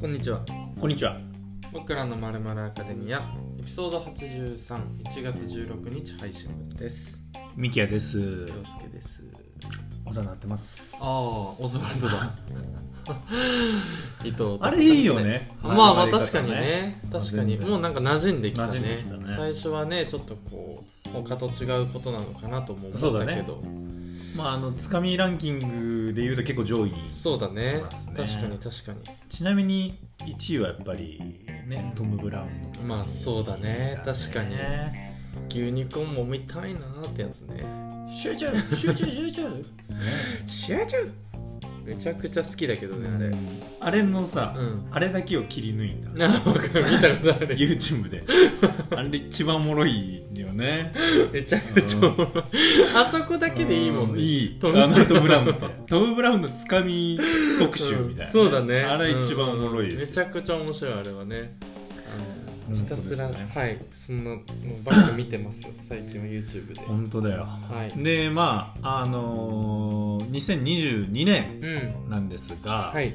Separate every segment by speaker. Speaker 1: こんにちは
Speaker 2: こんにちは。
Speaker 1: 僕らのまるまるアカデミアエピソード831月16日配信分です
Speaker 2: ミキヤです。
Speaker 1: 陽介です
Speaker 2: お世話になってます。
Speaker 1: ああオズワルドだ 伊藤と
Speaker 2: あれいいよね。
Speaker 1: まあま
Speaker 2: あ
Speaker 1: あ
Speaker 2: れ
Speaker 1: 確かに。ね
Speaker 2: あ
Speaker 1: 確かに
Speaker 2: 全然
Speaker 1: もうなんか馴染んできたね
Speaker 2: 馴染んできたね
Speaker 1: 最初はねちょっとこう他と違うことなのかなとも
Speaker 2: そ
Speaker 1: 思
Speaker 2: う
Speaker 1: っ
Speaker 2: だ
Speaker 1: た
Speaker 2: ね
Speaker 1: けど
Speaker 2: まああのつかみランキングで言うと結構上位に。
Speaker 1: そうだね
Speaker 2: しますね
Speaker 1: 確かに確かに
Speaker 2: ちなみに1位はやっぱりねトムブラウンのつかみ
Speaker 1: まあそうだね確かに
Speaker 2: ね
Speaker 1: 牛肉も見たいなーってやつね
Speaker 2: 集中集中 集中。ね
Speaker 1: シュめちゃくちゃ好きだけどねあれ
Speaker 2: あれのさ、
Speaker 1: うん
Speaker 2: あれだけを切り抜いんだ。
Speaker 1: なあ分かる見たことある
Speaker 2: YouTube であれ一番おもろいんだよね
Speaker 1: めちゃくちゃおもろいあそこだけでいいもん
Speaker 2: う
Speaker 1: ね
Speaker 2: いい
Speaker 1: ト
Speaker 2: ト
Speaker 1: ム
Speaker 2: ム・あのトムブラウンってトム・ブラウンのつかみ特集みたいな、
Speaker 1: うんそうだね
Speaker 2: あれ一番おもろい
Speaker 1: うん
Speaker 2: で
Speaker 1: め
Speaker 2: す
Speaker 1: ち
Speaker 2: よ
Speaker 1: ゃくちゃ面白いあれはねあのひ
Speaker 2: 本当
Speaker 1: た
Speaker 2: です
Speaker 1: す
Speaker 2: ね
Speaker 1: らはいそんなのばっか見てますよ最近は YouTube で
Speaker 2: 本当だよ
Speaker 1: はい
Speaker 2: でまああのー2022年
Speaker 1: うん
Speaker 2: なんですが、
Speaker 1: はい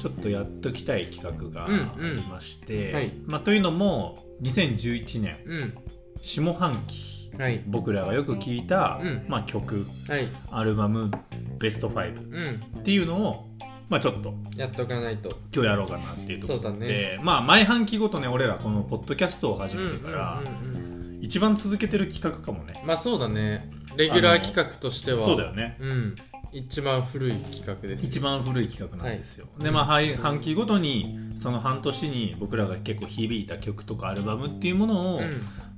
Speaker 2: ちょっとやっときたい企画が
Speaker 1: うんうん
Speaker 2: ありまして、
Speaker 1: はい
Speaker 2: まあ、というのも2011年
Speaker 1: うん
Speaker 2: 下半期
Speaker 1: はい
Speaker 2: 僕らがよく聴いた、
Speaker 1: うん
Speaker 2: まあ、曲
Speaker 1: はい
Speaker 2: アルバムベスト5
Speaker 1: うん
Speaker 2: っていうのを、まあ、ちょっと
Speaker 1: やっとかないと
Speaker 2: 今日やろうかなっていうとこ
Speaker 1: そ
Speaker 2: ろ
Speaker 1: うだ
Speaker 2: で、
Speaker 1: ね
Speaker 2: まあ前半期ごとね俺らこのポッドキャストを始めてから
Speaker 1: うんうんうん
Speaker 2: 一番続けてる企画かもね
Speaker 1: まあそうだねレギュラー企画としては
Speaker 2: そうだよね
Speaker 1: うん一番古い企画です
Speaker 2: 一番古い企画なんですよ、
Speaker 1: い
Speaker 2: でまあはい半期ごとにその半年に僕らが結構響いた曲とかアルバムっていうものを、
Speaker 1: うん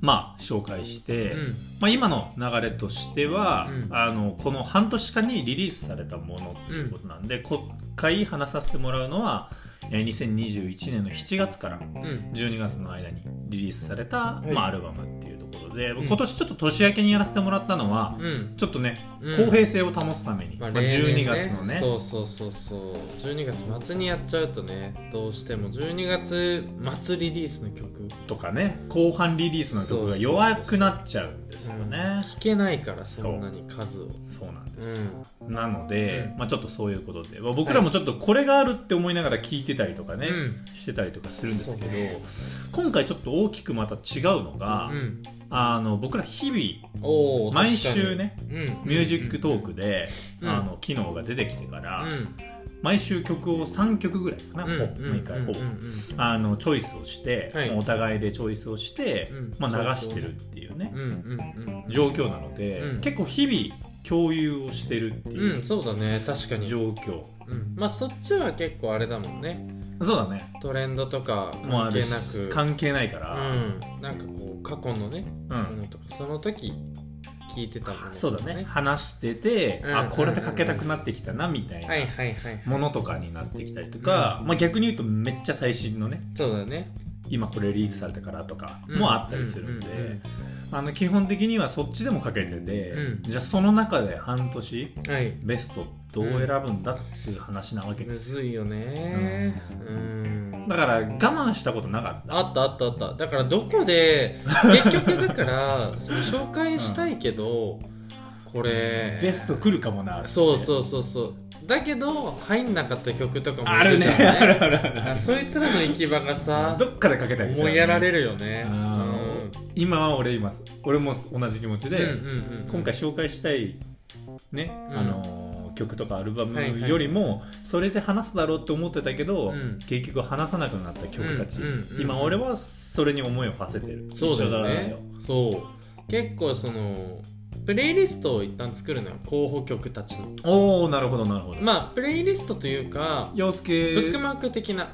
Speaker 2: まあ紹介して、
Speaker 1: うん
Speaker 2: まあ、今の流れとしては、
Speaker 1: うん
Speaker 2: あのこの半年間にリリースされたものっていうことなんで、今回話させてもらうのはえー2021年の7月から
Speaker 1: うん
Speaker 2: 12月の間にリリースされた、
Speaker 1: い
Speaker 2: まあ、アルバムっていうところで、
Speaker 1: うん
Speaker 2: 今年ちょっと年明けにやらせてもらったのは、
Speaker 1: うん
Speaker 2: ちょっとね、
Speaker 1: うん
Speaker 2: 公平性を保つために、まあ、
Speaker 1: 例年
Speaker 2: 12月のね
Speaker 1: そうそうそうそう12月末にやっちゃうとねどうしても12月末リリースの曲
Speaker 2: とかね後半リリースの曲が弱くなっちゃうんですよね
Speaker 1: 聴けないからそんなに数を
Speaker 2: そうなんで
Speaker 1: う
Speaker 2: すよ、
Speaker 1: ん
Speaker 2: なので、
Speaker 1: うん
Speaker 2: まあ、ちょっとそういうことで、まあ僕らもちょっとこれがあるって思いながら聞いてたりとかね、
Speaker 1: うん
Speaker 2: してたりとかするんですけど、
Speaker 1: そうね
Speaker 2: 今回ちょっと大きくまた違うのが、
Speaker 1: うん
Speaker 2: あの僕ら日々
Speaker 1: おー
Speaker 2: 毎週ね
Speaker 1: 確かにうん
Speaker 2: ミュージックトークで、
Speaker 1: うん
Speaker 2: あの機能が出てきてか
Speaker 1: う
Speaker 2: ら、
Speaker 1: ん
Speaker 2: 毎週曲を3曲ぐらいかな、ほぼ毎回ほぼ、
Speaker 1: うんうん
Speaker 2: あのチョイスをして、
Speaker 1: はい
Speaker 2: お互いでチョイスをして、
Speaker 1: うん
Speaker 2: ま
Speaker 1: チョ
Speaker 2: あ、
Speaker 1: イ
Speaker 2: 流
Speaker 1: スをね
Speaker 2: してるっていうね、
Speaker 1: うんうん
Speaker 2: 状況なので、
Speaker 1: うん
Speaker 2: 結構日々共有をしてるって
Speaker 1: うんうん
Speaker 2: いう
Speaker 1: うんそうだね確かに、
Speaker 2: 状況、
Speaker 1: うん、まあそっちは結構あれだもんね
Speaker 2: そうだね
Speaker 1: トレンドとか
Speaker 2: もうあ
Speaker 1: 関係
Speaker 2: るし
Speaker 1: なく
Speaker 2: 関係ないから、
Speaker 1: うん、なんかこう過去のね
Speaker 2: うん
Speaker 1: ものとかその時聞いてたものとか
Speaker 2: そうだね話してて、
Speaker 1: うん
Speaker 2: あこれでかけたくなってきたなみたいな、
Speaker 1: はいはいはいはい
Speaker 2: ものとかになってきたりとか、まあ、逆に言うとめっちゃ最新のね
Speaker 1: そうだね
Speaker 2: 今これリリースされたからとかもあったりするんで、あの基本的にはそっちでもかけてて、
Speaker 1: うん
Speaker 2: じゃあその中で半年
Speaker 1: うんはい
Speaker 2: ベストどう選ぶんだっていう話なわけ
Speaker 1: む
Speaker 2: です、
Speaker 1: ずいよねう
Speaker 2: うん
Speaker 1: ん
Speaker 2: だから我慢したことなかった
Speaker 1: あったあったあっただからどこ で結局だからその紹介したいけど、これ
Speaker 2: ベスト来るかもなって
Speaker 1: そうそうそうそうだけど入んなかった曲とかも
Speaker 2: あるね
Speaker 1: じゃんね
Speaker 2: あるあるある
Speaker 1: あそいつらの行き場がさ
Speaker 2: どっかでかけたり
Speaker 1: 思いやられ
Speaker 2: る
Speaker 1: るよねうん
Speaker 2: 今は俺います俺も同じ気持ちで、
Speaker 1: うんうんうん、
Speaker 2: 今回紹介したいね、
Speaker 1: うん
Speaker 2: あのー曲とかアルバム
Speaker 1: はいはい
Speaker 2: よりもそれで話すだろうって思ってたけど、
Speaker 1: うん
Speaker 2: 結局話さなくなった曲たち、
Speaker 1: うんうんうん
Speaker 2: 今俺はそれに思いを馳せてる
Speaker 1: そうだよね
Speaker 2: 一緒
Speaker 1: そう結構そのプレイリストを一旦作るのよ候補曲たちの
Speaker 2: だおおなるほどなるほど、
Speaker 1: まあプレイリストというか
Speaker 2: 洋
Speaker 1: ブ
Speaker 2: 介
Speaker 1: ックマーク的な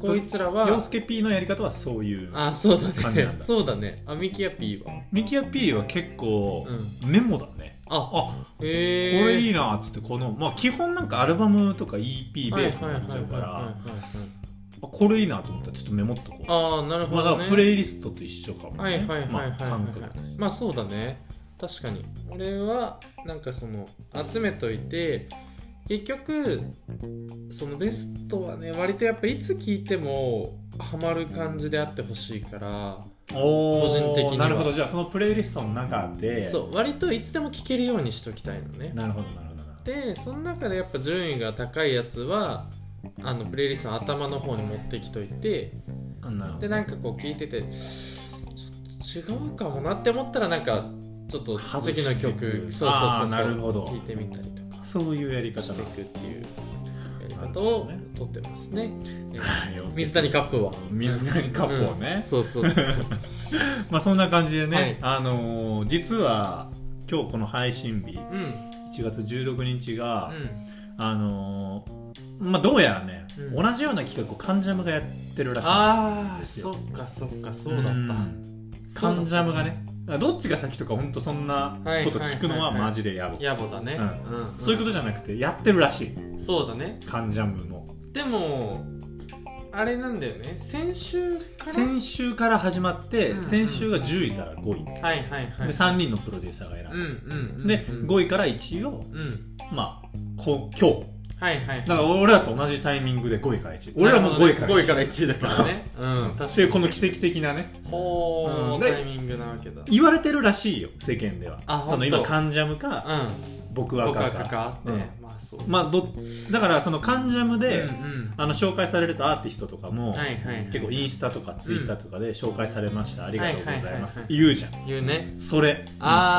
Speaker 1: こいつら
Speaker 2: 洋
Speaker 1: は
Speaker 2: 介 P のやり方はそういう
Speaker 1: あそうだ
Speaker 2: 感じな
Speaker 1: ね
Speaker 2: んだ
Speaker 1: そうだねあミキヤ P は
Speaker 2: ミキヤ P は結構
Speaker 1: うん
Speaker 2: メモだね、
Speaker 1: あ
Speaker 2: あこ
Speaker 1: へえ
Speaker 2: れいい
Speaker 1: な
Speaker 2: なっつってこの、まあ、基本なんかアルバムとか EP ベースになっちゃうからあこれいいなと思ったらちょっとメモっとこう
Speaker 1: ああなるほ
Speaker 2: まあ、だ
Speaker 1: ど、
Speaker 2: か
Speaker 1: ね
Speaker 2: らプレイリストと一緒かも、ね。
Speaker 1: はいはいはいはいはい、
Speaker 2: まあ、感覚だし
Speaker 1: まあそうだね確かに俺はなんかその集めといて結局そのベストはね割とやっぱいつ聴いてもハマる感じであってほしいから
Speaker 2: 個
Speaker 1: 個人的には
Speaker 2: なるほどじゃあそのプレイリストの中で
Speaker 1: そう割といつでも聴けるようにしときたいのね
Speaker 2: なるほどなるほどなるほど
Speaker 1: でその中でやっぱ順位が高いやつはあのプレイリストの頭の方に持ってきといて
Speaker 2: あなるほ
Speaker 1: で
Speaker 2: ど
Speaker 1: なんかこう聞いててちょっと違うかもなって思ったらなんかちょっと
Speaker 2: 外して
Speaker 1: 次の曲
Speaker 2: く
Speaker 1: そうそうそう
Speaker 2: あ
Speaker 1: そ
Speaker 2: ー
Speaker 1: う
Speaker 2: なるほど
Speaker 1: 聞いてみたりとか
Speaker 2: そういうやり方
Speaker 1: してい
Speaker 2: だ
Speaker 1: くっていうやり
Speaker 2: なる
Speaker 1: 方
Speaker 2: ほど
Speaker 1: を
Speaker 2: ね
Speaker 1: とってますね
Speaker 2: はい
Speaker 1: 水谷カップは
Speaker 2: 水谷カップをね、
Speaker 1: そうそうそうそう
Speaker 2: まあそんな感じでね、
Speaker 1: はい
Speaker 2: あのー実は今日この配信日
Speaker 1: うん
Speaker 2: 1月16日
Speaker 1: う
Speaker 2: が、
Speaker 1: ん
Speaker 2: あのーまあどうやらね、
Speaker 1: うん
Speaker 2: 同じような企画をカンジャムがやってるらしい
Speaker 1: ああ
Speaker 2: です
Speaker 1: そ
Speaker 2: よ
Speaker 1: っかそっかそうだった
Speaker 2: ん
Speaker 1: そ
Speaker 2: カ
Speaker 1: うだ
Speaker 2: ン
Speaker 1: っ
Speaker 2: ジャムがねだからどっちが先とか本当そんなこと聞く
Speaker 1: はいはいは
Speaker 2: のはい
Speaker 1: はい
Speaker 2: マジでやばい
Speaker 1: た野暮だね
Speaker 2: う
Speaker 1: うん
Speaker 2: そういうことじゃなくてやってるらしい
Speaker 1: そうだね
Speaker 2: カンジャムも
Speaker 1: でもあれなんだよね先週から
Speaker 2: 先週から始まって、
Speaker 1: うんうん
Speaker 2: 先週が10位から5位、で
Speaker 1: はいはいはい
Speaker 2: 3人のプロデューサーが選ん
Speaker 1: う
Speaker 2: で
Speaker 1: んうんうん
Speaker 2: で、
Speaker 1: うん
Speaker 2: 5位から1位を、
Speaker 1: うん
Speaker 2: まあ、こ今日。
Speaker 1: はいはいはい
Speaker 2: だから俺らと同じタイミングで5位から1位。俺らも5位から1位。
Speaker 1: 5位から1位だからねうん確
Speaker 2: で、この奇跡的なね、
Speaker 1: ほー、
Speaker 2: うんで
Speaker 1: タイミングなわけだ
Speaker 2: 言われてるらしいよ、世間では。
Speaker 1: あ
Speaker 2: その
Speaker 1: 本当
Speaker 2: 今、カンジャムか、
Speaker 1: うん
Speaker 2: 僕は
Speaker 1: 僕
Speaker 2: か
Speaker 1: は
Speaker 2: か。
Speaker 1: 関わって、
Speaker 2: うん
Speaker 1: まあそう
Speaker 2: まあ、ど、だからそのカンジャムで、
Speaker 1: うんうん
Speaker 2: あの、紹介されるとアーティストとかも、
Speaker 1: はいはいはい
Speaker 2: 結構インスタとかツイッターとかで紹介されました、ありがとうございます、
Speaker 1: はいはいはいはい
Speaker 2: 言うじゃん
Speaker 1: 言うね
Speaker 2: それ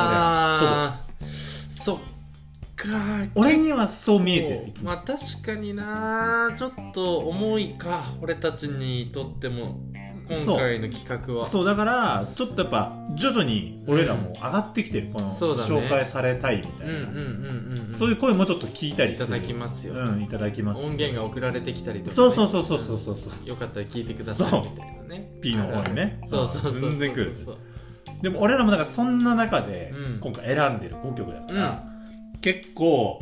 Speaker 1: ああそっかー
Speaker 2: 俺俺にはそう見えてるいつも
Speaker 1: まあ確かになちょっと重いか俺たちにとっても今回の企画は
Speaker 2: そうだからちょっとやっぱ徐々に俺らも上がってきてる、この
Speaker 1: そうだね
Speaker 2: 紹介されたいみたい
Speaker 1: うん
Speaker 2: な、
Speaker 1: うんうんうんうん
Speaker 2: そういう声もちょっと聞いたり
Speaker 1: いた
Speaker 2: する
Speaker 1: だきますよ、
Speaker 2: うんいただきます
Speaker 1: 音源が送られてきたりとか、ね、
Speaker 2: そうそうそうそうそうそうそう
Speaker 1: よかったら聞いてくださいみたいなね
Speaker 2: P の方にね
Speaker 1: そうそうそうそう
Speaker 2: 全然来る
Speaker 1: そう
Speaker 2: でも俺らもだからそんな中で
Speaker 1: うん
Speaker 2: 今回選んでる5曲だから、結構、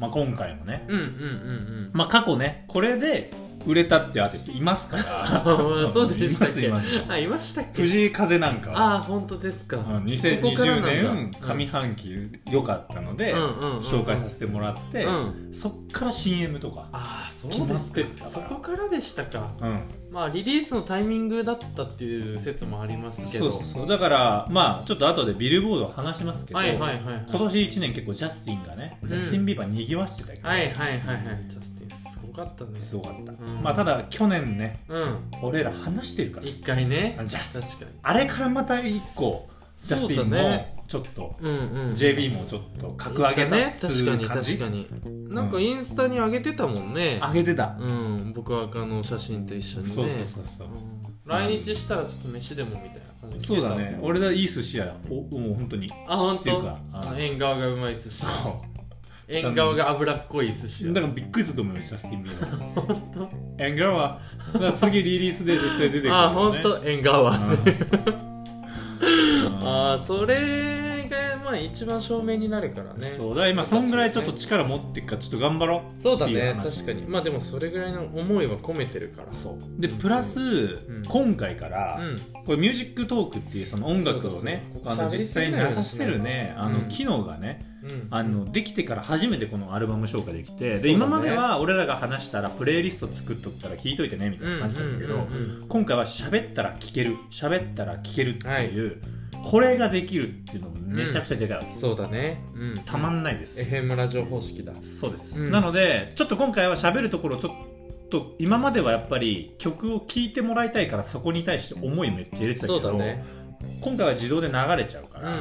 Speaker 2: まあ、今回もね、
Speaker 1: うんうんうん
Speaker 2: まあ、過去ねこれで売れたってアーティストいますから
Speaker 1: あそうでしたっけ
Speaker 2: いますい
Speaker 1: うん
Speaker 2: ま
Speaker 1: あいましたっ
Speaker 2: す
Speaker 1: け
Speaker 2: 藤井風なんかは
Speaker 1: ああ本当ですか、
Speaker 2: うん
Speaker 1: ここから
Speaker 2: 2020
Speaker 1: なん
Speaker 2: 年
Speaker 1: だ
Speaker 2: 上半期良かったので、
Speaker 1: うんうんうん
Speaker 2: 紹介させてもらって、
Speaker 1: うん
Speaker 2: そっから CM とか、
Speaker 1: ああそうですか
Speaker 2: 決まってった
Speaker 1: そ
Speaker 2: から
Speaker 1: こからでしたか
Speaker 2: うん、
Speaker 1: まあリリースのタイミングだったっていう説もありますけ
Speaker 2: そう
Speaker 1: ど
Speaker 2: そうそうだからまあちょっと後でビルボードを話しますけど、
Speaker 1: はいはいはいはい
Speaker 2: 今年1年結構ジャスティンがね、ジャスティン・ビーバーにぎわしてたけど、
Speaker 1: はいはいはいはいジャスティンすごかったね
Speaker 2: すごかった、
Speaker 1: うん
Speaker 2: まあただ去年ね
Speaker 1: うん
Speaker 2: 俺ら話してるから
Speaker 1: 一回ね
Speaker 2: ジャスティン
Speaker 1: 確かに
Speaker 2: あれからまた1個ジャスティン
Speaker 1: そうだね
Speaker 2: もちょっと、
Speaker 1: うんうん
Speaker 2: JB もちょっと格上げた
Speaker 1: ね
Speaker 2: っつ
Speaker 1: 確かに
Speaker 2: う感
Speaker 1: 確
Speaker 2: じ、
Speaker 1: かになんかインスタに上げてたもんね
Speaker 2: 上げてた、
Speaker 1: うん僕はあの写真と一緒にね
Speaker 2: そうそうそうそう
Speaker 1: うん来日したらちょっと飯でもみたいな感じで
Speaker 2: そうだね俺らいい寿司屋おもう本当に
Speaker 1: あ本
Speaker 2: っていう
Speaker 1: 当
Speaker 2: かあの
Speaker 1: 縁側がうまい寿司
Speaker 2: そ
Speaker 1: 縁側が脂っこい寿司
Speaker 2: うだからびっくりすると思うよジャスティン・ビーバーエンガーはだから次リリースで絶対出てくる
Speaker 1: あ
Speaker 2: よ
Speaker 1: 本
Speaker 2: ね
Speaker 1: 当縁側
Speaker 2: うん
Speaker 1: ああそれがまあ一番証明になるからね
Speaker 2: そうだから今そんぐらいちょっと力持ってっからちょっと頑張ろ
Speaker 1: そうだ
Speaker 2: いい
Speaker 1: ね
Speaker 2: 話
Speaker 1: 確かにまあでもそれぐらいの思いは込めてるから
Speaker 2: うそうでプラス、
Speaker 1: ん
Speaker 2: 今回から、
Speaker 1: うん
Speaker 2: これミュージックトークっていうその音楽をね
Speaker 1: そうそうそう
Speaker 2: あの
Speaker 1: ここ喋
Speaker 2: 実
Speaker 1: りす
Speaker 2: 際
Speaker 1: ぎ
Speaker 2: に
Speaker 1: ないように
Speaker 2: 流せるねあ
Speaker 1: う
Speaker 2: の
Speaker 1: ん
Speaker 2: 機能がね、
Speaker 1: うん
Speaker 2: あのできてから初めてこのアルバム紹介できて、
Speaker 1: そうだね
Speaker 2: で今までは俺らが話したらプレイリスト作っとくから聞いといてねみたいな感じだったけど、
Speaker 1: うんうんうんうん
Speaker 2: 今回は喋ったら聞ける喋ったら聞けるっていう、これができるっていうのもめちゃくちゃでかいわけです、
Speaker 1: そうだねうん
Speaker 2: たまんないです、
Speaker 1: FM ラジオ方式だ
Speaker 2: そうです、
Speaker 1: うん
Speaker 2: なのでちょっと今回は喋るところちょっと今まではやっぱり曲を聴いてもらいたいからそこに対して思いめっちゃ入れてたけ
Speaker 1: そ
Speaker 2: ど
Speaker 1: うだね
Speaker 2: 今回は自動で流れちゃうから、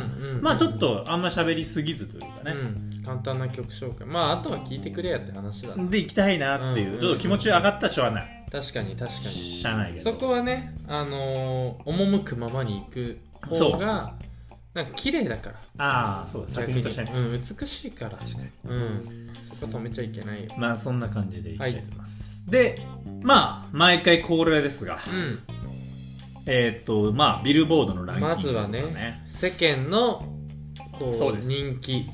Speaker 2: まあちょっとあんま喋りすぎずというか
Speaker 1: ね、
Speaker 2: ね、
Speaker 1: うん簡単な曲紹介まああとは聴いてくれやって話だね
Speaker 2: で行きたいなっていう、
Speaker 1: うん
Speaker 2: ちょっと気持ち上がったらしょうがない
Speaker 1: 確かに確かに
Speaker 2: しゃあないけど
Speaker 1: そこはねあのー赴くままに行く方がなんか綺麗だから
Speaker 2: ああそうだ作品としてね
Speaker 1: 逆にうん美しいからうんそこ止めちゃいけないよ
Speaker 2: まあそんな感じでいきたいと思います、でまあ毎回恒例ですが
Speaker 1: うん
Speaker 2: えーっ、とまあビルボードのランキング
Speaker 1: まずはね
Speaker 2: とかね
Speaker 1: 世間のこう
Speaker 2: そうです
Speaker 1: 人気、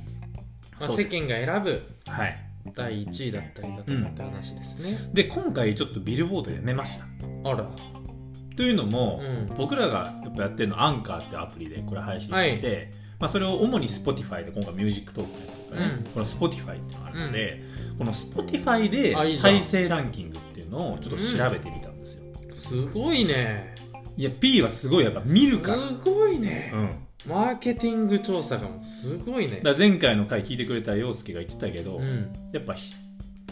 Speaker 1: まあ、
Speaker 2: そう
Speaker 1: 世
Speaker 2: です
Speaker 1: 間が選ぶ
Speaker 2: はい
Speaker 1: 第1位だったりだとかって話ですね、
Speaker 2: で今回ちょっとビルボードやめました
Speaker 1: あら
Speaker 2: というのも、
Speaker 1: うん
Speaker 2: 僕らがやっぱやってるのアンカーってアプリでこれ配信していて、まあ、それを主に Spotify で今回ミュージックトークとかね、
Speaker 1: うん
Speaker 2: この Spotify っていうのがあるので、この Spotify で
Speaker 1: あいいじゃん
Speaker 2: 再生ランキングっていうのをちょっと調べてみたんですよ、
Speaker 1: すごいね
Speaker 2: いや P はすごいやっぱ見るから、
Speaker 1: すごいね
Speaker 2: う、ん、
Speaker 1: マーケティング調査がもうすごいね
Speaker 2: だから前回の回聞いてくれた陽介が言ってたけど、
Speaker 1: うん
Speaker 2: やっぱひ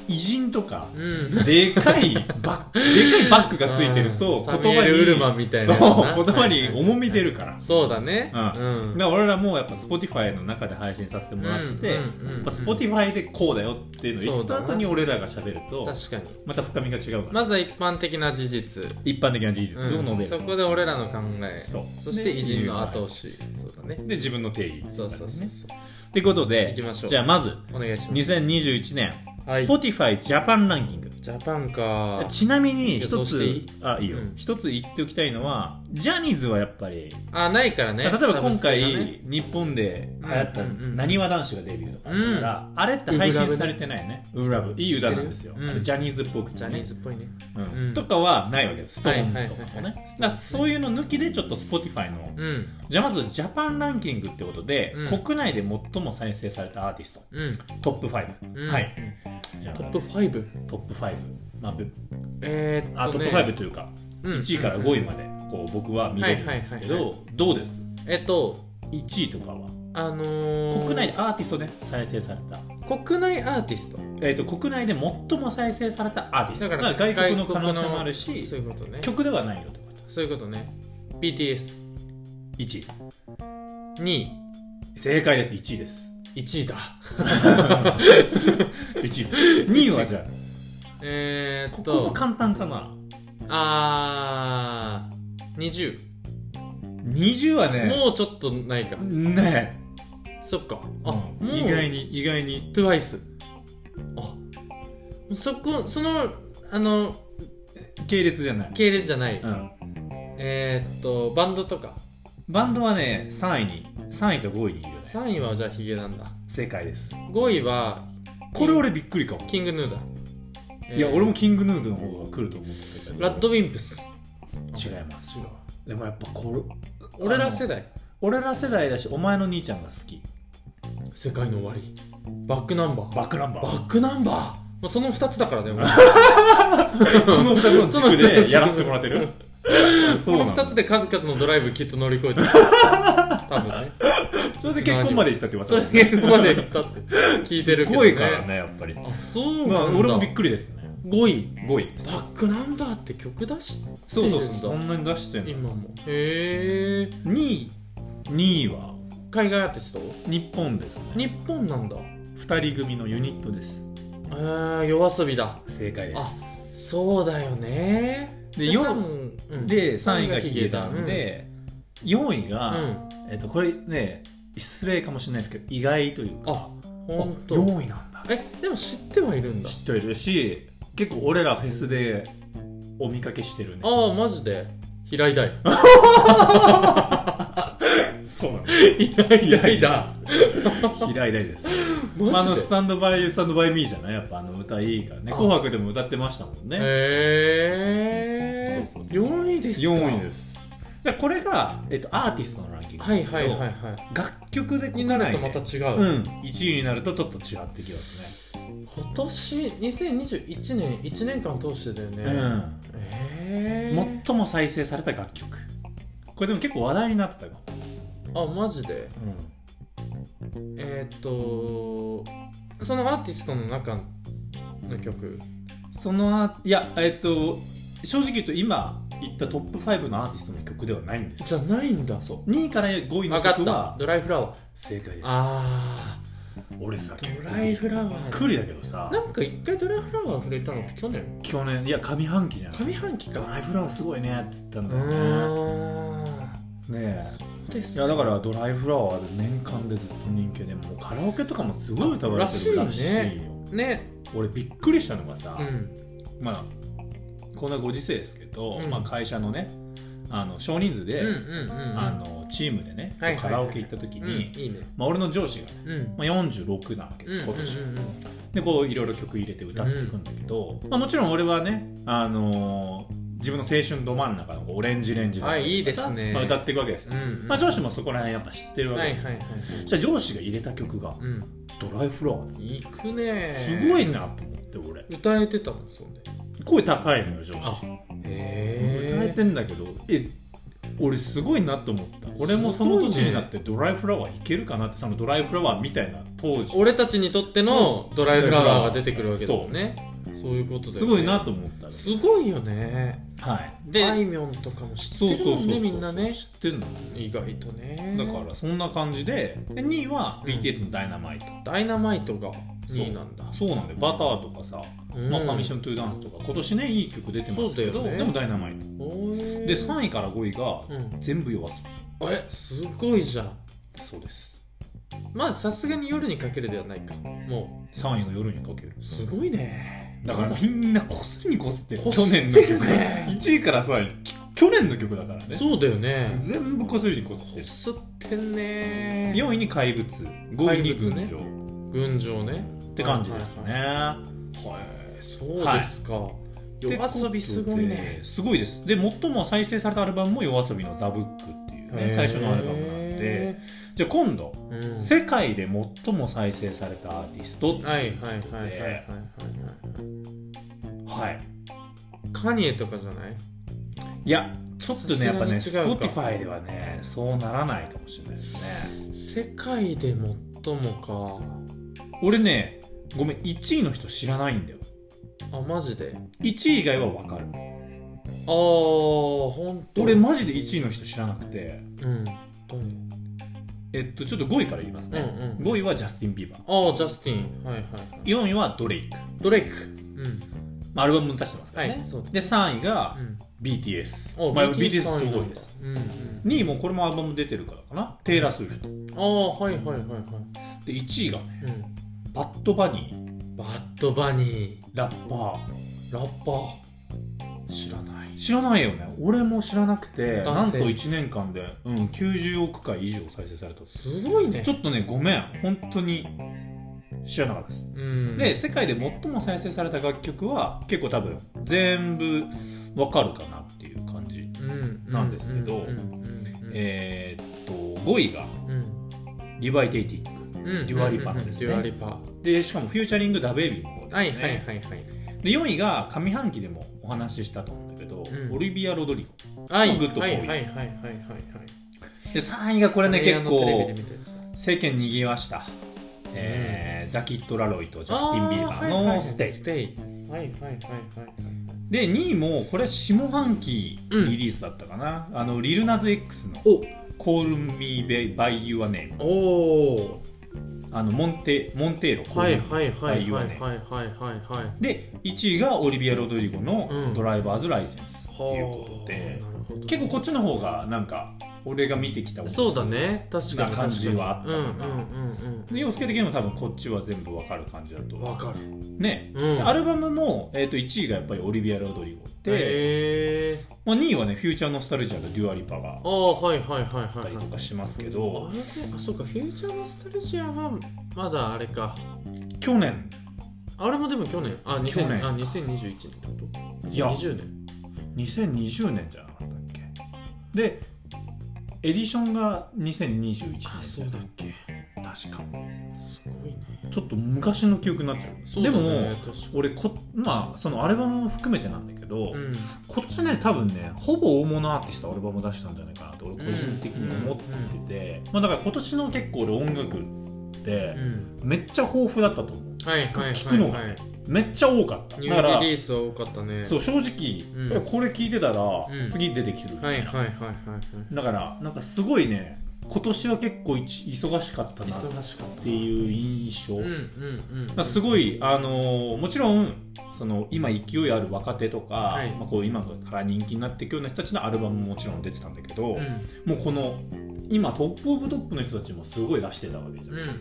Speaker 2: 偉人とか
Speaker 1: うん
Speaker 2: でかいバッグ でかいバッグがついてると
Speaker 1: うん
Speaker 2: 言葉
Speaker 1: サミュエ
Speaker 2: に
Speaker 1: ルウルマンみたいなやつな
Speaker 2: そう言葉に重み出るから、
Speaker 1: そうだね
Speaker 2: うん
Speaker 1: うん
Speaker 2: だから俺らもやっぱ Spotify の中で配信させてもらって、
Speaker 1: うんうんうんうん
Speaker 2: やっぱ Spotify でこうだよっていうのを言った後に俺らが喋ると
Speaker 1: 確かに
Speaker 2: また深みが違うから、
Speaker 1: まずは一般的な事実
Speaker 2: 一般的な事実を述べる、
Speaker 1: うんそこで俺らの考え
Speaker 2: そう
Speaker 1: そして偉人の後押しそうだね
Speaker 2: で自分の定義
Speaker 1: そうそうそうそう
Speaker 2: ってことで
Speaker 1: 行きましょう
Speaker 2: じゃあまず
Speaker 1: お願いします
Speaker 2: 2021年、
Speaker 1: はい
Speaker 2: Spotify ジャパンランキング
Speaker 1: ジャパンか
Speaker 2: ちなみに
Speaker 1: 予
Speaker 2: 一
Speaker 1: 想して
Speaker 2: つ
Speaker 1: いい
Speaker 2: あいいよ
Speaker 1: うん
Speaker 2: 一、つ言っておきたいのはジャニーズはやっぱり、
Speaker 1: あないからね
Speaker 2: 例えば今
Speaker 1: サブスク
Speaker 2: 回、
Speaker 1: がね
Speaker 2: 日本で流行った
Speaker 1: うんうんうん
Speaker 2: なにわ男子がデビューとかあったから、あれって配信されてないよね「ウーラブ」いい歌なんですよ、
Speaker 1: 知ってるうん
Speaker 2: ジャニーズっぽくてね
Speaker 1: ジャニーズっぽいね
Speaker 2: う
Speaker 1: う
Speaker 2: ん
Speaker 1: ん
Speaker 2: とかはないわけですストーンズとか
Speaker 1: はい
Speaker 2: も
Speaker 1: はいはいは
Speaker 2: ね
Speaker 1: い
Speaker 2: だからそういうの抜きでちょっと Spotify の、
Speaker 1: うん
Speaker 2: じゃあまずジャパンランキングってことで、
Speaker 1: うん
Speaker 2: 国内で最も再生されたアーティスト
Speaker 1: うん
Speaker 2: トップ5、
Speaker 1: うん
Speaker 2: はいじゃあ
Speaker 1: トップ5
Speaker 2: トップ5、まあぶ
Speaker 1: えーっとね
Speaker 2: あトップ5というか、
Speaker 1: うん
Speaker 2: 1位から5位までこう僕は見れるんですけど、
Speaker 1: はいはい
Speaker 2: どうです
Speaker 1: えっと
Speaker 2: 1位とかは
Speaker 1: あのー
Speaker 2: 国内でアーティストで再生された、
Speaker 1: 国内アーティスト
Speaker 2: えー、と国内で最も再生されたアーティスト
Speaker 1: だ
Speaker 2: だ
Speaker 1: か
Speaker 2: からら外国の可能性もあるし
Speaker 1: そういうことね
Speaker 2: 曲ではないよってこと
Speaker 1: そういうことね BTS2
Speaker 2: 1位
Speaker 1: 位
Speaker 2: 正解です1位です
Speaker 1: 1位だ
Speaker 2: 1位2位はじゃ
Speaker 1: えー、
Speaker 2: あこ
Speaker 1: っ
Speaker 2: ことも簡単かな
Speaker 1: あー20、
Speaker 2: 20はね
Speaker 1: もうちょっとないか
Speaker 2: ね
Speaker 1: そっか
Speaker 2: え
Speaker 1: あ、
Speaker 2: うん
Speaker 1: もう
Speaker 2: 意外に意外に
Speaker 1: TWICE あそこそのあの
Speaker 2: 系列じゃない、
Speaker 1: 系列じゃない、
Speaker 2: うん、
Speaker 1: えー、っとバンドとか
Speaker 2: バンドはね3位に3位と5位にいるよね
Speaker 1: 3位はじゃあヒゲなんだ
Speaker 2: 正解です
Speaker 1: 5位は
Speaker 2: これ俺びっくりかも
Speaker 1: キングヌーだ、
Speaker 2: いや
Speaker 1: えー
Speaker 2: 俺もキングヌードの方が来ると思ってたけど
Speaker 1: ラッドウィンプス
Speaker 2: 違います
Speaker 1: 違う
Speaker 2: でもやっぱこれ
Speaker 1: 俺ら世
Speaker 2: 代
Speaker 1: 代
Speaker 2: 俺ら世代だしお前の兄ちゃんが好き
Speaker 1: 世界の終わりバックナンバー
Speaker 2: バックナンバ
Speaker 1: バ
Speaker 2: ー
Speaker 1: ックナンバー、まあ、その2つだからね俺
Speaker 2: この2つの 軸でやらせてもらって る
Speaker 1: この2つで数々のドライブきっと乗り越え てる多分ね
Speaker 2: それで結婚まで行ったって言わ
Speaker 1: それ
Speaker 2: れ
Speaker 1: でここまで行ったって聞いてるけど、
Speaker 2: すごいからねやっぱり
Speaker 1: あそう
Speaker 2: ま
Speaker 1: な
Speaker 2: あ
Speaker 1: んだ、
Speaker 2: 俺もびっくりですね
Speaker 1: 5位
Speaker 2: 5位
Speaker 1: バックナンバーって曲出してるんだ
Speaker 2: そうそうそうそんなに出してんの
Speaker 1: 今もへえ
Speaker 2: 2位2位は
Speaker 1: 海外アーティスト
Speaker 2: 日本です
Speaker 1: 日
Speaker 2: ね
Speaker 1: 本なんだ
Speaker 2: 2人組のユニットです
Speaker 1: えー、夜遊びだ
Speaker 2: 正解で
Speaker 1: あ
Speaker 2: す
Speaker 1: そうだよね
Speaker 2: でよ
Speaker 1: 三うん
Speaker 2: で3位がヒゲダンで4位
Speaker 1: う
Speaker 2: が、
Speaker 1: ん
Speaker 2: えっとこれね失礼かもしれないですけど意外というか
Speaker 1: あ本当。
Speaker 2: 4位なんだ
Speaker 1: えでも知ってはいるんだ
Speaker 2: 知ってるし結構俺らフェスでお見かけしてるね
Speaker 1: ああマジで平井大
Speaker 2: そうなの
Speaker 1: 平井大だ
Speaker 2: 平井大 です、まあ、
Speaker 1: マ
Speaker 2: あの
Speaker 1: ジで
Speaker 2: スタンドバイユースタンドバイミーじゃないやっぱあの歌いいからね「
Speaker 1: あ
Speaker 2: 紅白」でも歌ってましたもんね、
Speaker 1: へ
Speaker 2: そうそう
Speaker 1: え
Speaker 2: そう
Speaker 1: 4位ですか
Speaker 2: 4位ですだからこれが、えっと、アーティストのランキングなん
Speaker 1: はい
Speaker 2: ですけ
Speaker 1: は
Speaker 2: ど、
Speaker 1: いはいはい
Speaker 2: 楽曲で
Speaker 1: に
Speaker 2: 国
Speaker 1: な
Speaker 2: 内
Speaker 1: る
Speaker 2: で
Speaker 1: とまた違う、
Speaker 2: うん、1位になるとちょっと違ってきます
Speaker 1: 今年2021年1年間通してだよね、
Speaker 2: ね、
Speaker 1: え
Speaker 2: う
Speaker 1: ー
Speaker 2: ん、最も再生された楽曲これでも結構話題になってたかも、
Speaker 1: あマジでえーっとそのアーティストの中の曲
Speaker 2: そのあいやえっと正直言うと今言ったトップ5のアーティストの曲ではないんです
Speaker 1: じゃないんだ
Speaker 2: そう2位から5位の
Speaker 1: 分かっ
Speaker 2: 曲
Speaker 1: た
Speaker 2: は
Speaker 1: ドライフラワー
Speaker 2: 正解です
Speaker 1: あ
Speaker 2: 俺さ
Speaker 1: ードライフラワ
Speaker 2: びっ
Speaker 1: ー
Speaker 2: くりだけどさ
Speaker 1: なんか一回ドライフラワー触れたのって去年
Speaker 2: 去年いや上半期じゃん
Speaker 1: 上半期
Speaker 2: ド
Speaker 1: か
Speaker 2: ライフラワーすごいねって言ったん
Speaker 1: う
Speaker 2: だよ
Speaker 1: ーん
Speaker 2: ねねえ
Speaker 1: そうです
Speaker 2: いやだからドライフラワーで年間でずっと人気でもうカラオケとかもすごい歌われてる
Speaker 1: ら
Speaker 2: ら
Speaker 1: し
Speaker 2: し
Speaker 1: い
Speaker 2: い
Speaker 1: ね
Speaker 2: よ
Speaker 1: ね
Speaker 2: 俺びっくりしたのがさ、
Speaker 1: うん
Speaker 2: まあこんなご時世ですけど、
Speaker 1: うん
Speaker 2: まあ、会社のねあの少人数で、
Speaker 1: うんうんうんうん
Speaker 2: あのチームでね、
Speaker 1: はいはいは
Speaker 2: カ
Speaker 1: い
Speaker 2: ラオケ行った時に、
Speaker 1: うんいいね
Speaker 2: まあ、俺の上司が、ね
Speaker 1: うん
Speaker 2: まあ、46なわけです今年、でこういろいろ曲入れて歌っていくんだけど、まあ、もちろん俺はね、あのー自分の青春ど真ん中のこうオレンジレンジだったりと
Speaker 1: あ
Speaker 2: か
Speaker 1: いいですね
Speaker 2: まあ、歌っていくわけです、
Speaker 1: うんうん
Speaker 2: まあ、上司もそこら辺やっぱ知ってるわ
Speaker 1: は
Speaker 2: け
Speaker 1: い
Speaker 2: です、
Speaker 1: はいはい
Speaker 2: じゃあ上司が入れた曲が
Speaker 1: うん
Speaker 2: 「ドライフラワー
Speaker 1: 行くね」
Speaker 2: すごいなと思って俺
Speaker 1: 歌えてたもんそんで
Speaker 2: 声高いのよ上司
Speaker 1: あへ
Speaker 2: 歌え
Speaker 1: え
Speaker 2: てんだけどえ俺すごいなと思った俺もその年になってドライフラワーいけるかなってそのドライフラワーみたいな当時
Speaker 1: 俺たちにとってのドライフラワーが出てくるわけだもんねそういうことだよね
Speaker 2: すごいなと思った
Speaker 1: すごいよね
Speaker 2: はい
Speaker 1: あいみょんとかも知ってるもんねみんなね
Speaker 2: 知ってんの
Speaker 1: 意外とね
Speaker 2: だからそんな感じでで2位は BTS の「ダイナマイト
Speaker 1: ダイナマイトが2位なんだ」
Speaker 2: そうなんだよ「バター」とかさ「
Speaker 1: うん
Speaker 2: まあ、パーミッション・トゥ・ダンス」とか今年ねいい曲出てますけ
Speaker 1: そ
Speaker 2: ど、
Speaker 1: うだよね
Speaker 2: でも「ダイナマイト」で
Speaker 1: で
Speaker 2: 3位から5位が
Speaker 1: うん
Speaker 2: 全部夜遊
Speaker 1: えすごいじゃん
Speaker 2: びそうです
Speaker 1: まあさすがに夜にかけるではないかも
Speaker 2: 3位が夜にかける
Speaker 1: うすごいね
Speaker 2: だから
Speaker 1: ま
Speaker 2: みんなこすりにこすってる
Speaker 1: こ
Speaker 2: 去
Speaker 1: すって
Speaker 2: 年
Speaker 1: るね
Speaker 2: の曲1 位から3位去年の曲だからね
Speaker 1: そうだよね
Speaker 2: 全部こすりにこすって
Speaker 1: こ
Speaker 2: る
Speaker 1: すってんね
Speaker 2: 4位に怪物5位に群青、
Speaker 1: 群青ね
Speaker 2: って感じですね、
Speaker 1: はいそうですか、
Speaker 2: で
Speaker 1: 夜遊びすごいね
Speaker 2: すごいですで最も再生されたアルバムも夜遊びの「ザ・ブックっていうね最初のアルバムなんで
Speaker 1: へ
Speaker 2: じゃあ今度
Speaker 1: ー、うん
Speaker 2: 世界で最も再生されたアーティスト
Speaker 1: はいはいはいはいはいはい
Speaker 2: ではい
Speaker 1: カニエとかじゃない
Speaker 2: いやちょっとねやっぱね
Speaker 1: さすがに違うか
Speaker 2: Spotify ではねそうならないかもしれないですね
Speaker 1: 世界で最も
Speaker 2: 俺ねごめん1位の人知らないんだよ
Speaker 1: かあマジで
Speaker 2: 1位以外は分かる
Speaker 1: ああ本当
Speaker 2: 俺マジで1位の人知らなくて
Speaker 1: うんどうね
Speaker 2: えっとちょっと5位から言います
Speaker 1: うん
Speaker 2: ね、
Speaker 1: うん
Speaker 2: 5位はジャスティン・ビーバー
Speaker 1: ああジャスティンはいはいはい
Speaker 2: 4位はドレイク、
Speaker 1: ドレイクうん
Speaker 2: まあ、アルバムも出してますか
Speaker 1: は
Speaker 2: らね、
Speaker 1: いそうだ
Speaker 2: で3位が
Speaker 1: うん
Speaker 2: BTS、
Speaker 1: お
Speaker 2: まあ、
Speaker 1: BTS
Speaker 2: BTS
Speaker 1: さん
Speaker 2: す
Speaker 1: なんだ
Speaker 2: ごいです
Speaker 1: うんうん
Speaker 2: 2位もこれもアルバム出てるからかなテイラー・スウィフト
Speaker 1: ああはいはいはいはい
Speaker 2: で1位がね
Speaker 1: うん
Speaker 2: バッド・バニー
Speaker 1: バッドバニ
Speaker 2: ラッパ
Speaker 1: ーラッパ
Speaker 2: ー知らない知らないよね俺も知らなくてな
Speaker 1: 男
Speaker 2: ん
Speaker 1: 性
Speaker 2: と1年間で、うん、90億回以上再生されたんで
Speaker 1: ーす
Speaker 2: す
Speaker 1: ごいね
Speaker 2: ちょっとねごめん本当に知らなかったです
Speaker 1: うん
Speaker 2: で世界で最も再生された楽曲は結構多分全部わかるかなっていう感じ、
Speaker 1: うん
Speaker 2: なんですけ
Speaker 1: う
Speaker 2: ど
Speaker 1: んうん
Speaker 2: えーっと5位が
Speaker 1: うん
Speaker 2: 「リバイテイティング
Speaker 1: うん
Speaker 2: デュアリパですね
Speaker 1: デュアリパ」
Speaker 2: でしかもフューチャリングダベイビーも
Speaker 1: は
Speaker 2: で
Speaker 1: い
Speaker 2: すね、
Speaker 1: はいはいはい
Speaker 2: で4位が上半期でもお話ししたと思うんだけど、
Speaker 1: うん
Speaker 2: オリビア・ロドリ
Speaker 1: はい
Speaker 2: グッドボ
Speaker 1: は
Speaker 2: ー
Speaker 1: いは
Speaker 2: イ
Speaker 1: いはいはいはいはい
Speaker 2: ゴで3位がこれね結
Speaker 1: あのテレビ
Speaker 2: 構
Speaker 1: で見たやつだ
Speaker 2: 世間にぎわした、えーザキッド・ラロイとジャスティン・ビーバーの「ステイ」
Speaker 1: ステイはいはいはいはい
Speaker 2: で2位もこれは下半期リリースだったかな、あのリルナズ X の
Speaker 1: お
Speaker 2: 「Call Me By Your Name
Speaker 1: おお」
Speaker 2: あのモンテモンテーロ
Speaker 1: はいはいはいは
Speaker 2: By
Speaker 1: い
Speaker 2: Your
Speaker 1: はい
Speaker 2: Name
Speaker 1: はいはいはい
Speaker 2: で1位がオリビア・ロドリゴ
Speaker 1: うん
Speaker 2: の「ドライバーズ・ライセンス」っていうことで、結構こっちの方がなんか俺が見てきた
Speaker 1: そうだね確かに
Speaker 2: な感じはあっ
Speaker 1: う
Speaker 2: た
Speaker 1: んうん
Speaker 2: で洋介的にも多分こっちは全部わかる感じだ
Speaker 1: うんうんわ
Speaker 2: と
Speaker 1: かる
Speaker 2: ね
Speaker 1: うん
Speaker 2: アルバムも、えー、と1位がやっぱりオリビア・ロドリゴで、
Speaker 1: へえ
Speaker 2: まあ、2位はね「フューチャー・ノスタルジア」のデュア・リパが
Speaker 1: ああはいはいはい
Speaker 2: あっ
Speaker 1: は
Speaker 2: た
Speaker 1: い
Speaker 2: り
Speaker 1: はい
Speaker 2: とかしますけど、
Speaker 1: あれあそうかフューチャーノスタルジアはまだあれか
Speaker 2: 去年
Speaker 1: あれもでも去年あ2000
Speaker 2: 去年
Speaker 1: あ2021年ってこと
Speaker 2: いや
Speaker 1: 2020年
Speaker 2: 2020年じゃなかったっけでエディションが2021年
Speaker 1: あそうだっけ
Speaker 2: 確か
Speaker 1: すごいね
Speaker 2: ちょっと昔の記憶になっちゃう
Speaker 1: そう
Speaker 2: で
Speaker 1: だね
Speaker 2: も
Speaker 1: 確か
Speaker 2: 俺こまあそのアルバムも含めてなんだけど、
Speaker 1: うん
Speaker 2: 今年ね多分ねほぼ大物アーティストアルバム出したんじゃないかなと俺個人的に思ってて、まあ、だから今年の結構俺音楽って
Speaker 1: うん
Speaker 2: めっちゃ豊富だったと思う
Speaker 1: はいはいはい
Speaker 2: 聞くのが
Speaker 1: はい
Speaker 2: めっちゃ多かった
Speaker 1: ニ
Speaker 2: だ
Speaker 1: ュ
Speaker 2: から
Speaker 1: ーリリースは多かったね
Speaker 2: そう正直、
Speaker 1: うん
Speaker 2: これ聞いてたら
Speaker 1: うん
Speaker 2: 次出てきてる、
Speaker 1: はいはいはいはいは
Speaker 2: だからなんかすごいね今年は結構いち忙しかった
Speaker 1: い
Speaker 2: なっ
Speaker 1: 忙しかった
Speaker 2: ていう印象、
Speaker 1: うんうんうん
Speaker 2: まあ、す
Speaker 1: い
Speaker 2: ごい、あのーもちろんその今勢いある若手とか、
Speaker 1: はい
Speaker 2: まあ、こう今から人気になっていくような人たちのアルバムももちろん出てたんだけど、もうこの今トップオブトップの人たちもすごい出してたわけじゃ
Speaker 1: うんう
Speaker 2: ん、
Speaker 1: んうん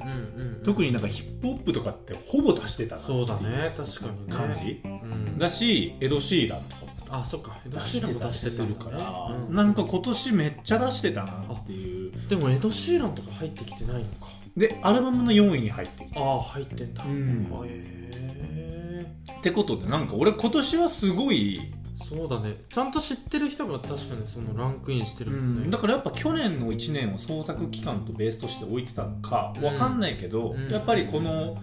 Speaker 1: うん
Speaker 2: 特になんかヒップホップとかってほぼ出してたなってい
Speaker 1: そうだね確かにね
Speaker 2: 感じ、
Speaker 1: うん
Speaker 2: だしエド・シーランとかもさ
Speaker 1: あそっかエド・シーランも出してた
Speaker 2: 出
Speaker 1: ん
Speaker 2: る
Speaker 1: だ
Speaker 2: か
Speaker 1: ね
Speaker 2: ら、
Speaker 1: う
Speaker 2: なんか今年めっちゃ出してたなっていう
Speaker 1: でもエド・シーランとか入ってきてないのか
Speaker 2: でアルバムの4位に入ってきた
Speaker 1: ああ入ってんだ
Speaker 2: う
Speaker 1: へ
Speaker 2: ん
Speaker 1: え
Speaker 2: ってことでなんか俺今年はすごい、
Speaker 1: そうだねちゃんと知ってる人が確かにそのランクインしてるもんね
Speaker 2: だからやっぱ去年の1年を創作期間とベースとして置いてたのかわかんないけど、
Speaker 1: うん
Speaker 2: やっぱりこの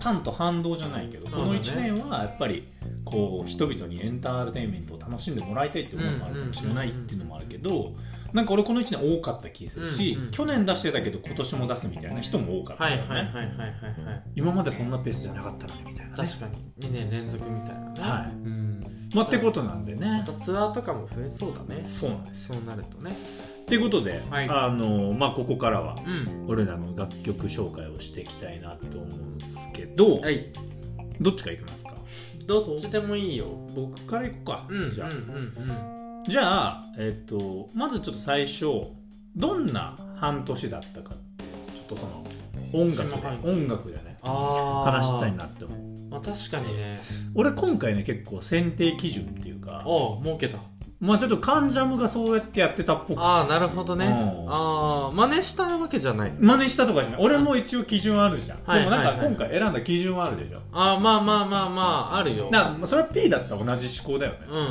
Speaker 2: パンと反動じゃないけ
Speaker 1: そ
Speaker 2: ど、
Speaker 1: う
Speaker 2: こ
Speaker 1: だね
Speaker 2: の1年はやっぱりこう人々にエンターテインメントを楽しんでもらいたいっていう思いもあるかもしれないっていうのもあるけど、なんか俺この1年多かった気するし、
Speaker 1: うんうん
Speaker 2: 去年出してたけど今年も出すみたいな人も多かった
Speaker 1: はい
Speaker 2: よ
Speaker 1: はい
Speaker 2: ね
Speaker 1: はいはいはいはい
Speaker 2: 今までそんなペースじゃなかったのにみたいな、ね、
Speaker 1: 確かに2年連続みたいなね
Speaker 2: はい
Speaker 1: うん
Speaker 2: まあってことなんでね
Speaker 1: またツアーとかも増えそうだね
Speaker 2: そうなんです
Speaker 1: そうなるとね
Speaker 2: っていうことで、
Speaker 1: はい
Speaker 2: あのまあ、ここからは
Speaker 1: うん
Speaker 2: 俺らの楽曲紹介をしていきたいなと思うんですけど、
Speaker 1: はい
Speaker 2: どっちからいきますか
Speaker 1: どっちでもいいよ
Speaker 2: 僕からいこうか、
Speaker 1: うん
Speaker 2: じゃあ、
Speaker 1: うんうん
Speaker 2: じゃあ、えっとまずちょっと最初どんな半年だったかってちょっとその音楽
Speaker 1: 下半期
Speaker 2: で音楽でね
Speaker 1: ああ
Speaker 2: 話したいなって思う
Speaker 1: まあ確かにね
Speaker 2: 俺今回ね結構選定基準っていうか
Speaker 1: おう儲けた
Speaker 2: まあちょっとカンジャムがそうやってやってたっぽくて
Speaker 1: ああなるほどね
Speaker 2: うん
Speaker 1: ああ真似したわけじゃない
Speaker 2: 真似したとかじゃない俺も一応基準あるじゃん、
Speaker 1: はい
Speaker 2: でもなん
Speaker 1: はい
Speaker 2: か
Speaker 1: はい
Speaker 2: 今回選んだ基準はあるでしょ、
Speaker 1: ああまあまあまあまああるよ
Speaker 2: だからそれは P だったら同じ思考だよね、
Speaker 1: うんうんうん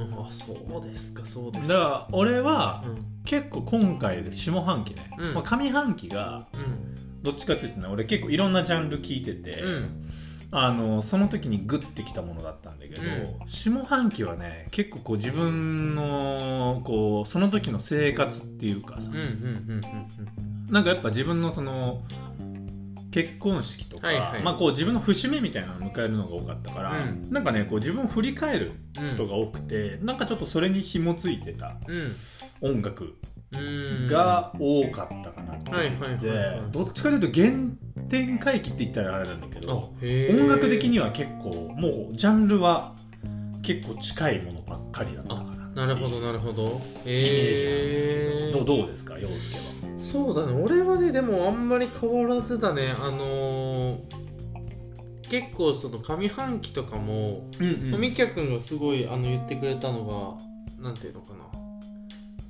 Speaker 1: うんうんあそうですかそうです
Speaker 2: だか
Speaker 1: から
Speaker 2: 俺は
Speaker 1: うん
Speaker 2: 結構今回で下半期ね、
Speaker 1: うん
Speaker 2: まあ、上半期が
Speaker 1: うん
Speaker 2: どっちかっていうとね俺結構いろんなジャンル聞いてて、
Speaker 1: うん
Speaker 2: あのその時にグッてきたものだったんだけど、
Speaker 1: う
Speaker 2: 下半期はね結構こう自分のこうその時の生活っていうかさ、
Speaker 1: うんうんうんうん
Speaker 2: なんかやっぱ自分のその結婚式とか、
Speaker 1: はいはい
Speaker 2: まあ、こう自分の節目みたいなのを迎えるのが多かったから、
Speaker 1: うん
Speaker 2: なんかねこう自分を振り返る
Speaker 1: うんうん
Speaker 2: 人が多くて、なんかちょっとそれに紐づいてた
Speaker 1: うん
Speaker 2: 音楽
Speaker 1: うん
Speaker 2: が多かったかなって思
Speaker 1: はい
Speaker 2: っ
Speaker 1: はい
Speaker 2: て
Speaker 1: はいはい
Speaker 2: どっちかというと原点回帰って言ったらあれなんだけ
Speaker 1: あ
Speaker 2: ど
Speaker 1: へー
Speaker 2: 音楽的には結構もうジャンルは結構近いものばっかりだったかな
Speaker 1: なるほどなるほど
Speaker 2: イメージなんです
Speaker 1: へ
Speaker 2: けど、どうどうですか陽介は
Speaker 1: そうだね俺はねでもあんまり変わらずだねあのー結構その上半期とかも
Speaker 2: うん
Speaker 1: みきゃくんがすごいあの言ってくれたのがなんていうのかな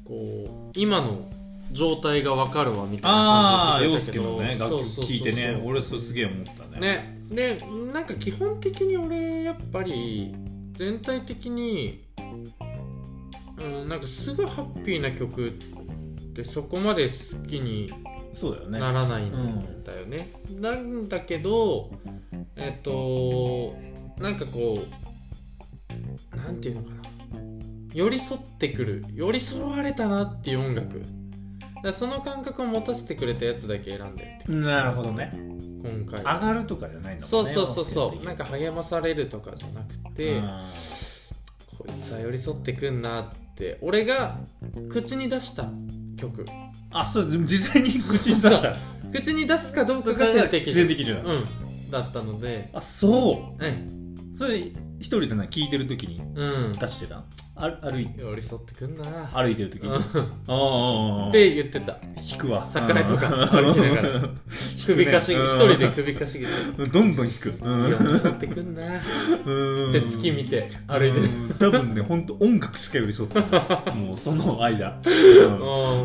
Speaker 1: こう今の状態がわかるわみたい
Speaker 2: あ
Speaker 1: な
Speaker 2: あ
Speaker 1: 感じ
Speaker 2: 陽
Speaker 1: で言ってくれ
Speaker 2: 介
Speaker 1: たけど
Speaker 2: のね楽曲
Speaker 1: そうそうそうそう
Speaker 2: 聞いてね俺それすげえ思ったね
Speaker 1: ねでなんか基本的に俺やっぱり全体的に、うん、なんかすぐハッピーな曲ってそこまで好きに
Speaker 2: そうだよね
Speaker 1: ならないんだよね、なんだけどえっとなんかこうなんていうのかな寄り添ってくる寄り添われたなっていう音楽だからその感覚を持たせてくれたやつだけ選んでる
Speaker 2: なるほどね
Speaker 1: 今回
Speaker 2: 上がるとかじゃないんだもんね
Speaker 1: そうそうそうそうなん
Speaker 2: か
Speaker 1: か励まされるとかじゃなくて、こいつは寄り添ってくんなって俺が口に出した曲
Speaker 2: あそう実際に口に出した
Speaker 1: 口に出すかどうかが選的
Speaker 2: 全的じゃない
Speaker 1: うんだったので
Speaker 2: あそ
Speaker 1: うん
Speaker 2: うそれ一人でな聞いてる時に
Speaker 1: うん
Speaker 2: 出してたのあ歩い
Speaker 1: 寄り添ってくんな
Speaker 2: 歩いてる時にあ
Speaker 1: うん
Speaker 2: あ
Speaker 1: って言ってた
Speaker 2: 引くわ
Speaker 1: 桜井とか歩きながら
Speaker 2: うん
Speaker 1: 首かしげ、
Speaker 2: うん
Speaker 1: 一人で首かしげて
Speaker 2: どんどん引くうん
Speaker 1: 寄り添ってくんなつって月見て歩いてる
Speaker 2: うん多分ね本当音楽しか寄り添って ないもうその間うん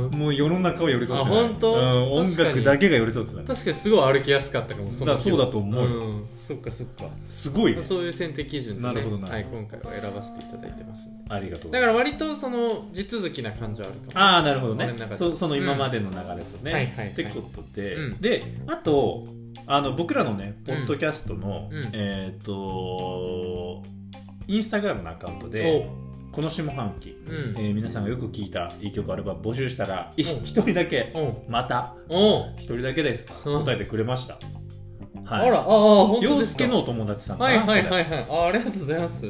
Speaker 1: うん
Speaker 2: もう世の中は寄り添ってない
Speaker 1: あ本当
Speaker 2: うん音
Speaker 1: 確か
Speaker 2: 楽
Speaker 1: に
Speaker 2: だけが寄り添ってない
Speaker 1: 確かにすごい歩きやすかったかもの
Speaker 2: だそうだと思う
Speaker 1: うんそっかそっか
Speaker 2: すごいね
Speaker 1: そういう選定基準で、ね
Speaker 2: なるほどな
Speaker 1: はい、今回は選ばせていただいてますね
Speaker 2: ありがとう
Speaker 1: だから割とその地続きな感じはあるかも
Speaker 2: ああなるほど
Speaker 1: 俺
Speaker 2: ね
Speaker 1: の中で
Speaker 2: そその今までの流れと
Speaker 1: はい
Speaker 2: ね、
Speaker 1: はいはい
Speaker 2: ってことで、
Speaker 1: うん
Speaker 2: であとあの僕らのねポッドキャストの、
Speaker 1: うん
Speaker 2: えっ、とインスタグラムのアカウントでこの下半期、
Speaker 1: う
Speaker 2: え
Speaker 1: ん
Speaker 2: ー皆さんがよく聴いたいい曲アルバム募集したらい
Speaker 1: うん
Speaker 2: 一人だけ
Speaker 1: お
Speaker 2: また
Speaker 1: おお
Speaker 2: 一人だけですか
Speaker 1: うん
Speaker 2: 答えてくれました、
Speaker 1: あ
Speaker 2: は
Speaker 1: らああ本当
Speaker 2: 陽
Speaker 1: ですか
Speaker 2: 介のお友達さんか
Speaker 1: は
Speaker 2: ない
Speaker 1: はい
Speaker 2: こ
Speaker 1: は
Speaker 2: れ
Speaker 1: いはいあありがとうございます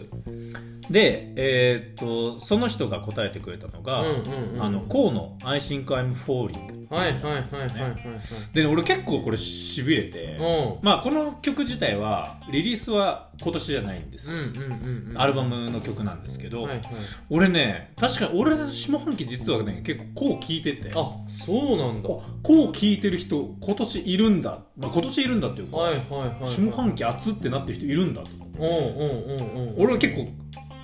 Speaker 2: で、えー、とその人が答えてくれたのが、
Speaker 1: うんうんうん
Speaker 2: あの k の「I think I'm falling」
Speaker 1: はいはいはいはいはいはい
Speaker 2: で俺結構これしびれて、
Speaker 1: お
Speaker 2: まあこの曲自体はリリースは今年じゃないんです
Speaker 1: うん
Speaker 2: よ、
Speaker 1: うんうんうん
Speaker 2: アルバムの曲なんですけど、
Speaker 1: はいはい
Speaker 2: 俺ね確かに俺下半期実はね結構こう聴いててあ
Speaker 1: あそうなんだは
Speaker 2: こう聴いてる人今年いるんだ、まあ、今年いるんだっていうか、
Speaker 1: いはいはい
Speaker 2: 下半期熱ってなってる人いるんだと思って
Speaker 1: おうんうんうんうん
Speaker 2: 俺は結構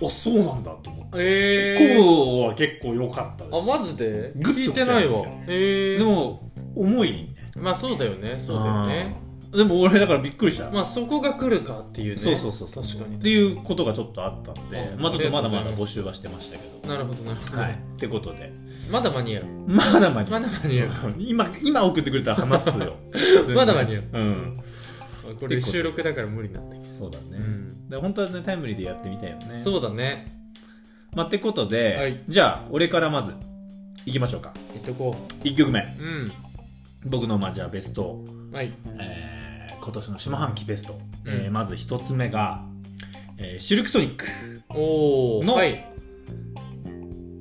Speaker 2: あそうなんだと思って、
Speaker 1: ええー、
Speaker 2: こうは結構良かったです
Speaker 1: あマジで
Speaker 2: グ
Speaker 1: 聞
Speaker 2: ッと
Speaker 1: い
Speaker 2: きちゃ
Speaker 1: て
Speaker 2: いま
Speaker 1: な
Speaker 2: す
Speaker 1: い
Speaker 2: けど
Speaker 1: わええー、
Speaker 2: でも重いね
Speaker 1: まあそうだよねそうだよね
Speaker 2: うんでも俺だからびっくりした、
Speaker 1: まあそこが来るかっていうね
Speaker 2: そうそうそうそう
Speaker 1: 確かに
Speaker 2: っていうことがちょっとあったんで
Speaker 1: あ
Speaker 2: まあちょっとまだま
Speaker 1: ありがとうございま
Speaker 2: だ
Speaker 1: す
Speaker 2: 募集はしてましたけど
Speaker 1: なるほどなるほど、
Speaker 2: はいってことで
Speaker 1: まだ間に合う
Speaker 2: まだまだ
Speaker 1: まだ間に合う
Speaker 2: 今今送ってくれたら話す よ
Speaker 1: まだ間に合う
Speaker 2: うん
Speaker 1: これ収録だから無理なんだけど、
Speaker 2: そうだね、
Speaker 1: うん
Speaker 2: で本当はねタイムリーでやってみたいよね
Speaker 1: そうだね
Speaker 2: まあ、ってことで、
Speaker 1: はい
Speaker 2: じゃあ俺からまずいきましょうか
Speaker 1: 言っとこ
Speaker 2: 1曲目
Speaker 1: ううん
Speaker 2: 僕のまあじゃあベスト、
Speaker 1: はい
Speaker 2: えー今年の下半期ベスト、
Speaker 1: うん
Speaker 2: えーまず1つ目が、えーシルクソニック
Speaker 1: おお
Speaker 2: の
Speaker 1: はい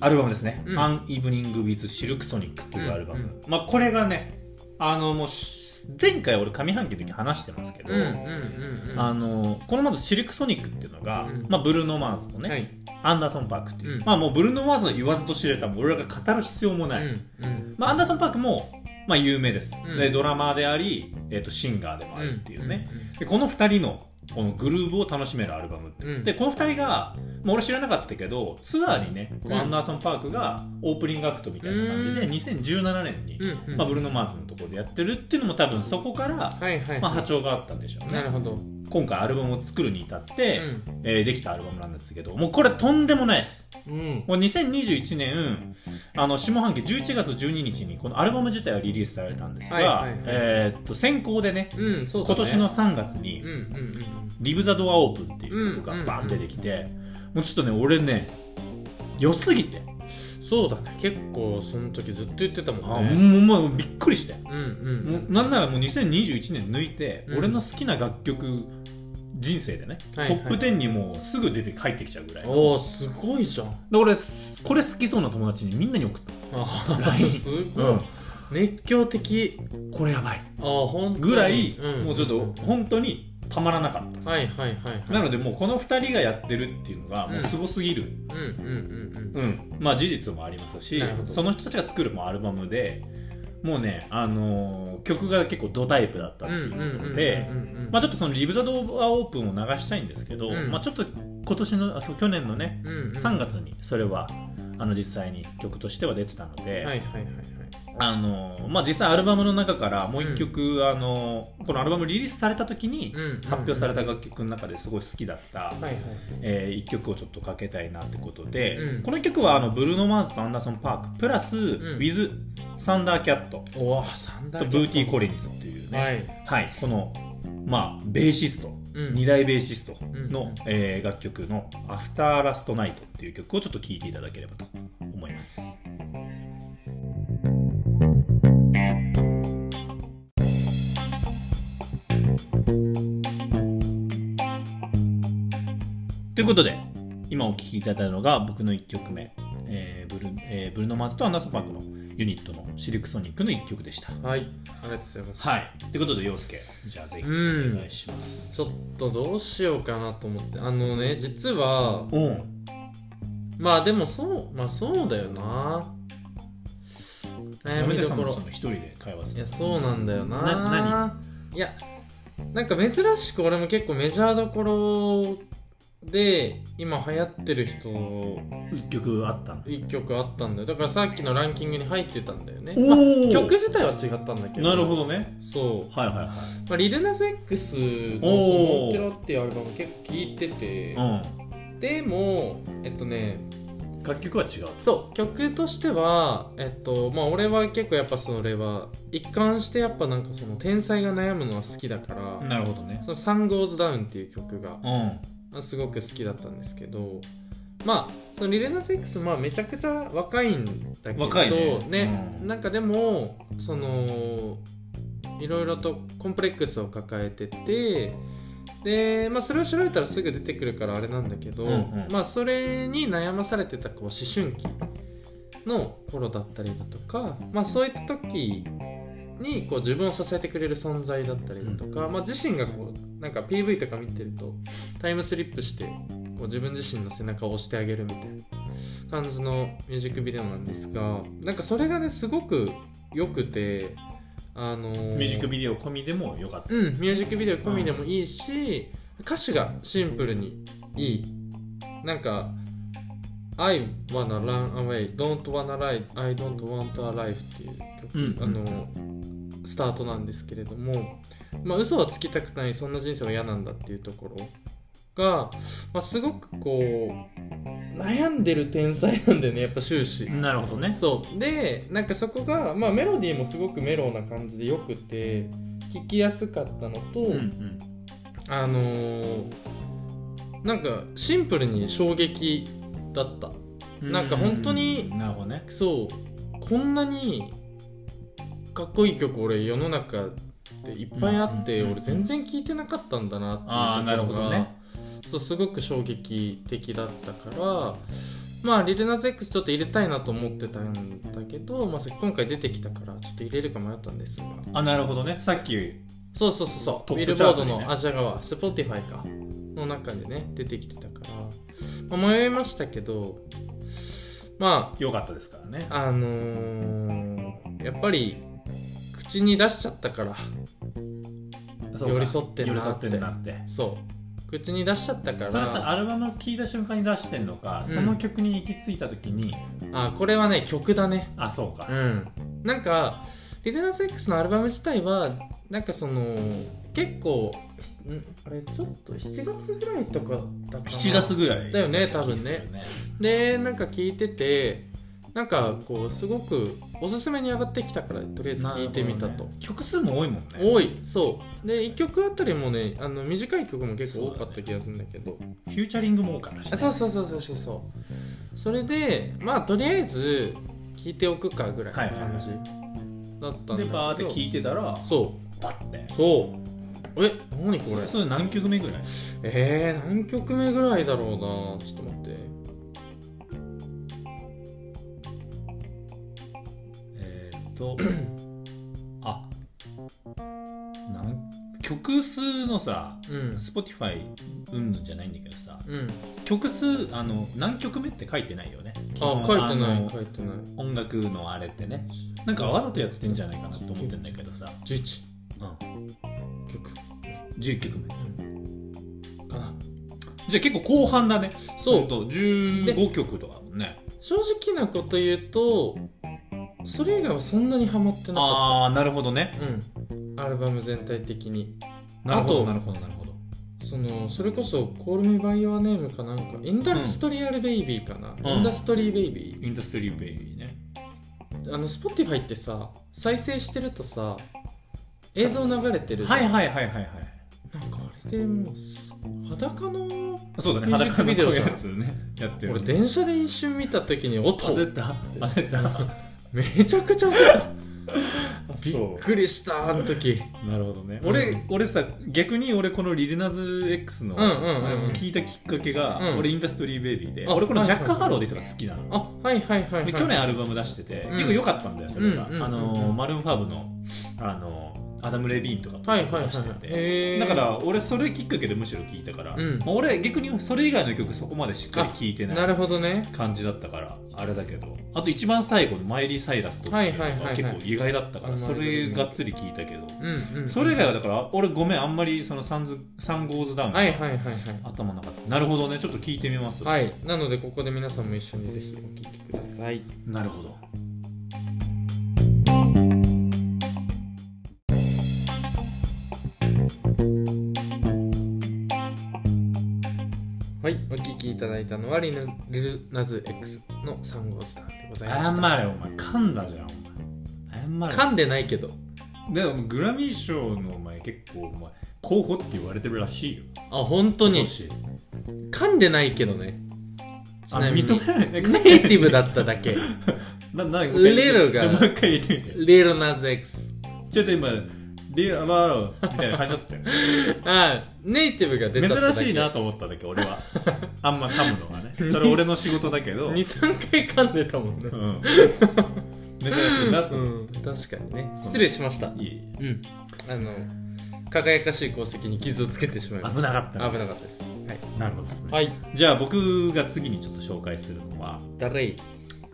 Speaker 2: アルバムですね「
Speaker 1: うん
Speaker 2: An Evening with Silk Sonic」っていうアルバム、
Speaker 1: うん
Speaker 2: まあ、これがねあのもうし前回俺上半期の時に話してますけど、
Speaker 1: うんうんうんうん
Speaker 2: あのこのまずシルクソニックっていうのが、
Speaker 1: うん
Speaker 2: まあ、ブルーノ・マーズとね、
Speaker 1: はい
Speaker 2: アンダーソン・パークってい
Speaker 1: う
Speaker 2: う、
Speaker 1: ん
Speaker 2: まあもうブルーノ・マーズの言わずと知れたもう俺らが語る必要も
Speaker 1: う
Speaker 2: ない、
Speaker 1: んうん
Speaker 2: まあ、アンダーソン・パークも、まあ、有名です、
Speaker 1: うん
Speaker 2: でドラマーであり、えー、とシンガーでもあるっていうね、
Speaker 1: ん
Speaker 2: でこの2人のこのグルーブを楽しめるアルバム
Speaker 1: うん
Speaker 2: でこの2人が、まあ、俺知らなかったけどツアーにねこう
Speaker 1: うん
Speaker 2: アンダーソン・パークがオープニングアクトみたいな感じで
Speaker 1: うん
Speaker 2: 2017年に、
Speaker 1: うんうん
Speaker 2: まあ、ブルーノ・マーズのところでやってるっていうのも多分そこから、
Speaker 1: はいはい
Speaker 2: まあ、波長があったんでしょう
Speaker 1: な
Speaker 2: ね
Speaker 1: るほど
Speaker 2: 今回アルバムを作るに至って、
Speaker 1: う
Speaker 2: えーできたアルバムなんですけどもうこれとんでもないです
Speaker 1: んうん
Speaker 2: もう2021年あの下半期11月12日にこのアルバム自体はリリースされたんですが、
Speaker 1: はいはいはい
Speaker 2: えーっと先行でね
Speaker 1: うんそうだね
Speaker 2: 今年の3月に、
Speaker 1: うんうんうん
Speaker 2: リブ・ザ・ドア・オープンっていう曲がバン出てきて、もうちょっとね俺ね良すぎて、
Speaker 1: そうだね結構その時ずっと言ってたも
Speaker 2: あ
Speaker 1: んね
Speaker 2: もうもうびっくりして、
Speaker 1: うんう
Speaker 2: も
Speaker 1: ん
Speaker 2: うなんならもう2021年抜いて、
Speaker 1: うん
Speaker 2: 俺の好きな楽曲人生でね、
Speaker 1: はい
Speaker 2: トップ10にもうすぐ出て帰ってきちゃうぐらい
Speaker 1: おおすごいじゃん
Speaker 2: で俺すこれ好きそうな友達にみんなに送った
Speaker 1: あー
Speaker 2: LINE
Speaker 1: すごい、熱狂的
Speaker 2: うん、これやばい
Speaker 1: あーほんとに
Speaker 2: ぐらい、
Speaker 1: ん
Speaker 2: もうちょっと本当にたまらなかったです、
Speaker 1: はいはいはいはい
Speaker 2: なのでもうこの2人がやってるっていうのがもうすごすぎる、
Speaker 1: うんうんうん
Speaker 2: うん、まあ事実もありますし
Speaker 1: なるほど
Speaker 2: その人たちが作るもうアルバムでもうね、あのー曲が結構ドタイプだった
Speaker 1: う
Speaker 2: っ
Speaker 1: ん
Speaker 2: て
Speaker 1: うん
Speaker 2: い
Speaker 1: うん
Speaker 2: う
Speaker 1: うん
Speaker 2: こ
Speaker 1: う
Speaker 2: と
Speaker 1: ん
Speaker 2: で、
Speaker 1: うん
Speaker 2: まあ、ちょっとその「リブ・ザ・ドア・オープン」を流したいんですけど、
Speaker 1: うん
Speaker 2: まあ、ちょっと今年のあ去去年のね
Speaker 1: うんうん
Speaker 2: 3月にそれはあの実際に曲としては出てたので、
Speaker 1: はいはいはいはい
Speaker 2: あのーまあ、実際アルバムの中からもう1曲、あのーこのアルバムリリースされた時に
Speaker 1: うん
Speaker 2: 発表された楽曲の中ですごい好きだった、
Speaker 1: はいはい
Speaker 2: え1曲をちょっとかけたいなってことで、
Speaker 1: うん
Speaker 2: この曲はあのブルーノ・マーズとアンダーソン・パークプラス、
Speaker 1: ん
Speaker 2: With サンダーキャット
Speaker 1: おおサンダ
Speaker 2: と
Speaker 1: ー
Speaker 2: ブーティー・コ
Speaker 1: リ
Speaker 2: リンズっていうね、は
Speaker 1: はいい
Speaker 2: この、まあ、ベーシスト、
Speaker 1: うん
Speaker 2: 二大ベーシストの、
Speaker 1: うん
Speaker 2: えー楽曲の「アフター・ラスト・ナイト」っていう曲をちょっと聴いていただければと思います。ということで今お聴きいただいたのが僕の1曲目、えーブルえーブルーノ・マーズとアンダーソン・パークのユニットのシルク・ソニックの1曲でした。
Speaker 1: はいありがとうございます
Speaker 2: はい、ということで陽介じゃあぜひ
Speaker 1: う
Speaker 2: お
Speaker 1: ん
Speaker 2: 願いします。
Speaker 1: ちょっとどうしようかなと思ってあのね実は
Speaker 2: うん
Speaker 1: まあでもそうまあそうだよな
Speaker 2: や
Speaker 1: 悩
Speaker 2: め
Speaker 1: み
Speaker 2: て
Speaker 1: ど
Speaker 2: さん
Speaker 1: こ
Speaker 2: も
Speaker 1: ろ
Speaker 2: その一人で会話す
Speaker 1: い
Speaker 2: る
Speaker 1: やそうなんだよな
Speaker 2: な
Speaker 1: 何いやなんか珍しく俺も結構メジャーどころで今流行ってる人
Speaker 2: 一曲あったの
Speaker 1: 一曲あったんだよだからさっきのランキングに入ってたんだよね、まあ
Speaker 2: お
Speaker 1: 曲自体は違ったんだけど
Speaker 2: なるほどね
Speaker 1: そう、
Speaker 2: はいはいは
Speaker 1: まあ、リルナセックスの「そ
Speaker 2: おー
Speaker 1: のキロ」っていうアルバム結構聴いてて
Speaker 2: い、
Speaker 1: でもえっとね
Speaker 2: うん、楽曲は違う
Speaker 1: そう曲としてはえっとまあ俺は結構やっぱそれは一貫してやっぱなんかその天才が悩むのは好きだから、
Speaker 2: なるほどね
Speaker 1: その「サンゴーズダウン」っていう曲が
Speaker 2: う
Speaker 1: まあすごく好きだったんですけどまあそのリレナセックスまあめちゃくちゃ若いんだけど
Speaker 2: 若いねうん
Speaker 1: なんかでもそのいろいろとコンプレックスを抱えててで、まあ、それを調べたらすぐ出てくるからあれなんだけど、
Speaker 2: うんうん
Speaker 1: まあ、それに悩まされてたこう思春期の頃だったりだとか、まあ、そういった時にこう自分を支えてくれる存在だったりだとか、まあ、自身がこうなんか PV とか見てるとタイムスリップしてこう自分自身の背中を押してあげるみたいな感じのミュージックビデオなんですがなんかそれがねすごく良くてあのー
Speaker 2: んミュージックビデオ込みでもよかった
Speaker 1: うん、ミュージックビデオ込みでもいいし、歌詞がシンプルにいいなんか「I wanna run away don't wanna lie I don't want a life」っていう曲、
Speaker 2: うん
Speaker 1: あのスタートなんですけれども、まあ嘘はつきたくないそんな人生は嫌なんだっていうところが、まあ、すごくこう悩んでる天才なんだよねやっぱ終始。
Speaker 2: なるほどね
Speaker 1: そうでなんかそこが、まあ、メロディーもすごくメロウな感じでよくて聴きやすかったのと、
Speaker 2: うんうん
Speaker 1: あのーなんかシンプルに衝撃だったなんか本当に
Speaker 2: うんなるほどね
Speaker 1: そうこんなにかっこいい曲俺世の中でいっぱいあって、
Speaker 2: うんうんうんうん
Speaker 1: 俺全然聴いてなかったんだな
Speaker 2: あ
Speaker 1: っ
Speaker 2: ー
Speaker 1: てい
Speaker 2: な
Speaker 1: う
Speaker 2: る
Speaker 1: と
Speaker 2: ほ
Speaker 1: ころが、
Speaker 2: どね
Speaker 1: そうすごく衝撃的だったからまあリレナズ X ちょっと入れたいなと思ってたんだけど、まあ、今回出てきたからちょっと入れるか迷ったんですが
Speaker 2: あなるほどねさっき
Speaker 1: そうそうそうそう
Speaker 2: ト
Speaker 1: ビ
Speaker 2: ッ
Speaker 1: ル
Speaker 2: プ
Speaker 1: ボ
Speaker 2: チャ
Speaker 1: ード
Speaker 2: ートにね
Speaker 1: のアジア側スポティファイかの中でね出てきてたから、まあ、迷いましたけどま
Speaker 2: 良かったですからね
Speaker 1: ああのーやっぱり口に出しちゃったから
Speaker 2: そうか
Speaker 1: 寄り添ってんなって
Speaker 2: 寄り添ってんなって
Speaker 1: そう口に出しちゃったか
Speaker 2: それはさ
Speaker 1: ら
Speaker 2: アルバムを聴いた瞬間に出してんのか、
Speaker 1: うん
Speaker 2: その曲に行き着いた時に
Speaker 1: あこれはね曲だね
Speaker 2: あそうか、
Speaker 1: うんなんかリレナス X のアルバム自体はなんかその結構んあれちょっと7月ぐらいとかだったかな
Speaker 2: 7月ぐらい
Speaker 1: だよね多分ね
Speaker 2: 気がするよ
Speaker 1: でなんか聞いててなんかこうすごくおすすめに上がってきたからとりあえず聞いてみた
Speaker 2: なる
Speaker 1: と、
Speaker 2: ほどね曲数も多いもんね
Speaker 1: 多いそうで1曲あたりもねあの短い曲も結構多かった気がするんだけど
Speaker 2: フューチャリングも多かったし、
Speaker 1: あそうそうそうそうそうそうそれでまあとりあえず聞いておくかぐらいの感じ
Speaker 2: は
Speaker 1: だったんだけど、
Speaker 2: でバーって聴いてたら
Speaker 1: そ
Speaker 2: パッて
Speaker 1: うそうえ何これ
Speaker 2: それ何曲目ぐらい
Speaker 1: えー、何曲目ぐらいだろうなちょっと待って
Speaker 2: えーっ とあなん曲数のさ
Speaker 1: うん
Speaker 2: Spotify うんぬんじゃないんだけどさ
Speaker 1: うん
Speaker 2: 曲数あの何曲目って書いてないよね
Speaker 1: あ書いてな
Speaker 2: あ
Speaker 1: い
Speaker 2: の
Speaker 1: 書いてない
Speaker 2: 音楽のあれってねなんかわざとやってんじゃないかなと思ってんだけどさ、
Speaker 1: 11
Speaker 2: うん、
Speaker 1: 曲
Speaker 2: 10曲目
Speaker 1: かな
Speaker 2: じゃあ結構後半だね
Speaker 1: そう
Speaker 2: ほんと15曲とかだもんね
Speaker 1: 正直なこと言うとそれ以外はそんなにハマってなか
Speaker 2: ああなるほどね
Speaker 1: ったうんアルバム全体的に
Speaker 2: なるほ
Speaker 1: あと
Speaker 2: どなるほどなるほど
Speaker 1: そのそれこそ「コール・ミ・バイ・オア・ネーム」かなんかインダストリアル・ベイビーかな、
Speaker 2: うん
Speaker 1: インダストリー・ベイビ
Speaker 2: インダストリーベイビーね
Speaker 1: ーあの Spotify ってさ再生してるとさ映像流れてるじゃん
Speaker 2: はいはいはいはいはい
Speaker 1: なんかあれでもうす裸の
Speaker 2: そうだね
Speaker 1: ミュージック
Speaker 2: 裸の
Speaker 1: ビデオじゃん
Speaker 2: やつね やってる
Speaker 1: 俺電車で一瞬見た時に音
Speaker 2: 焦った 焦った
Speaker 1: めちゃくちゃ焦った び
Speaker 2: そ
Speaker 1: っくりしたあの時
Speaker 2: うなるほどね
Speaker 1: うん
Speaker 2: 俺、俺さ逆に俺このリレナズ X の
Speaker 1: うんうんうんうん
Speaker 2: あの聞いたきっかけが、
Speaker 1: うん
Speaker 2: 俺インダストリーベイビーで
Speaker 1: あ
Speaker 2: 俺この
Speaker 1: はい
Speaker 2: ジ
Speaker 1: は
Speaker 2: ャ
Speaker 1: い
Speaker 2: ッカ・ハローで人が好きなの、
Speaker 1: あはいはいはい、はい、
Speaker 2: で去年アルバム出してて、
Speaker 1: うん
Speaker 2: 結構良かったんだよそれが、
Speaker 1: うんうんうんうん
Speaker 2: あのーマルーンファブのあのーアダム・レビーンとかと
Speaker 1: はいはいはい
Speaker 2: 出してて、
Speaker 1: へー
Speaker 2: だから俺それきっかけでむしろ聞いたから、
Speaker 1: うん
Speaker 2: まあ俺逆にそれ以外の曲そこまでしっかり聞いて
Speaker 1: な
Speaker 2: ない
Speaker 1: るほどね
Speaker 2: 感じだったからあれだけどあと一番最後のマイリー・サイラスとか
Speaker 1: は
Speaker 2: って
Speaker 1: い
Speaker 2: いう
Speaker 1: はいはい
Speaker 2: の
Speaker 1: は
Speaker 2: が
Speaker 1: い
Speaker 2: 結構意外だったから
Speaker 1: あんま
Speaker 2: そ
Speaker 1: り
Speaker 2: れがっつり聞いたけど
Speaker 1: うんうん
Speaker 2: それ以外はだから俺ごめんあんまりそのサンズサンゴーズダウン
Speaker 1: はいはい
Speaker 2: が
Speaker 1: はいはい
Speaker 2: 頭の中でなるほどねちょっと聞いてみます、
Speaker 1: はいなのでここで皆さんも一緒にぜひお聴きください
Speaker 2: なるほど
Speaker 1: はいお聴きいただいたのはリルリルナズ X の3号スターでございました
Speaker 2: 謝れお前噛んだじゃんお前謝れ
Speaker 1: 噛んでないけど
Speaker 2: でもグラミー賞のお前結構お前候補って言われてるらしいよ
Speaker 1: あ本当に
Speaker 2: 今年
Speaker 1: 噛んでないけどねち
Speaker 2: あ
Speaker 1: なみに
Speaker 2: 認めないね
Speaker 1: ネイティブだっただけ
Speaker 2: なな
Speaker 1: レロが
Speaker 2: もう一回言ってみて
Speaker 1: リルナズ X
Speaker 2: ちょっと今リアラーみたいな感じだったよ
Speaker 1: あネイティブが出ちゃっただけ
Speaker 2: 珍しいなと思っただけ俺はあんま噛むの がねそれ俺の仕事だけど、うん、珍し
Speaker 1: 23回噛んでたもんね
Speaker 2: いなと
Speaker 1: う
Speaker 2: 思っ
Speaker 1: ん確かにね失礼しました
Speaker 2: た、いえい
Speaker 1: うん、あの輝かしい功績に傷をつけてしまい
Speaker 2: え
Speaker 1: まし
Speaker 2: 危なかった
Speaker 1: た
Speaker 2: ね
Speaker 1: 危なかったですは
Speaker 2: なるほどですね、
Speaker 1: い、はい、
Speaker 2: じゃあ僕が次にちょっと紹介するのは
Speaker 1: だれい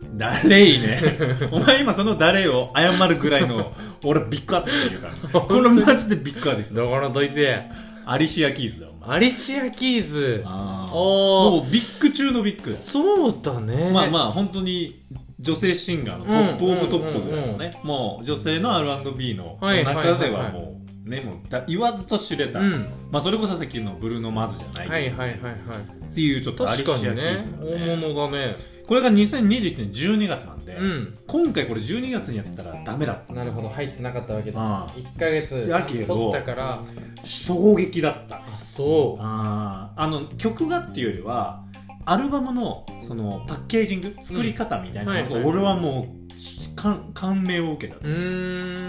Speaker 2: 誰いね お前今その誰を謝るぐらいの 俺ビッグアーティストって いうからこれマジでビッグアーティスト
Speaker 1: どこのどいつや
Speaker 2: アリシア・キーズだよお前
Speaker 1: アリシア・キーズ
Speaker 2: あー
Speaker 1: おー
Speaker 2: もうビッグ中のビッグ
Speaker 1: そうだね
Speaker 2: まあまあ本当に女性シンガーのトップオブトップぐらいのねもう女性の R&B の
Speaker 1: はいはいはい
Speaker 2: 中ではもうねもうだ言わずと知れた
Speaker 1: うん
Speaker 2: まあそれこそさっきのブルーノ・マーズじゃ
Speaker 1: は
Speaker 2: ない
Speaker 1: い
Speaker 2: けど
Speaker 1: はいはいはい
Speaker 2: っていうちょっとアリ
Speaker 1: 確
Speaker 2: シア・
Speaker 1: か
Speaker 2: キ
Speaker 1: に
Speaker 2: ー
Speaker 1: ね
Speaker 2: ズのね
Speaker 1: 大物だね
Speaker 2: これが2021年12月なんで
Speaker 1: うん
Speaker 2: 今回これ12月にやってたらダメだった
Speaker 1: なるほど入ってなかったわけだ
Speaker 2: あ
Speaker 1: 1ヶ月
Speaker 2: だけど
Speaker 1: 取ったから
Speaker 2: あ衝撃だった
Speaker 1: あそう
Speaker 2: あああの曲がっていうよりはアルバムのそのパッケージング作り方みたいなの
Speaker 1: うんはい
Speaker 2: が
Speaker 1: はい
Speaker 2: 俺はもうし感感銘を受けたと
Speaker 1: う
Speaker 2: いう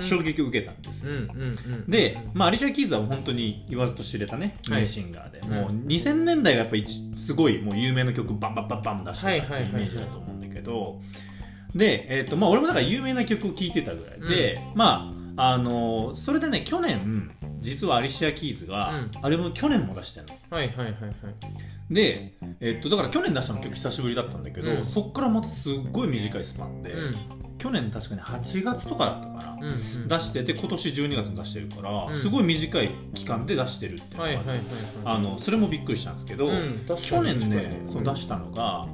Speaker 1: ーん
Speaker 2: 衝撃を受けたんです、
Speaker 1: うんうんうん
Speaker 2: で、まあ、アリシャ・キーズは本当に言わずと知れたね
Speaker 1: はい
Speaker 2: 名シンガーで、もう
Speaker 1: う
Speaker 2: 2000年代がやっぱ一すごいもう有名な曲バンバンバンバン出してるっていうイメージだと思うんだけどで、えーとまあ、俺もだから有名な曲を聴いてたぐらいで、まああのーそれでね去年実はアリシア・キーズが
Speaker 1: う
Speaker 2: アルバム去年も出してるの。
Speaker 1: はいはいはいはい
Speaker 2: で、えっとだから去年出したの曲久しぶりだったんだけど、
Speaker 1: うん
Speaker 2: そっからまたすっごい短いスパンで、
Speaker 1: うん
Speaker 2: 去年確かに8月とかだったかな、
Speaker 1: うんうん
Speaker 2: 出してて今年12月に出してるから、
Speaker 1: うん
Speaker 2: すごい短い期間で出してるっていうのが
Speaker 1: はいはいはいはい
Speaker 2: あのそれもびっくりしたんですけど、
Speaker 1: うん確かに
Speaker 2: 去年
Speaker 1: 確か
Speaker 2: ね
Speaker 1: に
Speaker 2: そう出したのが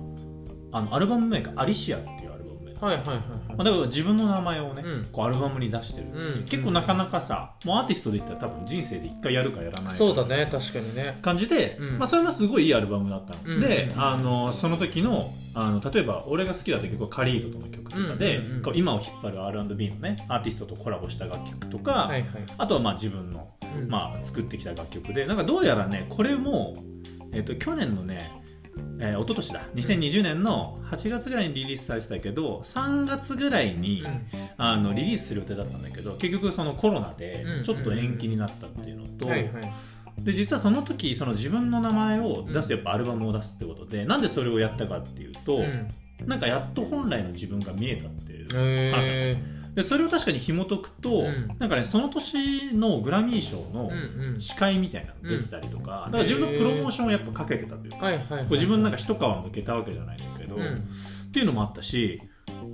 Speaker 2: あのアルバム名が「アリシア」っていうアルバム名、ま
Speaker 1: はいはいはい
Speaker 2: あ、
Speaker 1: は
Speaker 2: だから自分の名前をね、
Speaker 1: うん
Speaker 2: こうアルバムに出してるっていう、
Speaker 1: うん
Speaker 2: 結構なかなかさもうアーティストで言ったら多分人生で一回やるかやらない
Speaker 1: い
Speaker 2: か
Speaker 1: そうだね確かにね
Speaker 2: 感じで、
Speaker 1: うん
Speaker 2: まあ、それもすごいいいアルバムだったの、
Speaker 1: うん
Speaker 2: で
Speaker 1: うん
Speaker 2: あのその時のあの例えば俺が好きだった曲はカリードとの曲とかで、
Speaker 1: うんうんうん
Speaker 2: こう今を引っ張る R&B のねアーティストとコラボした楽曲とか、
Speaker 1: はいはい
Speaker 2: あとはまあ自分の、
Speaker 1: うん
Speaker 2: まあ、作ってきた楽曲でなんかどうやらねこれも、えっと去年のねえー、一昨年だ2020年の8月ぐらいにリリースされてたけど3月ぐらいに、
Speaker 1: うん
Speaker 2: あのリリースする予定だったんだけど結局そのコロナで
Speaker 1: うん
Speaker 2: ちょっと延期になったっていうのと、
Speaker 1: はいはい
Speaker 2: で実はその時その自分の名前を出すやっぱアルバムを出すってことで、なんでそれをやったかっていうと、
Speaker 1: うん
Speaker 2: なんかやっと本来の自分が見えたっていう、
Speaker 1: へ
Speaker 2: でそれを確かに紐解くと、
Speaker 1: うん
Speaker 2: なんかねその年のグラミー賞の
Speaker 1: ーうんうん
Speaker 2: 司会みたいなの出てたりとか、だから自分のプロモーションをやっぱかけてたというか、
Speaker 1: はいはいはい
Speaker 2: こう自分のなんか一皮抜けたわけじゃないんだけど、
Speaker 1: う
Speaker 2: っ
Speaker 1: ん
Speaker 2: ていうのもあったし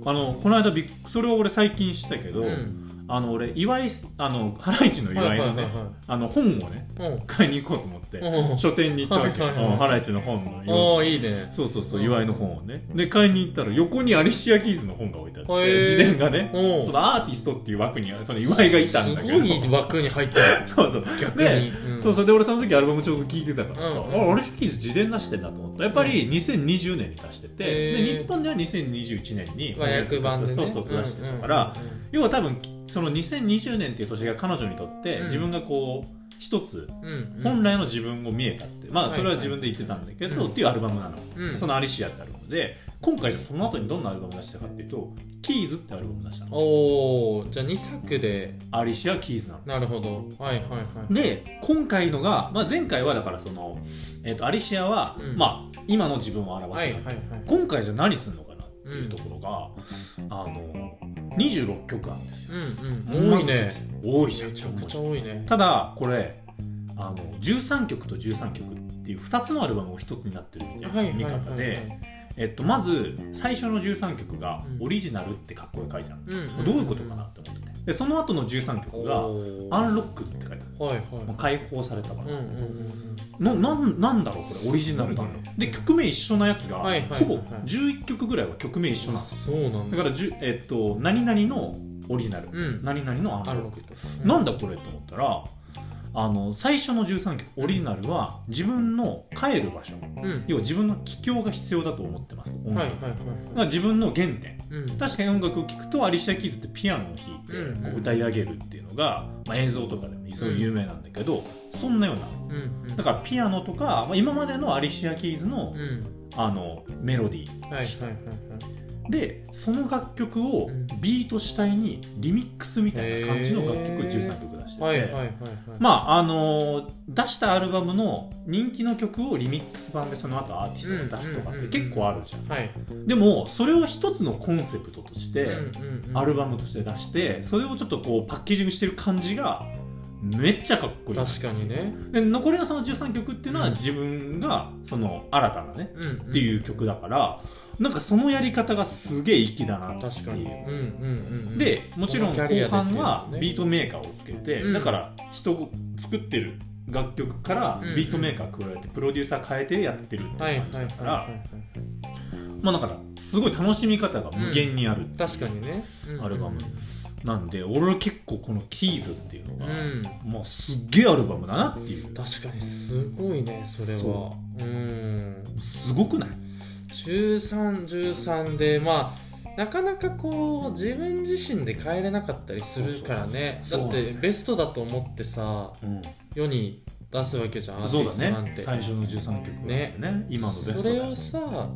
Speaker 2: あのこの間びっそれを俺最近知ったけど、
Speaker 1: うん
Speaker 2: あの俺岩井あのハライチの
Speaker 1: は
Speaker 2: 岩
Speaker 1: い
Speaker 2: 井
Speaker 1: は
Speaker 2: の
Speaker 1: い
Speaker 2: ね、
Speaker 1: はいは
Speaker 2: あの本をね
Speaker 1: いうん
Speaker 2: 買いに行こうと思って。
Speaker 1: おー
Speaker 2: 書店に行ったわけ
Speaker 1: はいはいはい
Speaker 2: うんハライチの本の
Speaker 1: お
Speaker 2: よ
Speaker 1: ーいいね
Speaker 2: そうそうそう
Speaker 1: うん
Speaker 2: 岩井の本をねで買いに行ったら横にアリシア・キーズの本が置いてあって
Speaker 1: へー
Speaker 2: 自伝がね
Speaker 1: おー
Speaker 2: そのアーティストっていう枠にその岩井がいたん
Speaker 1: す
Speaker 2: だ
Speaker 1: ご
Speaker 2: けど
Speaker 1: い枠に入った
Speaker 2: そうそう
Speaker 1: 逆
Speaker 2: で
Speaker 1: にうん
Speaker 2: そうそうで俺その時アルバムちょうど聴いてたから
Speaker 1: う
Speaker 2: さ、
Speaker 1: んうん
Speaker 2: あアリシア・キーズ自伝出してんだと思ったやっぱり2020年に出してて、
Speaker 1: へー
Speaker 2: で日本では2021年に
Speaker 1: 和訳版でね
Speaker 2: そうそうそう出してたから、
Speaker 1: うんうん
Speaker 2: 要は多分その2020年っていう年が彼女にとって
Speaker 1: うん
Speaker 2: 自分がこう一つ
Speaker 1: うんうん
Speaker 2: 本来の自分を見えたって、まあそれは自分で言ってたんだけ
Speaker 1: は
Speaker 2: ど、
Speaker 1: いはい
Speaker 2: っていうアルバムなの、
Speaker 1: うん
Speaker 2: その「アリシア」ってアルバムで今回じゃその後にどんなアルバム出したかっていうと「キーズ」ってアルバム出したの
Speaker 1: おおじゃあ2作で
Speaker 2: アリシア・キーズなの
Speaker 1: なるほどはいはいはい
Speaker 2: で今回のが、まあ、前回はだからその、えっとアリシアは、
Speaker 1: うん
Speaker 2: まあ今の自分を表
Speaker 1: は
Speaker 2: し
Speaker 1: い
Speaker 2: た、
Speaker 1: はいはい
Speaker 2: 今回じゃ何するのかなっていうところが、あの26曲あるんですよ、
Speaker 1: うんうん多いね
Speaker 2: 多いじゃん
Speaker 1: めちゃくちゃ多いね
Speaker 2: ただこれあの13曲と13曲っていう2つのアルバムを1つになってるみた
Speaker 1: はい
Speaker 2: い
Speaker 1: はい
Speaker 2: な見
Speaker 1: はい
Speaker 2: 方
Speaker 1: はい
Speaker 2: で、えっと、まず最初の13曲が
Speaker 1: うん
Speaker 2: オリジナルってかっこよく書いてある、
Speaker 1: うんん
Speaker 2: どういうことかなって思っててでその後の13曲が
Speaker 1: お
Speaker 2: 「
Speaker 1: ー
Speaker 2: アンロック」って書いてある
Speaker 1: はいはい
Speaker 2: もう解放されたか
Speaker 1: うん
Speaker 2: ら、
Speaker 1: うんうん
Speaker 2: ななんなんだろうこれオリジナルなの
Speaker 1: すごいね
Speaker 2: で曲名一緒なやつが、
Speaker 1: はいはいはい
Speaker 2: ほぼ11曲ぐらいは曲名一緒
Speaker 1: うん
Speaker 2: なん
Speaker 1: あ
Speaker 2: です
Speaker 1: そうなん
Speaker 2: だ
Speaker 1: だ
Speaker 2: からじゅ、えっと、何々のオリジナル、
Speaker 1: うん
Speaker 2: 何々のアンロ
Speaker 1: あ
Speaker 2: ッ
Speaker 1: る
Speaker 2: ク
Speaker 1: わけと
Speaker 2: なんだこれと思ったらあの最初の13曲オリジナルは自分の帰る場所
Speaker 1: うん
Speaker 2: 要は自分の帰郷が必要だと思ってます音楽、
Speaker 1: はいはい
Speaker 2: だか
Speaker 1: はい
Speaker 2: ら自分の原点
Speaker 1: うん
Speaker 2: 確かに音楽を聴くとアリシア・キーズってピアノを弾いて
Speaker 1: うんうん
Speaker 2: こう歌い上げるっていうのが、まあ、映像とかでもすごい有名なんだけど、そんなような
Speaker 1: うんうん
Speaker 2: だからピアノとか、まあ、今までのアリシア・キーズの,、
Speaker 1: うん
Speaker 2: あのメロディー、
Speaker 1: はいはいはいはい
Speaker 2: でその楽曲を
Speaker 1: うん
Speaker 2: ビート主体にリミックスみたいな感じの楽曲を
Speaker 1: へー
Speaker 2: 13曲出してて、
Speaker 1: はいはいはいはい
Speaker 2: まああのー出したアルバムの人気の曲をリミックス版でその後アーティストが出すとかっ
Speaker 1: うんうんうんう
Speaker 2: て
Speaker 1: ん
Speaker 2: 結構あるじゃん、
Speaker 1: はい
Speaker 2: でもそれを一つのコンセプトとして、
Speaker 1: うんうん
Speaker 2: アルバムとして出してそれをちょっとこうパッケージングしてる感じがめっちゃかっこいい
Speaker 1: 確かにね
Speaker 2: で残りのその13曲っていうのは
Speaker 1: うん
Speaker 2: 自分がその新たなね
Speaker 1: うん
Speaker 2: って
Speaker 1: う
Speaker 2: い
Speaker 1: ん
Speaker 2: う曲だからなんかそのやり方がすげえ粋だなっていう
Speaker 1: 確かにうんうんうんうん
Speaker 2: でもちろん
Speaker 1: この
Speaker 2: 後
Speaker 1: キャリアで
Speaker 2: 半は
Speaker 1: っていうのね
Speaker 2: ビートメーカーをつけて、
Speaker 1: うん
Speaker 2: だから人が作ってる楽曲から
Speaker 1: うん
Speaker 2: ビートメーカー加えてプロデューサー変えてやってるっていう
Speaker 1: はいは
Speaker 2: 感
Speaker 1: い
Speaker 2: じ
Speaker 1: はいは
Speaker 2: だ
Speaker 1: い
Speaker 2: か
Speaker 1: は
Speaker 2: ら
Speaker 1: い
Speaker 2: まあだからすごい楽しみ方が無限にある、
Speaker 1: 確かにね
Speaker 2: アルバムなんで俺は結構この「キーズっていう
Speaker 1: う
Speaker 2: の
Speaker 1: ん
Speaker 2: が、
Speaker 1: うん
Speaker 2: もうすっげえアルバムだなっていう
Speaker 1: 確かにすごいねそれは
Speaker 2: そう
Speaker 1: うん
Speaker 2: すごくない
Speaker 1: 1313でまあなかなかこう自分自身で変えれなかったりするからね
Speaker 2: そうそうそうそう
Speaker 1: だってベストだと思ってさ世に出すわけじゃんアーテ
Speaker 2: そう
Speaker 1: ィストな
Speaker 2: だ
Speaker 1: ん
Speaker 2: ね
Speaker 1: て
Speaker 2: 最初の13曲
Speaker 1: ね
Speaker 2: ね今のベスト
Speaker 1: そ
Speaker 2: だ
Speaker 1: れ
Speaker 2: よ
Speaker 1: をさ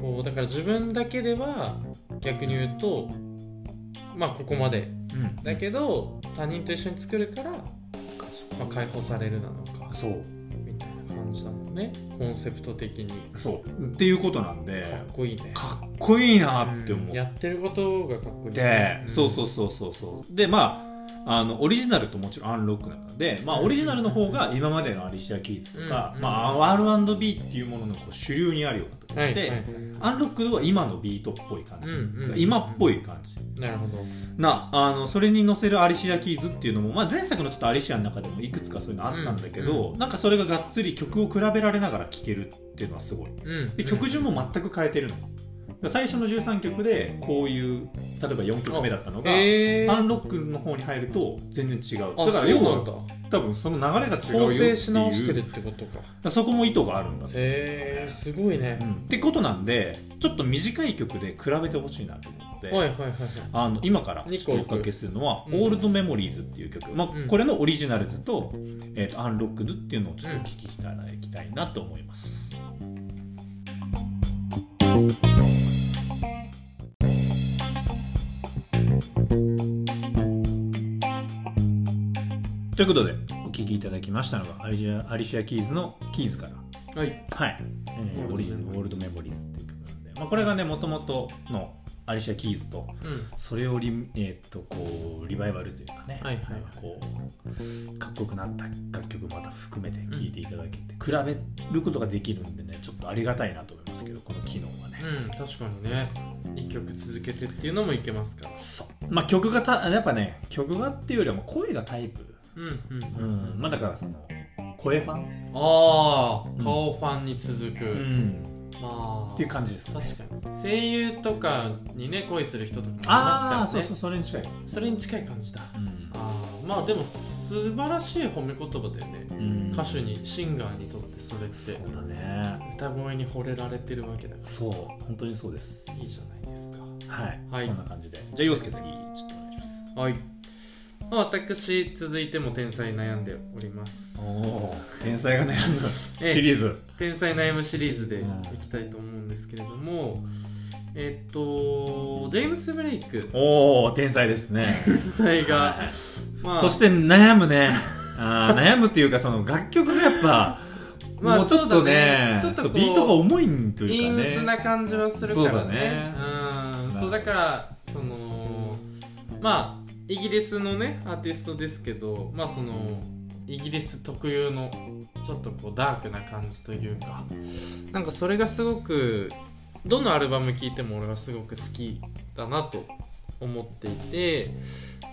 Speaker 1: こうだから自分だけでは逆に言うとまあここまで
Speaker 2: うん
Speaker 1: だけど他人と一緒に作るから、まあ、解放されるなのか
Speaker 2: そう
Speaker 1: みたいな感じだもんねコンセプト的に
Speaker 2: そうっていうことなんで
Speaker 1: かっこいいね
Speaker 2: かっこいいなって思
Speaker 1: う
Speaker 2: っ
Speaker 1: んやってることがかっこいい
Speaker 2: て
Speaker 1: ね、
Speaker 2: そうそうそうそうそうでまああのオリジナルともちろんアンロックなので、まあ、オリジナルの方が今までのアリシア・キーズとか、
Speaker 1: うん
Speaker 2: まあ、R&B っていうもののこう主流にあるようなところ
Speaker 1: は
Speaker 2: で、
Speaker 1: いはい
Speaker 2: アンロックは今のビートっぽい感じ、
Speaker 1: うんうん
Speaker 2: 今っぽい感じ
Speaker 1: なるほど
Speaker 2: なあのそれに載せるアリシア・キーズっていうのも、まあ、前作のちょっとアリシアの中でもいくつかそういうのあったんだけど、
Speaker 1: う
Speaker 2: なんかそれががっつり曲を比べられながら聴けるっていうのはすごい
Speaker 1: うん
Speaker 2: で曲順も全く変えてるのだから最初の13曲でこういう例えば4曲目だったのが、
Speaker 1: えー
Speaker 2: アンロックの方に入ると全然違う
Speaker 1: あ
Speaker 2: だから
Speaker 1: そ
Speaker 2: 要
Speaker 1: うなんだ
Speaker 2: は多分その流れが違うよ
Speaker 1: 構
Speaker 2: ってい
Speaker 1: 成
Speaker 2: う
Speaker 1: し直してるってことか
Speaker 2: だからそこも意図があるんだと
Speaker 1: へえすごいね
Speaker 2: うんってことなんでちょっと短い曲で比べてほしいなと思って、
Speaker 1: はいはいはいはい
Speaker 2: あの今からちょっとおかけするのは「
Speaker 1: う
Speaker 2: オ
Speaker 1: んうん
Speaker 2: ールドメモリーズ」っていう曲、まあ
Speaker 1: うん
Speaker 2: これのオリジナルズと「えーとアンロックズ」っていうのをちょっと聴きいただきたいなと思います。ということでお聴きいただきましたのがアリシアアリシア・キーズの「キーズ」から
Speaker 1: はい
Speaker 2: はい、えーオリジナルの「オールドメモリーズ」っていう曲なんで、まあ、これがねもともとのアリシア・キーズと
Speaker 1: うん
Speaker 2: それをリ,、えー、とこうリバイバルというかね、
Speaker 1: はいはいはい
Speaker 2: なんかこうかっこよくなった楽曲また含めて聴いていただけて、比べることができるんでねちょっとありがたいなと思いますけどこの機能はね、
Speaker 1: うん確かにね一曲続けてっていうのもいけますから
Speaker 2: そうまあ曲がたやっぱね曲がっていうよりはもう声がタイプ、
Speaker 1: うん
Speaker 2: う
Speaker 1: うんん
Speaker 2: まあ、だからその声ファン、
Speaker 1: ああ顔ファンに続く、まあ
Speaker 2: っていう感じですね
Speaker 1: 確かに声優とかにね恋する人とかもい
Speaker 2: あ
Speaker 1: ま
Speaker 2: あ
Speaker 1: すか
Speaker 2: そ
Speaker 1: らね
Speaker 2: うそうそれに近い、
Speaker 1: それに近い感じだ
Speaker 2: うん
Speaker 1: あーまあでも素晴らしい褒め言葉だよね
Speaker 2: うん
Speaker 1: 歌手にシンガーにとってそれっ
Speaker 2: そ
Speaker 1: て
Speaker 2: うだね
Speaker 1: 歌声に惚れられてるわけだから
Speaker 2: そう本当にそうです
Speaker 1: いいじゃないですか
Speaker 2: はい、
Speaker 1: はい
Speaker 2: そんな感じでじゃあ陽介次ちょっとお願いします
Speaker 1: はい、まあ、私続いても天才悩んでおります
Speaker 2: おー天才が悩む
Speaker 1: ええ
Speaker 2: シリーズ、
Speaker 1: 天才悩むシリーズで
Speaker 2: うん
Speaker 1: いきたいと思うんですけれどもえっとジェームス・ブレイ ク
Speaker 2: おお天才ですね
Speaker 1: 天才が
Speaker 2: はい
Speaker 1: まあ
Speaker 2: そして悩むねあー 悩むっていうかその楽曲がやっぱ、
Speaker 1: まあ
Speaker 2: もうちょっと
Speaker 1: そ
Speaker 2: ね
Speaker 1: うだねちょっと
Speaker 2: そう
Speaker 1: こう
Speaker 2: ビートが重いんとい
Speaker 1: 陰
Speaker 2: うかね
Speaker 1: 鬱な感じはするからねうん
Speaker 2: そ
Speaker 1: そう
Speaker 2: だね
Speaker 1: うだからそのまあイギリスのねアーティストですけどまあそのイギリス特有のちょっとこうダークな感じというかなんかそれがすごくどのアルバム聴いても俺はすごく好きだなと思っていて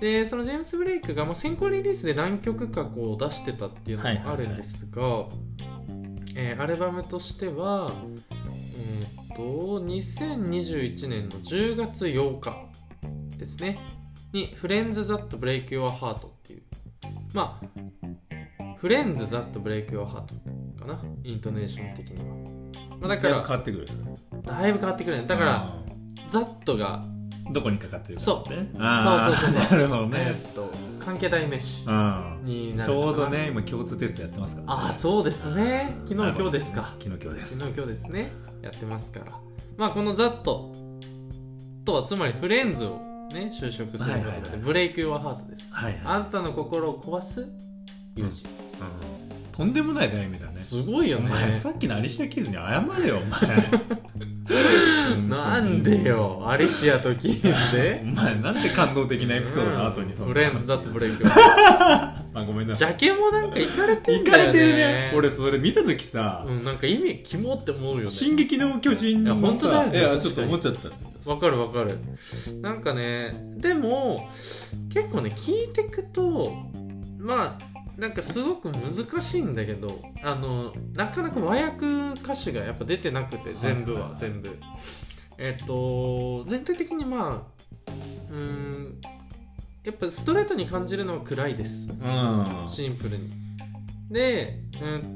Speaker 1: でそのジェームス・ブレイクが、まあ、先行リリースで何曲かこう出してたっていうのもあるんですが、えーアルバムとしてはえーっと2021年の10月8日ですねに「フレンズ・ザット・ブレイク・ヨア・ハート」っていうまあフレンズ・ザット・ブレイク・ヨア・ハートかなイントネーション的には、まあ、だか
Speaker 2: だいぶ
Speaker 1: ら
Speaker 2: 変わってくる
Speaker 1: だいぶ変わってくるねだから、ザットが、
Speaker 2: うんどこにかかってるか
Speaker 1: そう
Speaker 2: ですねあー
Speaker 1: そうそうそうそ
Speaker 2: なるほど
Speaker 1: え
Speaker 2: ね、
Speaker 1: ーっと関係代名詞
Speaker 2: うん、
Speaker 1: にな
Speaker 2: ち
Speaker 1: るかな
Speaker 2: ょうどね今共通テストやってますから、
Speaker 1: ああそうですね昨日今日ですか
Speaker 2: 昨日今日です
Speaker 1: 昨日今日ですねやってますからまあこの「ザットとはつまりフレンズをね就職すること
Speaker 2: はいはい
Speaker 1: で
Speaker 2: はい
Speaker 1: ブレイク・ヨア・ハートです
Speaker 2: はいはい
Speaker 1: あんたの心を壊す友人
Speaker 2: うんとんでもない題名だね
Speaker 1: すごいよ
Speaker 2: お
Speaker 1: ね
Speaker 2: 前さっきのアリシア・キーズに謝れよお 前
Speaker 1: なんでよアリシアとキーズ
Speaker 2: お
Speaker 1: で
Speaker 2: 前なんで感動的なエピソードの後にそ
Speaker 1: フレンズ・
Speaker 2: だ
Speaker 1: ザット・ブレイク・ヨア・ハー
Speaker 2: あごめんな
Speaker 1: ト
Speaker 2: さ
Speaker 1: ジ
Speaker 2: い
Speaker 1: ャケもなんかいかれて
Speaker 2: 行
Speaker 1: ん
Speaker 2: か
Speaker 1: だよね
Speaker 2: れてるね俺それ見た時さ
Speaker 1: うんなんか意味キモって思うよ
Speaker 2: 「
Speaker 1: ね
Speaker 2: 進撃の巨人」
Speaker 1: いや
Speaker 2: の
Speaker 1: 本当だ
Speaker 2: さ
Speaker 1: よね
Speaker 2: いやちょっと思っちゃった
Speaker 1: わかるわかるなんかねでも結構ね聞いてくとまあなんかすごく難しいんだけどあのなかなか和訳歌詞がやっぱ出てなくて全部は、
Speaker 2: はいはいはい
Speaker 1: 全部えっ、と全体的にまあうーんやっぱストレートに感じるのは暗いです
Speaker 2: うん
Speaker 1: シンプルに。で、えーっ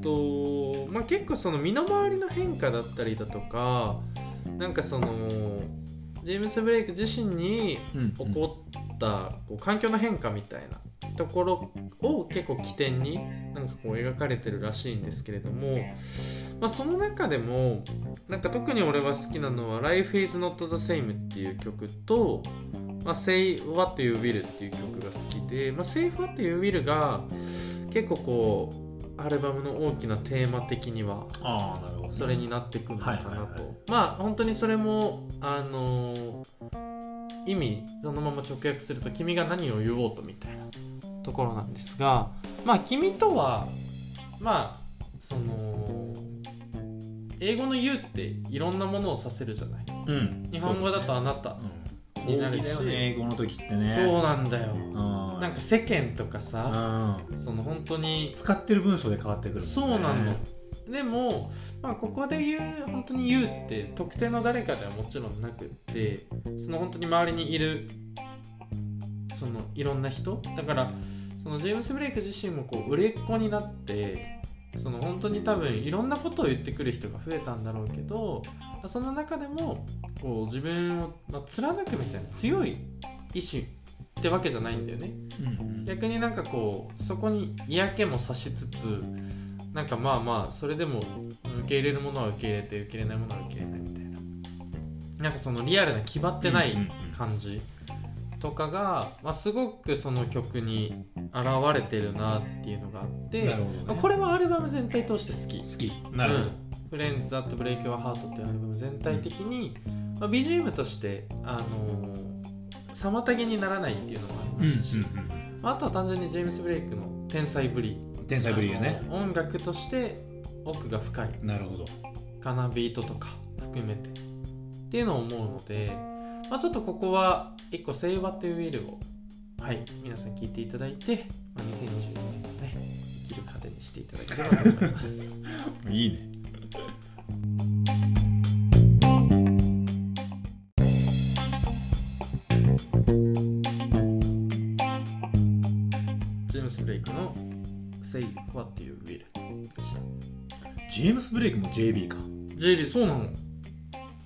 Speaker 1: とまあ、結構その身の回りの変化だったりだとかなんかそのジェームス・ブレイク自身に
Speaker 2: うん
Speaker 1: 起こったこう環境の変化みたいなところを結構起点になんかこう描かれてるらしいんですけれども、まあ、その中でもなんか特に俺は好きなのは「Life is not the same」っていう曲と「まあ、Say What You Will っていう曲が好きで、まあ、Say What You Will が結構こうアルバムの大きなテーマ的には
Speaker 2: ああなるほど
Speaker 1: それになってくるのかなと、
Speaker 2: はいはいはい
Speaker 1: まあ本当にそれもあのー意味そのまま直訳すると「君が何を言おうと」みたいなところなんですがまあ君とはまあその英語の「言う」っていろんなものをさせるじゃない
Speaker 2: うん
Speaker 1: 日本語だと「あなた」
Speaker 2: うん
Speaker 1: になるし
Speaker 2: 高貴だよね英語の時ってね
Speaker 1: そうなんだよ
Speaker 2: うん
Speaker 1: なんか世間とかさ
Speaker 2: うん
Speaker 1: その本当に
Speaker 2: 使ってる文章で変わってくるもんね
Speaker 1: そうなのでも、まあ、ここで言う本当に言うって特定の誰かではもちろんなくってその本当に周りにいるそのいろんな人だからそのジェームス・ブレイク自身もこう売れっ子になってその本当に多分いろんなことを言ってくる人が増えたんだろうけどその中でもこう自分を、まあ、貫くみたいな強い意志ってわけじゃないんだよね。
Speaker 2: うん
Speaker 1: 逆になんかこうそこに嫌気もさしつつなんかまあまあそれでも受け入れるものは受け入れて受け入れないものは受け入れないみたいななんかそのリアルな決まってな
Speaker 2: う
Speaker 1: い
Speaker 2: んうん
Speaker 1: 感じとかが、まあ、すごくその曲に現れてるなっていうのがあって、
Speaker 2: なるほどね
Speaker 1: まあこれはアルバム全体通して好き
Speaker 2: 好きなるほど
Speaker 1: フレンズ・ザット・ブレイク・ワ・ハートっていうアルバム全体的に、まあ、BGM として、あのー妨げにならないっていうのもありますし、あとは単純にジェームス・ブレイクの天才ぶり
Speaker 2: うん天才ぶりがね
Speaker 1: あの音楽として奥が深い
Speaker 2: なるほど
Speaker 1: かなビートとか含めてっていうのを思うので、まあ、ちょっとここは一個「セイバーというウィルをはい皆さん聞いていただいて、まあ、2022年のね生きる糧にしていただければと思います
Speaker 2: いいね
Speaker 1: ジェームス・ブレイクの「セイバーというウィルでした
Speaker 2: ジェームス・ブレイクも JB か
Speaker 1: JB そうなの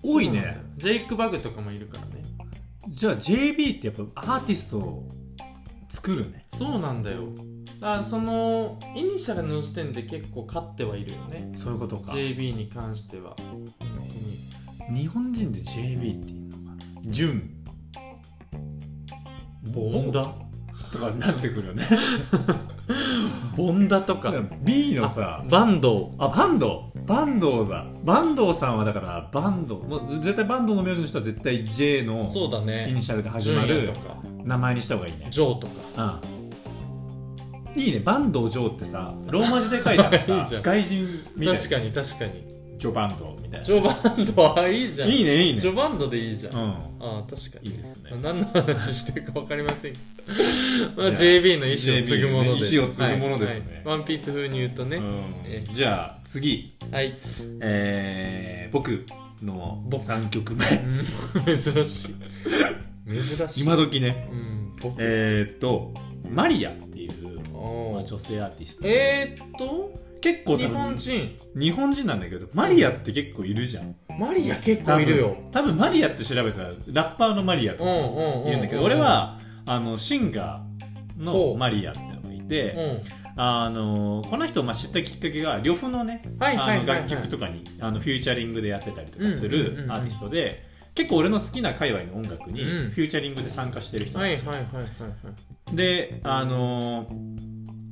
Speaker 2: 多い
Speaker 1: そうな
Speaker 2: ね
Speaker 1: のジェイク・バグとかもいるからね
Speaker 2: じゃあ JB ってやっぱアーティストを作るね
Speaker 1: そうなんだよだからそのイニシャルの時点で結構勝ってはいるよね
Speaker 2: そういうことか
Speaker 1: JB に関しては本当に
Speaker 2: 日本人で JB っていうのかな純ボンダとかになってくるよ ね
Speaker 1: ボンダとか
Speaker 2: B のさ
Speaker 1: バンド
Speaker 2: あバンドバンドだバンドさんはだからバンドもう絶対バンドの名字の人は絶対 J の
Speaker 1: そうだ
Speaker 2: イ
Speaker 1: ね
Speaker 2: ニシャルで始
Speaker 1: ジ
Speaker 2: ま
Speaker 1: ュン
Speaker 2: る
Speaker 1: ヤとか
Speaker 2: 名前にした方がいいね
Speaker 1: ジョーとか
Speaker 2: うんいいねバンドジョーってさローマ字で書いたら
Speaker 1: いい
Speaker 2: さ
Speaker 1: じゃん
Speaker 2: 外人みたいな
Speaker 1: 確かに確かに
Speaker 2: ジョバンドみたいな
Speaker 1: ジョバンドはいいじゃん
Speaker 2: いいねいいね
Speaker 1: ジョバンドでいいじゃん、
Speaker 2: う
Speaker 1: ああ
Speaker 2: ん
Speaker 1: 確か
Speaker 2: い
Speaker 1: に
Speaker 2: いですね
Speaker 1: 何の話してるか分かりま せんけど、まあ、
Speaker 2: じゃあ
Speaker 1: JB の意思を継ぐものです、
Speaker 2: JB の意思を継ぐものですね
Speaker 1: はいはいワンピース風に言うとね、え
Speaker 2: うんじゃあ次、
Speaker 1: はい
Speaker 2: えー僕の
Speaker 1: 僕
Speaker 2: 3曲目
Speaker 1: うん 珍しい珍しい
Speaker 2: 今時ね
Speaker 1: うん僕
Speaker 2: えーっとマリアっていう、まあ、
Speaker 1: おー
Speaker 2: 女性アーティスト
Speaker 1: えー、っと
Speaker 2: 結構
Speaker 1: 日
Speaker 2: 多分
Speaker 1: 本人
Speaker 2: 日本人なんだけどマリアって結構いるじゃん
Speaker 1: マリア結構いるよ
Speaker 2: 多分マリアって調べたらラッパーのマリアとか
Speaker 1: うんうんうんうん
Speaker 2: 言うんだけど俺はあのシンガー
Speaker 1: ほ
Speaker 2: の
Speaker 1: う
Speaker 2: マリアってのがいて、
Speaker 1: うん
Speaker 2: あのこの人をまあ知ったきっかけが呂布のね
Speaker 1: はいは
Speaker 2: あ
Speaker 1: い
Speaker 2: の
Speaker 1: はい、はい、
Speaker 2: 楽曲とかにあのフューチャリングでやってたりとかす
Speaker 1: うんうんうん
Speaker 2: る
Speaker 1: うん
Speaker 2: アーティストで結構俺の好きな界隈の音楽に
Speaker 1: うん
Speaker 2: フューチャリングで参加してる人なん
Speaker 1: はい
Speaker 2: です
Speaker 1: はい
Speaker 2: よ、
Speaker 1: はいはいはい
Speaker 2: であのー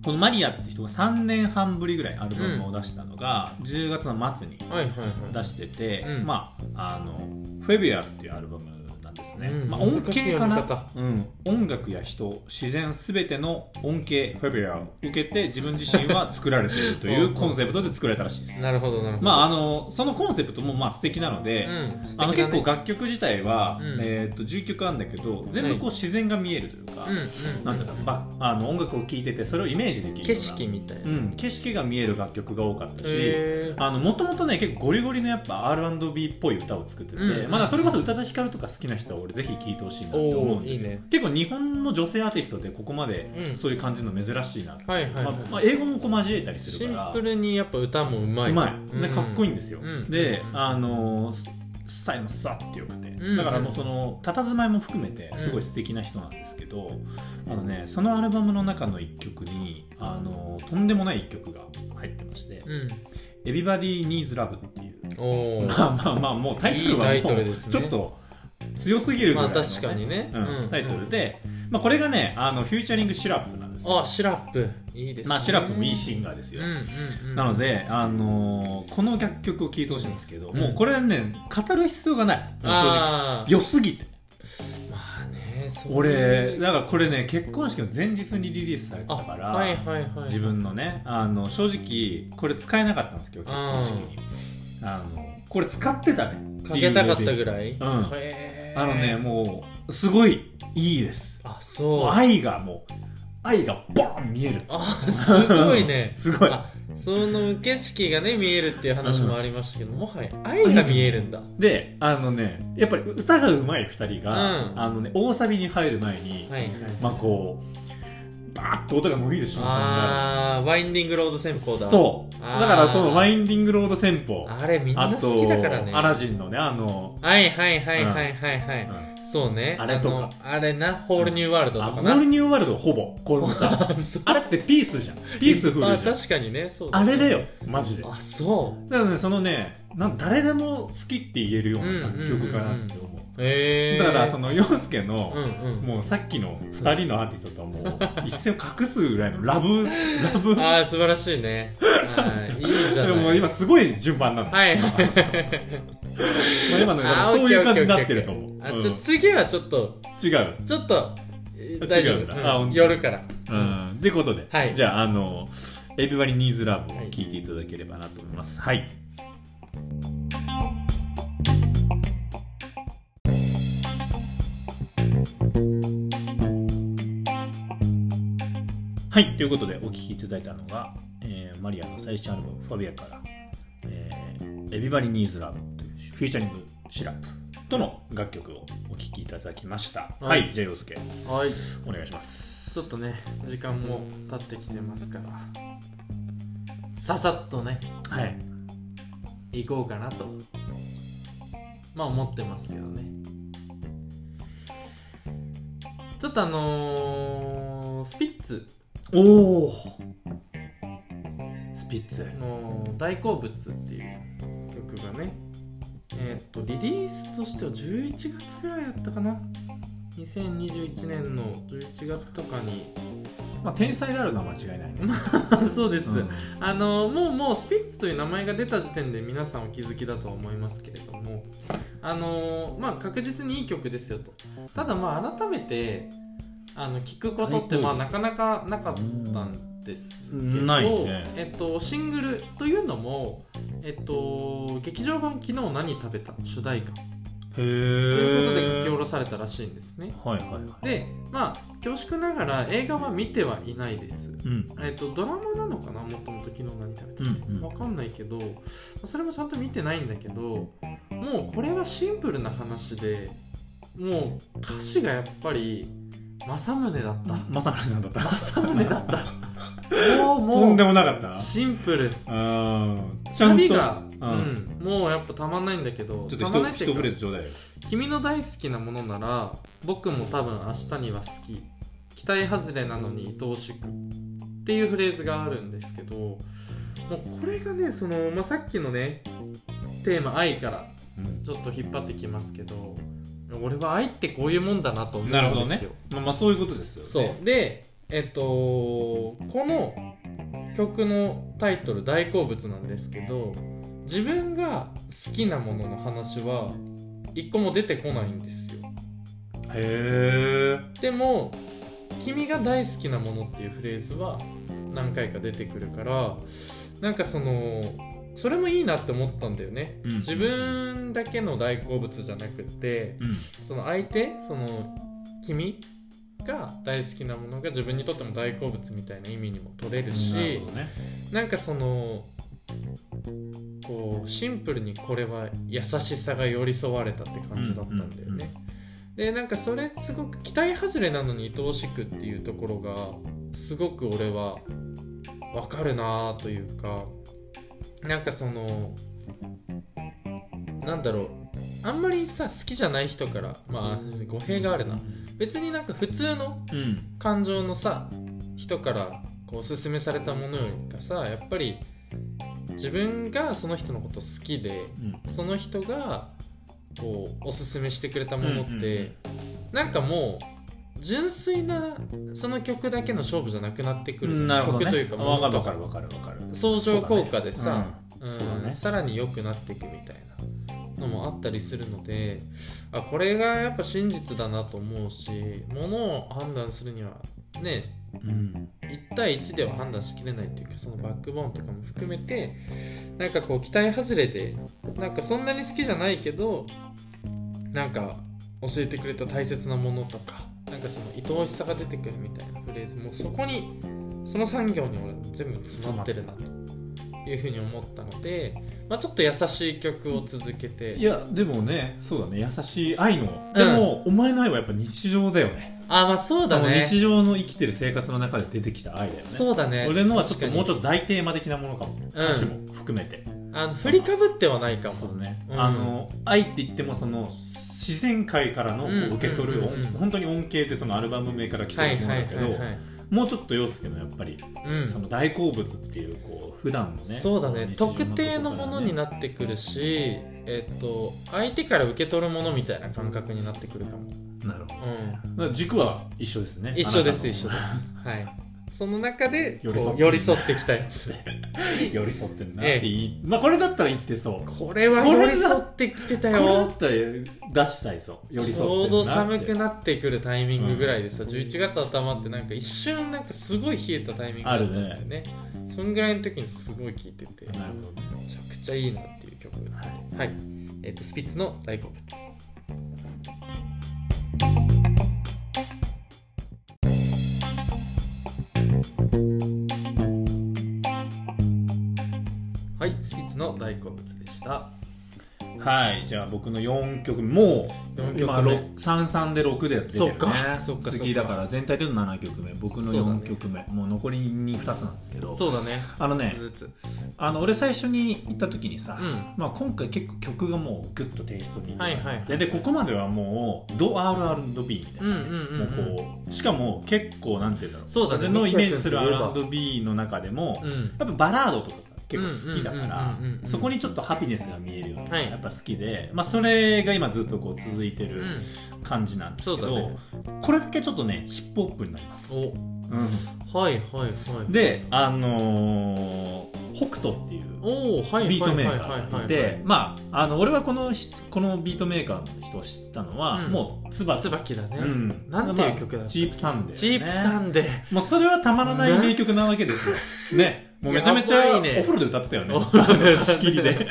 Speaker 2: このマリアって人が3年半ぶりぐらいアルバムを出したのが10月の末に
Speaker 1: はいはいはい
Speaker 2: 出してて、
Speaker 1: うん
Speaker 2: まああのフェビアっていうアルバムなんですね、
Speaker 1: うん
Speaker 2: まあ、音
Speaker 1: 難しい
Speaker 2: 系か
Speaker 1: 読み
Speaker 2: な
Speaker 1: 方
Speaker 2: うん、音楽や人自然すべての音系フェビアを受けて自分自身は作られているとい
Speaker 1: うん
Speaker 2: うコンセプトで作られたらしいです
Speaker 1: なるほどなるほど
Speaker 2: まああのそのコンセプトもまあ素敵なので、
Speaker 1: うん素敵
Speaker 2: あ
Speaker 1: だ
Speaker 2: の
Speaker 1: ね
Speaker 2: 結構楽曲自体は、
Speaker 1: うん
Speaker 2: えー、と10曲あるんだけど全部こう自然が見えるというか、
Speaker 1: うんうんうん
Speaker 2: なんていうかバッあの音楽を聴いててそれをイメージできるような
Speaker 1: 景色みたいな、
Speaker 2: うん、景色が見える楽曲が多かったし、
Speaker 1: へー
Speaker 2: あのもともとね結構ゴリゴリのやっぱ R&B っぽい歌を作ってて、
Speaker 1: うん
Speaker 2: まだそれこそ宇多田ヒカルとか好きな人は俺ぜひ聴いてほしいなって思うんですよ
Speaker 1: おーいいね
Speaker 2: 結構日本の女性アーティストでここまで
Speaker 1: うん
Speaker 2: そういう感じの珍しいなって、
Speaker 1: はいはいはい、
Speaker 2: まあまあ、英語もこう交えたりす
Speaker 1: シ
Speaker 2: るか
Speaker 1: ン
Speaker 2: ら
Speaker 1: プルにやっぱ歌もうまいう
Speaker 2: まいでかっこいい
Speaker 1: い
Speaker 2: んですよ、
Speaker 1: うん
Speaker 2: で
Speaker 1: うん
Speaker 2: あのースタイルもスワッてよくて、
Speaker 1: うん
Speaker 2: だからもうその佇まいも含めて
Speaker 1: ん
Speaker 2: すごい素敵な人なんですけど、あのねそのアルバムの中の1曲にあのーとんでもない1曲が入ってまして
Speaker 1: うん
Speaker 2: 「Everybody Needs Love」っていう
Speaker 1: おー
Speaker 2: まあまあまあもうタイトル
Speaker 1: い
Speaker 2: はい
Speaker 1: タイ
Speaker 2: も
Speaker 1: トル
Speaker 2: う
Speaker 1: です
Speaker 2: ち
Speaker 1: ね
Speaker 2: ょっと強すぎるぐらいの、
Speaker 1: まあ確かにね
Speaker 2: うん
Speaker 1: うん
Speaker 2: タイトルで、まあ、これがねあのフューチャリングシラップなんですよ
Speaker 1: あシラップいいですね
Speaker 2: まあ、シラップもいいシンガーですよ、
Speaker 1: うんうんうん
Speaker 2: なので、あのーこの楽曲を聴いてほしいんですけど、
Speaker 1: うん
Speaker 2: もうこれはね語る必要がないもう正直
Speaker 1: ああ
Speaker 2: 良すぎて
Speaker 1: まあねそう
Speaker 2: 俺だからこれね結婚式の前日にリリースされてたから、
Speaker 1: あはいはいはい
Speaker 2: 自分のねあの正直これ使えなかったんですけど結婚式にあのこれ使ってたね
Speaker 1: かけたかった
Speaker 2: らい
Speaker 1: ぐらい、
Speaker 2: うん
Speaker 1: へー
Speaker 2: あのねもうすごいいいです
Speaker 1: あ
Speaker 2: も
Speaker 1: そうう
Speaker 2: 愛がもう愛がボーン見える
Speaker 1: あすごい ね
Speaker 2: すごい
Speaker 1: あその景色がね見えるっていう話もありましたけど、もはや愛が見えるんだ
Speaker 2: であのねやっぱり歌がうまい2人が、
Speaker 1: うん
Speaker 2: あのね大サビに入る前に、
Speaker 1: はいはい
Speaker 2: まあこうバーッと音が伸びる瞬間が
Speaker 1: あーワインディングロード戦法だ
Speaker 2: そう
Speaker 1: あー
Speaker 2: だからそのワインディングロード戦法
Speaker 1: あれみん
Speaker 2: あ
Speaker 1: な好き
Speaker 2: と、
Speaker 1: だからね
Speaker 2: アラジンのねあの、
Speaker 1: はいはいはいはいはいはい、そうね
Speaker 2: あれとか
Speaker 1: あのあれなホールニューワールド
Speaker 2: あ
Speaker 1: と
Speaker 2: ホ
Speaker 1: か
Speaker 2: ール
Speaker 1: な
Speaker 2: ニューワールドほぼこの 歌
Speaker 1: そう
Speaker 2: あれってピースじゃんピースフルじゃ
Speaker 1: あ
Speaker 2: ん
Speaker 1: 確かにねそう
Speaker 2: あれだ
Speaker 1: ね
Speaker 2: よマジで
Speaker 1: あそう
Speaker 2: だからねそのねなん誰でも好きって言えるような楽曲かなって思う,、
Speaker 1: へえ
Speaker 2: だからそ
Speaker 1: の
Speaker 2: の洋介の、
Speaker 1: うんうん
Speaker 2: もうさっきの2人のアーティストとはもう一線を画すぐらいのラブラブ
Speaker 1: ああ素晴らしいねはいいいじゃ
Speaker 2: で
Speaker 1: ない
Speaker 2: も今すごい順番なの、
Speaker 1: はい
Speaker 2: まあ今のね
Speaker 1: あー
Speaker 2: そういう感じになって
Speaker 1: オッ
Speaker 2: る
Speaker 1: ケ
Speaker 2: と
Speaker 1: ー
Speaker 2: 思う、
Speaker 1: あ
Speaker 2: うん
Speaker 1: ちょ次はちょっと
Speaker 2: 違う
Speaker 1: ちょっとえー大丈
Speaker 2: 違うんだ
Speaker 1: 夫、う
Speaker 2: あ本
Speaker 1: ん、
Speaker 2: 当
Speaker 1: 夜から
Speaker 2: うんってことで、
Speaker 1: はい
Speaker 2: じゃああの「エビバリ d ニーズラブを聞いていただければなと思いますはい、はい、ということでお聴きいただいたのが、えーマリアの最新アルバム「ファビア」から「えー、エビバリ d ニーズラブというフューチャリングシラップとの楽曲をお聴きいただきました
Speaker 1: は
Speaker 2: はいい、じゃあ洋介
Speaker 1: はい
Speaker 2: お願いします
Speaker 1: ちょっとね時間も経ってきてますからささっとね
Speaker 2: はい
Speaker 1: 行こうかなとまあ思ってますけどねちょっとあのースピッツ
Speaker 2: おおスピッツ
Speaker 1: の「大好物」っていう曲がねえーっとリリースとしては11月ぐらいだったかな2021年の11月とかに
Speaker 2: まあ天才であるのは間違いないね、
Speaker 1: そうです、
Speaker 2: うん
Speaker 1: あのもうもうスピッツという名前が出た時点で皆さんお気づきだとは思いますけれどもあのまあ確実にいい曲ですよとただまあ改めてあの聞くことってまあ
Speaker 2: はい
Speaker 1: なかなかなかったんですけど、
Speaker 2: うんないね
Speaker 1: えっと、シングルというのも、えっと、劇場版「昨日何食べた?」主題歌
Speaker 2: へえと
Speaker 1: ということで書き
Speaker 2: き
Speaker 1: 下ろされたらしいんですね
Speaker 2: はいはいはい
Speaker 1: でまあ恐縮ながら映画は見てはいないです
Speaker 2: うん
Speaker 1: えっと、ドラマなのかなもともと昨日何食べた
Speaker 2: うんうん
Speaker 1: わかんないけどそれもちゃんと見てないんだけどもうこれはシンプルな話でもう歌詞がやっぱり政宗だった
Speaker 2: まさかさんだった
Speaker 1: 政宗だったもう
Speaker 2: と
Speaker 1: も
Speaker 2: んで
Speaker 1: う
Speaker 2: もなかった
Speaker 1: シンプル
Speaker 2: あーちゃ
Speaker 1: サ
Speaker 2: ん
Speaker 1: ビ
Speaker 2: と
Speaker 1: が、
Speaker 2: ん
Speaker 1: うんもうやっぱたまんないんだけど
Speaker 2: ちょっと
Speaker 1: たまんない
Speaker 2: 一
Speaker 1: って
Speaker 2: 一
Speaker 1: いう
Speaker 2: フ
Speaker 1: か
Speaker 2: レーズちょうだいよ
Speaker 1: 君の大好きなものなら僕も多分明日には好き期待外れなのに愛おしくっていうフレーズがあるんですけどもうこれがねその、まあ、さっきのねテーマ「愛」から
Speaker 2: うん
Speaker 1: ちょっと引っ張ってきますけど俺は愛ってこういうもんだなと思うん
Speaker 2: なるほど
Speaker 1: です
Speaker 2: ね
Speaker 1: よ。
Speaker 2: まあまあそういうことですよね
Speaker 1: そうでえっとこの曲のタイトル「大好物」なんですけど自分が好きなものの話は一個も出てこないんですよ
Speaker 2: へえ
Speaker 1: でも「君が大好きなもの」っていうフレーズは何回か出てくるからなんかそのそれもいいなって思ったんだよね、
Speaker 2: うん
Speaker 1: 自分だけの大好物じゃなくって
Speaker 2: うん
Speaker 1: その相手その君が大好きなものが自分にとっても大好物みたいな意味にも取れるし、
Speaker 2: なるほどね
Speaker 1: なんかそのこうシンプルにこれは優しさが寄り添われたって感じだったんだよ
Speaker 2: うんうんうん
Speaker 1: ね。でなんかそれすごく期待外れなのに愛おしくっていうところがすごく俺はわかるなというかなんかそのなんだろうあんまりさ好きじゃない人からまあ語弊があるな別になんか普通の
Speaker 2: うん
Speaker 1: 感情のさ人からこうおすすめされたものよりかさやっぱり自分がその人のこと好きで
Speaker 2: うん
Speaker 1: その人がこうおすすめしてくれたものって、なんかもう純粋なその曲だけの勝負じゃなくなってくるじゃん
Speaker 2: なるほど、ね、
Speaker 1: 曲というかも
Speaker 2: わか
Speaker 1: の
Speaker 2: る
Speaker 1: と
Speaker 2: わかるわかるわかる
Speaker 1: 相乗効果でさ、
Speaker 2: そうだねうんそうだね
Speaker 1: さらに良くなっていくみたいなのもあったりするのであこれがやっぱ真実だなと思うしものを判断するにはね
Speaker 2: そうだねうん
Speaker 1: 1対1では判断しきれないというかそのバックボーンとかも含めてなんかこう期待外れでなんかそんなに好きじゃないけどなんか教えてくれた大切なものとかなんかその愛おしさが出てくるみたいなフレーズもうそこにその産業に俺全部詰まってるなというふうに思ったので、まあ、ちょっと優しい曲を続けて
Speaker 2: いやでもねそうだね優しい愛の
Speaker 1: ん
Speaker 2: でも、お前の愛はやっぱ日常だよね
Speaker 1: あまあそうだ
Speaker 2: その
Speaker 1: ね
Speaker 2: 日常の生きてる生活の中で出てきた愛だよね
Speaker 1: そうだね
Speaker 2: 俺のはちょっ
Speaker 1: 確か
Speaker 2: と
Speaker 1: に
Speaker 2: もうちょっと大テーマ的なものかも、歌詞も含めて
Speaker 1: あの振りかぶってはないかも
Speaker 2: そうね、
Speaker 1: うん
Speaker 2: あの愛って言ってもその自然界からのこ
Speaker 1: うん
Speaker 2: う受け取る音、
Speaker 1: うんうんうん
Speaker 2: 本当に恩恵ってそのアルバム名から来
Speaker 1: は
Speaker 2: て
Speaker 1: い
Speaker 2: るもの
Speaker 1: はい
Speaker 2: だ
Speaker 1: はい
Speaker 2: けど、
Speaker 1: はい、
Speaker 2: もうちょっと陽介のやっぱり、
Speaker 1: うん、
Speaker 2: その大好物っていうこう普段のね
Speaker 1: そうだね
Speaker 2: 日常のとこ
Speaker 1: 特
Speaker 2: ろからね
Speaker 1: 定のものになってくるし、えっと相手から受け取るものみたいな感覚になってくるかも、
Speaker 2: なるほど
Speaker 1: う
Speaker 2: だから軸は一緒ですね
Speaker 1: ん、一緒です
Speaker 2: あなた
Speaker 1: 一緒ですはいその中でこ
Speaker 2: 寄り添っ
Speaker 1: う
Speaker 2: て
Speaker 1: 寄り添ってきたやつ
Speaker 2: の寄り添ってるなっ
Speaker 1: ええ
Speaker 2: ていい、まあこれだったら言ってそうこ
Speaker 1: これは
Speaker 2: これ
Speaker 1: 寄
Speaker 2: だ
Speaker 1: り添ってきてた
Speaker 2: れだ
Speaker 1: よ
Speaker 2: ったら出したいそう寄り添ってるなって
Speaker 1: ちょうど寒くなってくるタイミングぐらいでさ、11月頭ってなんか一瞬なんかすごい冷えたタイミングだったんだよねそんぐらいの時にすごい聴いててめ
Speaker 2: なるほど
Speaker 1: ちゃくちゃいいなっていう曲
Speaker 2: はい
Speaker 1: はい、えっとスピッツの大好物はいスピッツの大好物でした
Speaker 2: はい、じゃあ僕の4曲もう
Speaker 1: 4曲目
Speaker 2: 今六33で6でやってる
Speaker 1: そっかそっかそっか
Speaker 2: 次だから全体での7曲目僕の
Speaker 1: そうだね
Speaker 2: 4曲目、もう残りに2つなんですけど
Speaker 1: そうだね
Speaker 2: あのね
Speaker 1: ずつ
Speaker 2: あの俺最初に行った時にさ、
Speaker 1: うん
Speaker 2: まあ、今回結構曲がもうグッとテイストに、
Speaker 1: はいはいはい
Speaker 2: ででここまではもうド R&B みた
Speaker 1: う
Speaker 2: い
Speaker 1: ん
Speaker 2: な
Speaker 1: う
Speaker 2: ね、
Speaker 1: んうんうん
Speaker 2: もうこうしかも結構なんていうんだろう
Speaker 1: そうだね
Speaker 2: 俺のイメージする
Speaker 1: ミキヤ君といえ
Speaker 2: R&B の中でも、
Speaker 1: うん
Speaker 2: やっぱバラードとかが結構好きだから
Speaker 1: うんうんうんうんうん
Speaker 2: そこにちょっとハピネスが見えるような、
Speaker 1: はい
Speaker 2: やっぱ好きで、まあ、それが今ずっとこう続いて
Speaker 1: う
Speaker 2: る
Speaker 1: ん
Speaker 2: 感じなんです
Speaker 1: そう
Speaker 2: け
Speaker 1: だ
Speaker 2: ど、
Speaker 1: ね
Speaker 2: これだけちょっとねヒップホップになります、
Speaker 1: おはいはいはい
Speaker 2: であのー北斗っていう
Speaker 1: おおはいはい
Speaker 2: ビートメー
Speaker 1: は
Speaker 2: カ
Speaker 1: いはい
Speaker 2: ー
Speaker 1: はい
Speaker 2: がいてまああの俺はこのひこのビートメーカーの人を知ったのは、
Speaker 1: うん
Speaker 2: もう椿
Speaker 1: 椿だね、
Speaker 2: うん
Speaker 1: なんていう曲だ
Speaker 2: まあチープサンデー、ね、
Speaker 1: チープサンデー
Speaker 2: もうそれはたまらない名曲なわけです よね、もうめちゃめち
Speaker 1: やば
Speaker 2: ゃお
Speaker 1: いね
Speaker 2: 風呂で歌ってたよね。
Speaker 1: お風呂で歌ってたね
Speaker 2: あの貸し切り で。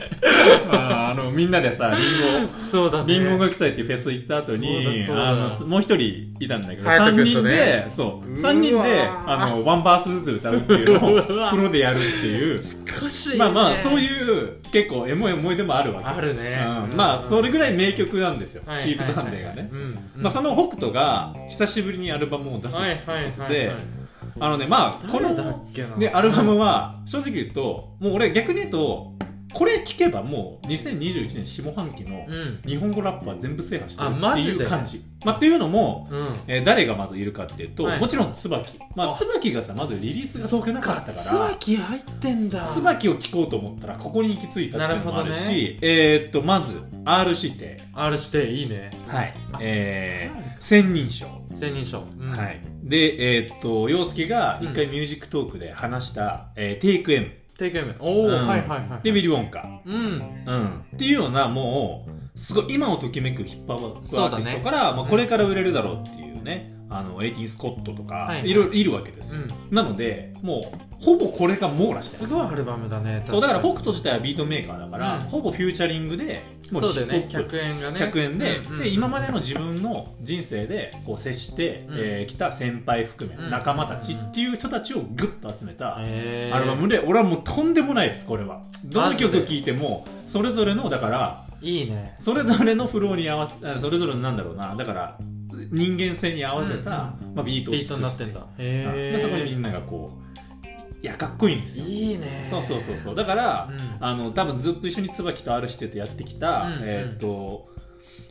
Speaker 2: あーあの、みんなでさ、リン
Speaker 1: そうだ
Speaker 2: ゴ、
Speaker 1: ね。
Speaker 2: リンゴが来たいっていうフェス行った後に、
Speaker 1: そうだそうだ
Speaker 2: あの、すもう一人いたんだけど、
Speaker 1: 隼人
Speaker 2: 三
Speaker 1: 君と
Speaker 2: 人
Speaker 1: ね
Speaker 2: で、そう、
Speaker 1: うわー
Speaker 2: 三人で、あの、ワンバースずつ歌うっていうのを、
Speaker 1: うわ
Speaker 2: 風呂でやるっていう。
Speaker 1: 懐かしい、ね。
Speaker 2: まあまあ、そういう、結構エモい思い出もあるわけ。
Speaker 1: あるね
Speaker 2: うん
Speaker 1: うん
Speaker 2: まあ、それぐらい名曲なんですよ。チ
Speaker 1: はい
Speaker 2: ープサンデーがね。
Speaker 1: うんうん
Speaker 2: まあ、その北斗が、久しぶりにアルバムを出す。
Speaker 1: はいはいはい、はい。
Speaker 2: であのね、まあ、こ
Speaker 1: 誰
Speaker 2: の、
Speaker 1: だっけな。
Speaker 2: でアルバムは正直言うともう俺逆に言うとこれ聴けばもう2021年下半期の
Speaker 1: うん。
Speaker 2: 日本語ラップは全部制覇してる
Speaker 1: あ
Speaker 2: っ
Speaker 1: マ
Speaker 2: て
Speaker 1: ジ
Speaker 2: い
Speaker 1: で
Speaker 2: う感じ、まあ、っていうのも、
Speaker 1: うん。
Speaker 2: えー誰がまずいるかっていうと、
Speaker 1: はい
Speaker 2: もちろん椿、まあ、
Speaker 1: あ
Speaker 2: 椿がさまずリリースが少なかったから
Speaker 1: 椿入ってんだ。
Speaker 2: 椿を聴こうと思ったらここに行き着いたっていうのもあ
Speaker 1: な
Speaker 2: る
Speaker 1: るほど
Speaker 2: しえーっとまず R 指定
Speaker 1: あれしていいね。
Speaker 2: はい
Speaker 1: あ
Speaker 2: えー千人称
Speaker 1: 千人称。うん
Speaker 2: はい、で、えーっと陽介が一回ミュージックトークで話した「えーテイク M」
Speaker 1: テイクエム。おお、
Speaker 2: うん
Speaker 1: はいはいはい。
Speaker 2: で、ウィリー・ウォンカ、
Speaker 1: うん。
Speaker 2: うん、っていうようなもうすごい今をときめくヒップホップアーティストから、まあ、
Speaker 1: うん
Speaker 2: これから売れるだろうっていうね、あのエイティン・スコットとか、
Speaker 1: はいいはい
Speaker 2: ろいろいるわけです
Speaker 1: う
Speaker 2: よ、
Speaker 1: ん。
Speaker 2: なのでもうほぼこれが網羅して
Speaker 1: す
Speaker 2: る
Speaker 1: ごいアルバムだね。
Speaker 2: そうだから北斗
Speaker 1: 自
Speaker 2: 自体はビートメーカーだから、
Speaker 1: うん
Speaker 2: ほぼフューチャリングでも
Speaker 1: そうだよね。
Speaker 2: ヒップホップ
Speaker 1: 100円がね。
Speaker 2: 100円で,、
Speaker 1: うんうん
Speaker 2: で今までの自分の人生でこう接してき、
Speaker 1: うん
Speaker 2: えー来た先輩含め、
Speaker 1: うん
Speaker 2: 仲間たちっていう人たちをグッと集めた、
Speaker 1: えー、
Speaker 2: アルバムで俺はもうとんでもないですこれはどの曲
Speaker 1: マジで
Speaker 2: 聴いてもそれぞれのだから
Speaker 1: いいね。
Speaker 2: それぞれのフローに合わせあそれぞれのなんだろうなだから人間性に合わせた、まあ、ビートを作
Speaker 1: ビートになってんだ。
Speaker 2: うん
Speaker 1: へ
Speaker 2: で
Speaker 1: え。
Speaker 2: そこにみんながこういやかっこいいんですよ
Speaker 1: いいね。
Speaker 2: そうそうそうそうだから、
Speaker 1: うん
Speaker 2: あの多分ずっと一緒に椿と R してとやってきた、
Speaker 1: うんうん
Speaker 2: えーっ、と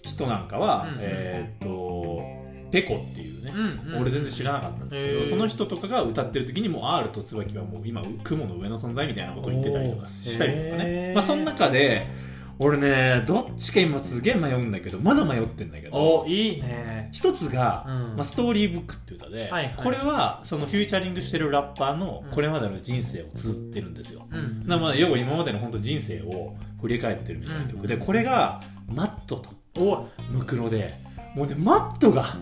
Speaker 2: 人なんかは、
Speaker 1: うんうん
Speaker 2: えーっ、とペコっていうね、
Speaker 1: うん、うん。
Speaker 2: 俺全然知らなかったんだけど、
Speaker 1: へー
Speaker 2: その人とかが歌ってる時にもう R と椿はもう今雲の上の存在みたいなことを言ってたりとかしたりとか
Speaker 1: おーへ
Speaker 2: ね
Speaker 1: ー、
Speaker 2: まあ、その中で俺ねどっちか今すげえ迷うんだけどまだ迷ってんだけど
Speaker 1: おいいね
Speaker 2: 一つが、
Speaker 1: うん
Speaker 2: まあ、ストーリーブックっていう歌で、
Speaker 1: はいはい
Speaker 2: これはそのフューチャリングしてるラッパーの
Speaker 1: うん
Speaker 2: これまでの人生を綴ってるんですよ、
Speaker 1: うん
Speaker 2: なまあ要は今までの本当人生を振り返ってるみたいな曲で、これがマットと
Speaker 1: お
Speaker 2: ムクロでもうねマットが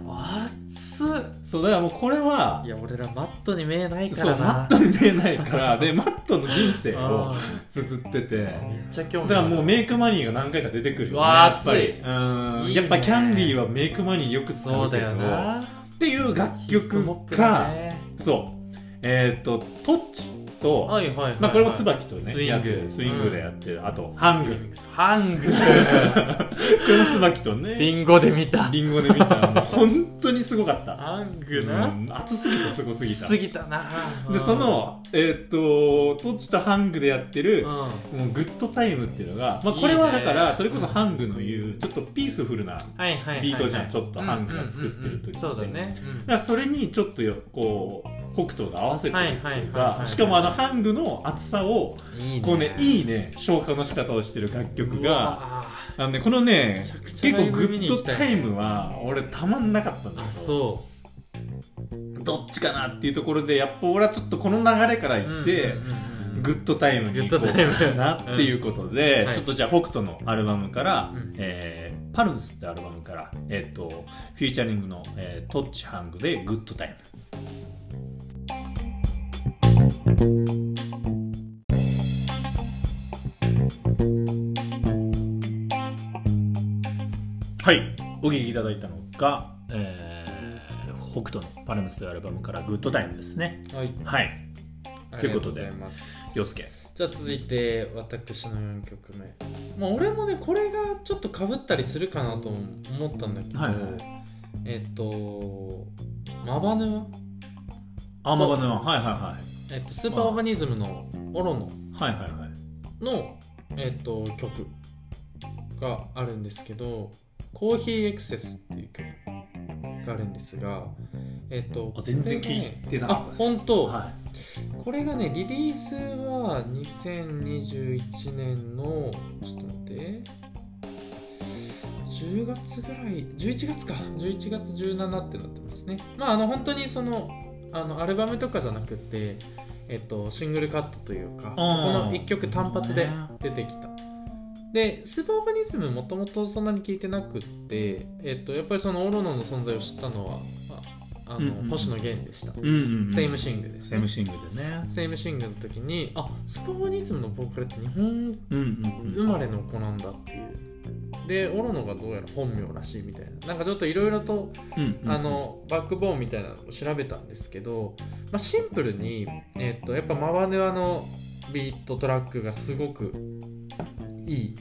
Speaker 1: 熱っ
Speaker 2: そうだからもうこれはい
Speaker 1: や俺らマットに見えないか
Speaker 2: そう
Speaker 1: ら
Speaker 2: マッ
Speaker 1: な
Speaker 2: トに見えないからでマットの人生を
Speaker 1: あ
Speaker 2: 綴ってて
Speaker 1: ーめっちゃ興
Speaker 2: だ
Speaker 1: 味
Speaker 2: から
Speaker 1: ある
Speaker 2: もうメイクマニーが何回か出てくるよ、
Speaker 1: うわー
Speaker 2: やっぱり
Speaker 1: 熱い
Speaker 2: うん
Speaker 1: いいね
Speaker 2: やっぱキャンディーはメイクマニーよく使
Speaker 1: そうう
Speaker 2: け
Speaker 1: だ
Speaker 2: ど
Speaker 1: よな
Speaker 2: っていう楽曲
Speaker 1: モップだ
Speaker 2: か、
Speaker 1: ね
Speaker 2: そうえっ、とトッチと、
Speaker 1: はいはいはいはい
Speaker 2: まあ、これも椿とね
Speaker 1: スイング
Speaker 2: やってスイングでやってる、あとハングミックス
Speaker 1: ハング
Speaker 2: これも椿とね
Speaker 1: ビンゴで見た
Speaker 2: リンゴで見 たもう本当にすごかった
Speaker 1: ハングな、
Speaker 2: うん熱すぎてすごすぎた
Speaker 1: 過ぎたな
Speaker 2: でそ、のえーっとトッチとハングでやって
Speaker 1: うん
Speaker 2: る
Speaker 1: う、ん
Speaker 2: もうグッドタイムっていうのが、まあ、
Speaker 1: いいね
Speaker 2: これはだからそれこそハングの言うちょっとピースフルなだか
Speaker 1: はいはいはいはい
Speaker 2: ビートじゃんちょっとハングが作ってる時って
Speaker 1: うんうんうんうんそうだね、うん
Speaker 2: らそれにちょっとよこう北斗が合わせてるって
Speaker 1: はい
Speaker 2: い
Speaker 1: は
Speaker 2: う
Speaker 1: いはい
Speaker 2: か
Speaker 1: はい
Speaker 2: しかもあのハングの厚さを
Speaker 1: いいね
Speaker 2: こうね
Speaker 1: い
Speaker 2: いいね消化の仕方をしてる楽曲が
Speaker 1: が
Speaker 2: あのねこのね
Speaker 1: めちゃくちゃ
Speaker 2: 結
Speaker 1: ライ
Speaker 2: 構グ
Speaker 1: ブ見に
Speaker 2: ッ
Speaker 1: 行
Speaker 2: ド
Speaker 1: きたい
Speaker 2: タイムは俺たまんなかったんだ
Speaker 1: あ
Speaker 2: けど
Speaker 1: そ
Speaker 2: どっちかなっていうところでやっぱ俺はちょっとこの流れから
Speaker 1: う
Speaker 2: いって、
Speaker 1: うんうんうんうん
Speaker 2: グッドタイムに行こ
Speaker 1: グッドタイム
Speaker 2: うなっていうことで、
Speaker 1: うんはい
Speaker 2: ちょっとじゃあ北斗のアルバムから、
Speaker 1: うん
Speaker 2: えーパルムスってアルバムから、えっとフューチャリングの、えートッチハングでグッドタイム。はい、お聴きいただいたのが、えー北斗のパルムスというアルバムからグッドタイムですね。
Speaker 1: はい
Speaker 2: はい、ということで
Speaker 1: ありがございます
Speaker 2: 洋介。
Speaker 1: じゃあ続いて私の4曲目まあ俺もねこれがちょっとかぶったりするかなと思ったんだけど、
Speaker 2: はいはい
Speaker 1: えっとマバヌア
Speaker 2: あ、マバヌアン。はいはいはい。
Speaker 1: えっと、スーパーオーガニズムのオロノ
Speaker 2: はいはいはい
Speaker 1: の、えっと、曲があるんですけど「コーヒーエクセス」っていう曲があるんですが、えっと、
Speaker 2: あ全然
Speaker 1: これが
Speaker 2: 聞
Speaker 1: ね
Speaker 2: いてなかった
Speaker 1: あ
Speaker 2: です
Speaker 1: 本当、
Speaker 2: は
Speaker 1: これがねリリースは2021年のちょっと待って10月ぐらい11月か11月17ってなってますねまああの本当にそのあのアルバムとかじゃなくてえっとシングルカットというかこの1曲単発で出てきたでスーパーオーガニズムもともとそんなに聞いてなくって、えっと、やっぱりそのオロノの存在を知ったのはああの、
Speaker 2: うんうん
Speaker 1: 星野源でした、
Speaker 2: うんうんうん
Speaker 1: セイムシングです
Speaker 2: セイムシングでね
Speaker 1: セイムシングの時にあスパーニズムのボーカルって日本
Speaker 2: うんうん
Speaker 1: 生まれの子なんだっていうでオロノがどうやら本名らしいみたいななんかちょっといろいろと
Speaker 2: うんうん
Speaker 1: あのバックボーンみたいなのを調べたんですけど、まあ、シンプルに、えっとやっぱマバネワのビートトラックがすごくいい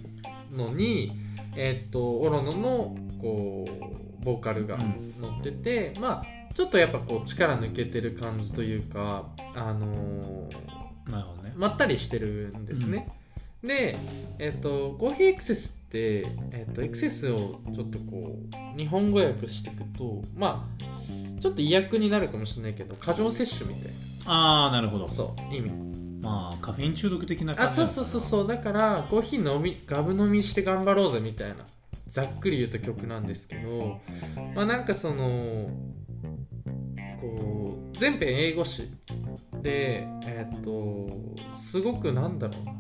Speaker 1: のに、えっとオロノのこうボーカルが
Speaker 2: うん
Speaker 1: 乗ってて、まあちょっとやっぱこう力抜けてる感じというかあのー
Speaker 2: なるほどね
Speaker 1: まったりしてるんですね、でえっ、とコーヒーエクセスって、えっとエクセスをちょっとこう日本語訳していくとまあちょっと意訳になるかもしれないけど過剰摂取みたい
Speaker 2: ああなるほど
Speaker 1: なそう意味
Speaker 2: まあカフェイン中毒的な
Speaker 1: あ
Speaker 2: 感じ
Speaker 1: そうそうそうそうだからコーヒー飲みガブ飲みして頑張ろうぜみたいなざっくり言うと曲なんですけどまあなんかそのこう全編英語詞でえっ、とすごくなんだろうな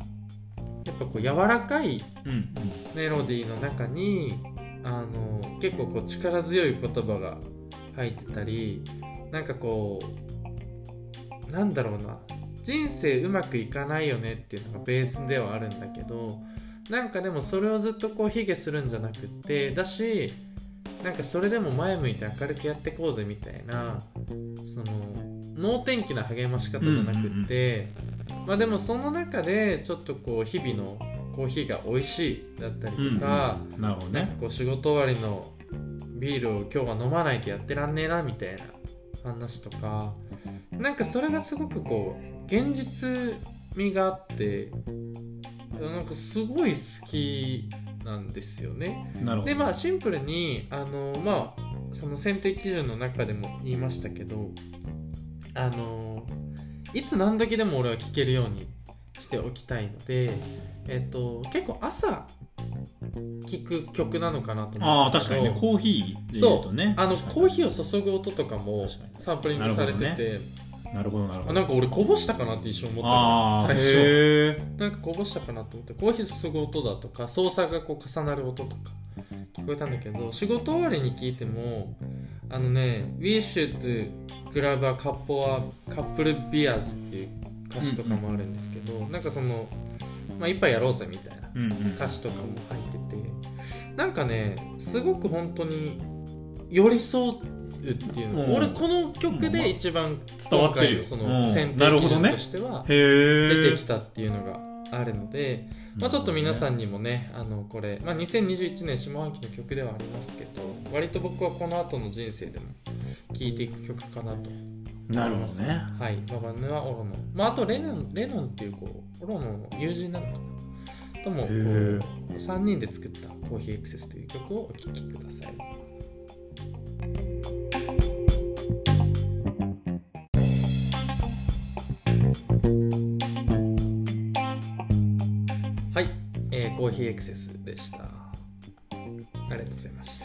Speaker 1: やっぱこう柔らかい
Speaker 2: うんうん
Speaker 1: メロディーの中にあの結構こう力強い言葉が入ってたりなんかこうなんだろうな人生うまくいかないよねっていうのがベースではあるんだけどなんかでもそれをずっとこう卑下するんじゃなくってだしなんかそれでも前向いて明るくやってこうぜみたいなその能天気な励まし方じゃなくって、まあでもその中でちょっとこう日々のコーヒーが美味しいだったり
Speaker 2: うんうん
Speaker 1: とか、
Speaker 2: なるほど
Speaker 1: なんか
Speaker 2: ね
Speaker 1: こう仕事終わりのビールを今日は飲まないとやってらんねえなみたいな話とかなんかそれがすごくこう現実味があってなんかすごい好きなんですよね。
Speaker 2: なるほど
Speaker 1: でまあシンプルにあのまあその選定基準の中でも言いましたけどあのいつ何時でも俺は聞けるようにしておきたいのでえっと結構朝聴く曲なのかなと
Speaker 2: あ
Speaker 1: 思
Speaker 2: あ
Speaker 1: っ
Speaker 2: 確かにね
Speaker 1: ね
Speaker 2: コーヒーで言うとね
Speaker 1: あの
Speaker 2: 確かに
Speaker 1: コーヒーを注ぐ音とかも
Speaker 2: 確かに
Speaker 1: サンプリングされて
Speaker 2: なるほ
Speaker 1: て、
Speaker 2: なるほどなる
Speaker 1: あ
Speaker 2: ほど
Speaker 1: なんか俺こぼしたかなって一瞬思
Speaker 2: あ
Speaker 1: った
Speaker 2: あ
Speaker 1: の最
Speaker 2: ー
Speaker 1: 初
Speaker 2: へえ
Speaker 1: なんかこぼしたかなと思ってコーヒー注ぐ音だとか操作がこう重なる音とか聞こえたんだけど仕事終わりに聞いてもあのね「Wish to Grab a Cup or Couple Beers」っていう歌詞とかもあるんですけど、なんかその「まあ、一杯やろうぜ」みたいな
Speaker 2: うんうん
Speaker 1: 歌詞とかも入っててなんかねすごく本当に寄り添うっていうの、
Speaker 2: うん
Speaker 1: 俺この曲で一番
Speaker 2: 伝わってるよ
Speaker 1: そ
Speaker 2: うん
Speaker 1: の選
Speaker 2: なる
Speaker 1: 定
Speaker 2: ほ
Speaker 1: 基
Speaker 2: ど
Speaker 1: 準
Speaker 2: ね
Speaker 1: としては
Speaker 2: へえ
Speaker 1: 出てきたっていうのがあるので、まあ、ちょっと皆さんにもねあのこれ、まあ、2021年下半期の曲ではありますけど割と僕はこの後の人生でも聴いていく曲かなと
Speaker 2: なるほどね
Speaker 1: はい、ババヌア・オロノン、まあ、あとレノンレノンっていうこうオロノンの友人なのかなともこう
Speaker 2: へー
Speaker 1: 3人で作った「コーヒーエクセス」という曲をお聴きくださいはい、えーコーヒーエクセスでしたありがとうございまし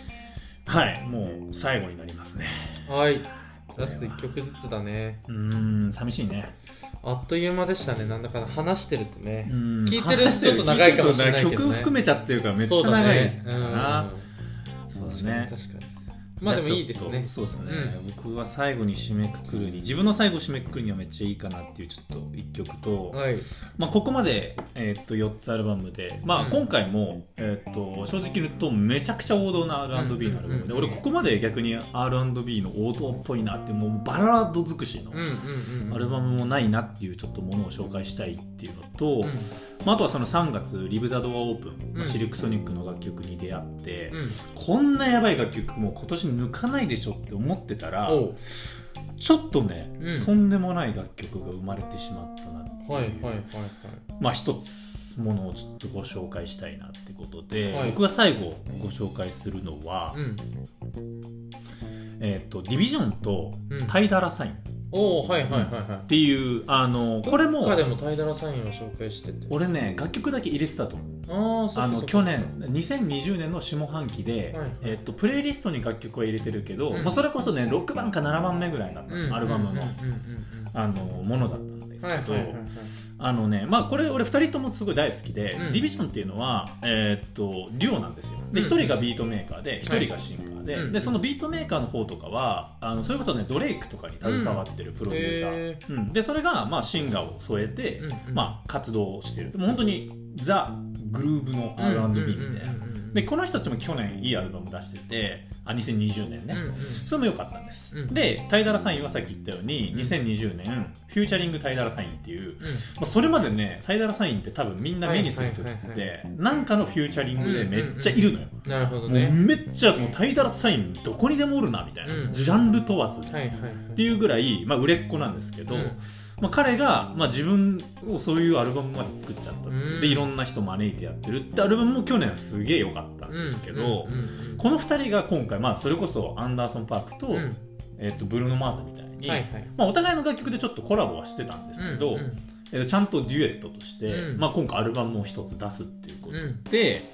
Speaker 2: はいもう最後になりますね
Speaker 1: たはい
Speaker 2: こ
Speaker 1: ラ
Speaker 2: れは
Speaker 1: スト1曲ずつだね
Speaker 2: うーん寂しいね
Speaker 1: あっという間でしたね、なんだか話してるとね。聞
Speaker 2: 聞
Speaker 1: いてる人ちょっと長いかもしれないけどね
Speaker 2: 曲含めちゃってるからめっち
Speaker 1: そ
Speaker 2: ゃ
Speaker 1: うだ
Speaker 2: 長い
Speaker 1: ね
Speaker 2: かな
Speaker 1: う
Speaker 2: そ
Speaker 1: ん
Speaker 2: う
Speaker 1: 確
Speaker 2: だ
Speaker 1: かに
Speaker 2: ね
Speaker 1: 確かに。まあでもいいですね。
Speaker 2: そうですね、僕は最後に締めくくるに自分の最後締めくくるにはめっちゃいいかなっていうちょっと一曲と、
Speaker 1: はい。
Speaker 2: まあ、ここまで、えーっと4つアルバムで、ま
Speaker 1: う
Speaker 2: あ、
Speaker 1: ん
Speaker 2: 今回も、えーっと正直言うとめちゃくちゃ王道な R&B のアルバムで、
Speaker 1: うんうんうん
Speaker 2: 俺ここまで逆に R&B の王道っぽいなってもうバラード尽くしの
Speaker 1: うんうんうん。
Speaker 2: アルバムもないなっていうちょっとものを紹介したいっていうのと、
Speaker 1: う
Speaker 2: まあ、あとはその3月「リブ・ザ・ドア・オープン、まあ
Speaker 1: うん
Speaker 2: シルク・ソニックの楽曲に出会って、
Speaker 1: ん。うん。
Speaker 2: こんなやばい楽曲もう今年抜かないでしょって思ってたら
Speaker 1: おう。
Speaker 2: ちょっとね、
Speaker 1: うん。
Speaker 2: とんでもない楽曲が生まれてしまったなっていう、
Speaker 1: はいはいはいはい。
Speaker 2: まあ一つものをちょっとご紹介したいなってことで、
Speaker 1: はい
Speaker 2: 僕が最後ご紹介するのは、
Speaker 1: うん。
Speaker 2: えっとディビジョンと
Speaker 1: うん。
Speaker 2: タイダラサインっ
Speaker 1: おおはいはいはいは
Speaker 2: ていうあの
Speaker 1: い。
Speaker 2: これも
Speaker 1: 他でもタイダラサインを紹介してて。
Speaker 2: 俺ね楽曲だけ入れてたと思う
Speaker 1: ああ、そ
Speaker 2: あ
Speaker 1: っか
Speaker 2: の
Speaker 1: そっ
Speaker 2: 去
Speaker 1: か。
Speaker 2: 年2020年の下半期で、
Speaker 1: はいはい
Speaker 2: えっとプレイリストに楽曲は入れてるけど、
Speaker 1: うん
Speaker 2: まあ、それこそね6番か7番目ぐらいだった、
Speaker 1: うん
Speaker 2: アルバムの,、
Speaker 1: うんうんうん
Speaker 2: あのものだったんです
Speaker 1: うん。は
Speaker 2: け
Speaker 1: いはい
Speaker 2: ど、
Speaker 1: はいはい。
Speaker 2: あのねまあこれ俺2人ともすごい大好きで、
Speaker 1: うん
Speaker 2: ディビジョンっていうのは、えーっとデュオなんですよで1
Speaker 1: うん
Speaker 2: 人がビートメーカーで1人がシンガーで,、
Speaker 1: うん
Speaker 2: でそのビートメーカーの方とかはあのそれこそねドレイクとかに携わってるプロデューサー、
Speaker 1: へ
Speaker 2: うんでそれが、まあ、シンガーを添えて、
Speaker 1: ーうんうん
Speaker 2: まあ、活動をしてるでも本当にザ・グルーブの R&B みたいな。
Speaker 1: うんうんうんうん
Speaker 2: でこの人たちも去年いいアルバム出しててあ2020年ね、
Speaker 1: うんうん
Speaker 2: それも良かったんです、
Speaker 1: うん
Speaker 2: でタイダラサインはさっき言ったように
Speaker 1: うん
Speaker 2: 2020年フューチャリングタイダラサインっていう、
Speaker 1: うん
Speaker 2: まあ、それまでねタイダラサインって多分みんな目にする時って、
Speaker 1: はいはいはい
Speaker 2: なんかのフューチャリングでめっちゃいるのよ、
Speaker 1: なるほど
Speaker 2: も
Speaker 1: ね。
Speaker 2: うめっちゃもうタイダラサインどこにでもおるなみたいな、
Speaker 1: うん
Speaker 2: ジャンル問わず、
Speaker 1: はいはいはい。
Speaker 2: っていうぐらい、まあ、売れっ子なんですけど、
Speaker 1: うん
Speaker 2: まあ、彼が、まあ、自分をそういうアルバムまで作っちゃったっていう
Speaker 1: うん
Speaker 2: でいろんな人招いてやってるってアルバムも去年すげえ良かったんですけど、
Speaker 1: うんうんうんうん
Speaker 2: この2人が今回、まあ、それこそアンダーソン・パークと,、えっとブルーノ・マーズみたいに、
Speaker 1: はいはい。
Speaker 2: まあ、お互いの楽曲でちょっとコラボはしてたんですけど、
Speaker 1: うんうん
Speaker 2: えっとちゃんとデュエットとして、
Speaker 1: うん
Speaker 2: まあ、今回アルバムを1つ出すっていうこと
Speaker 1: うん
Speaker 2: で、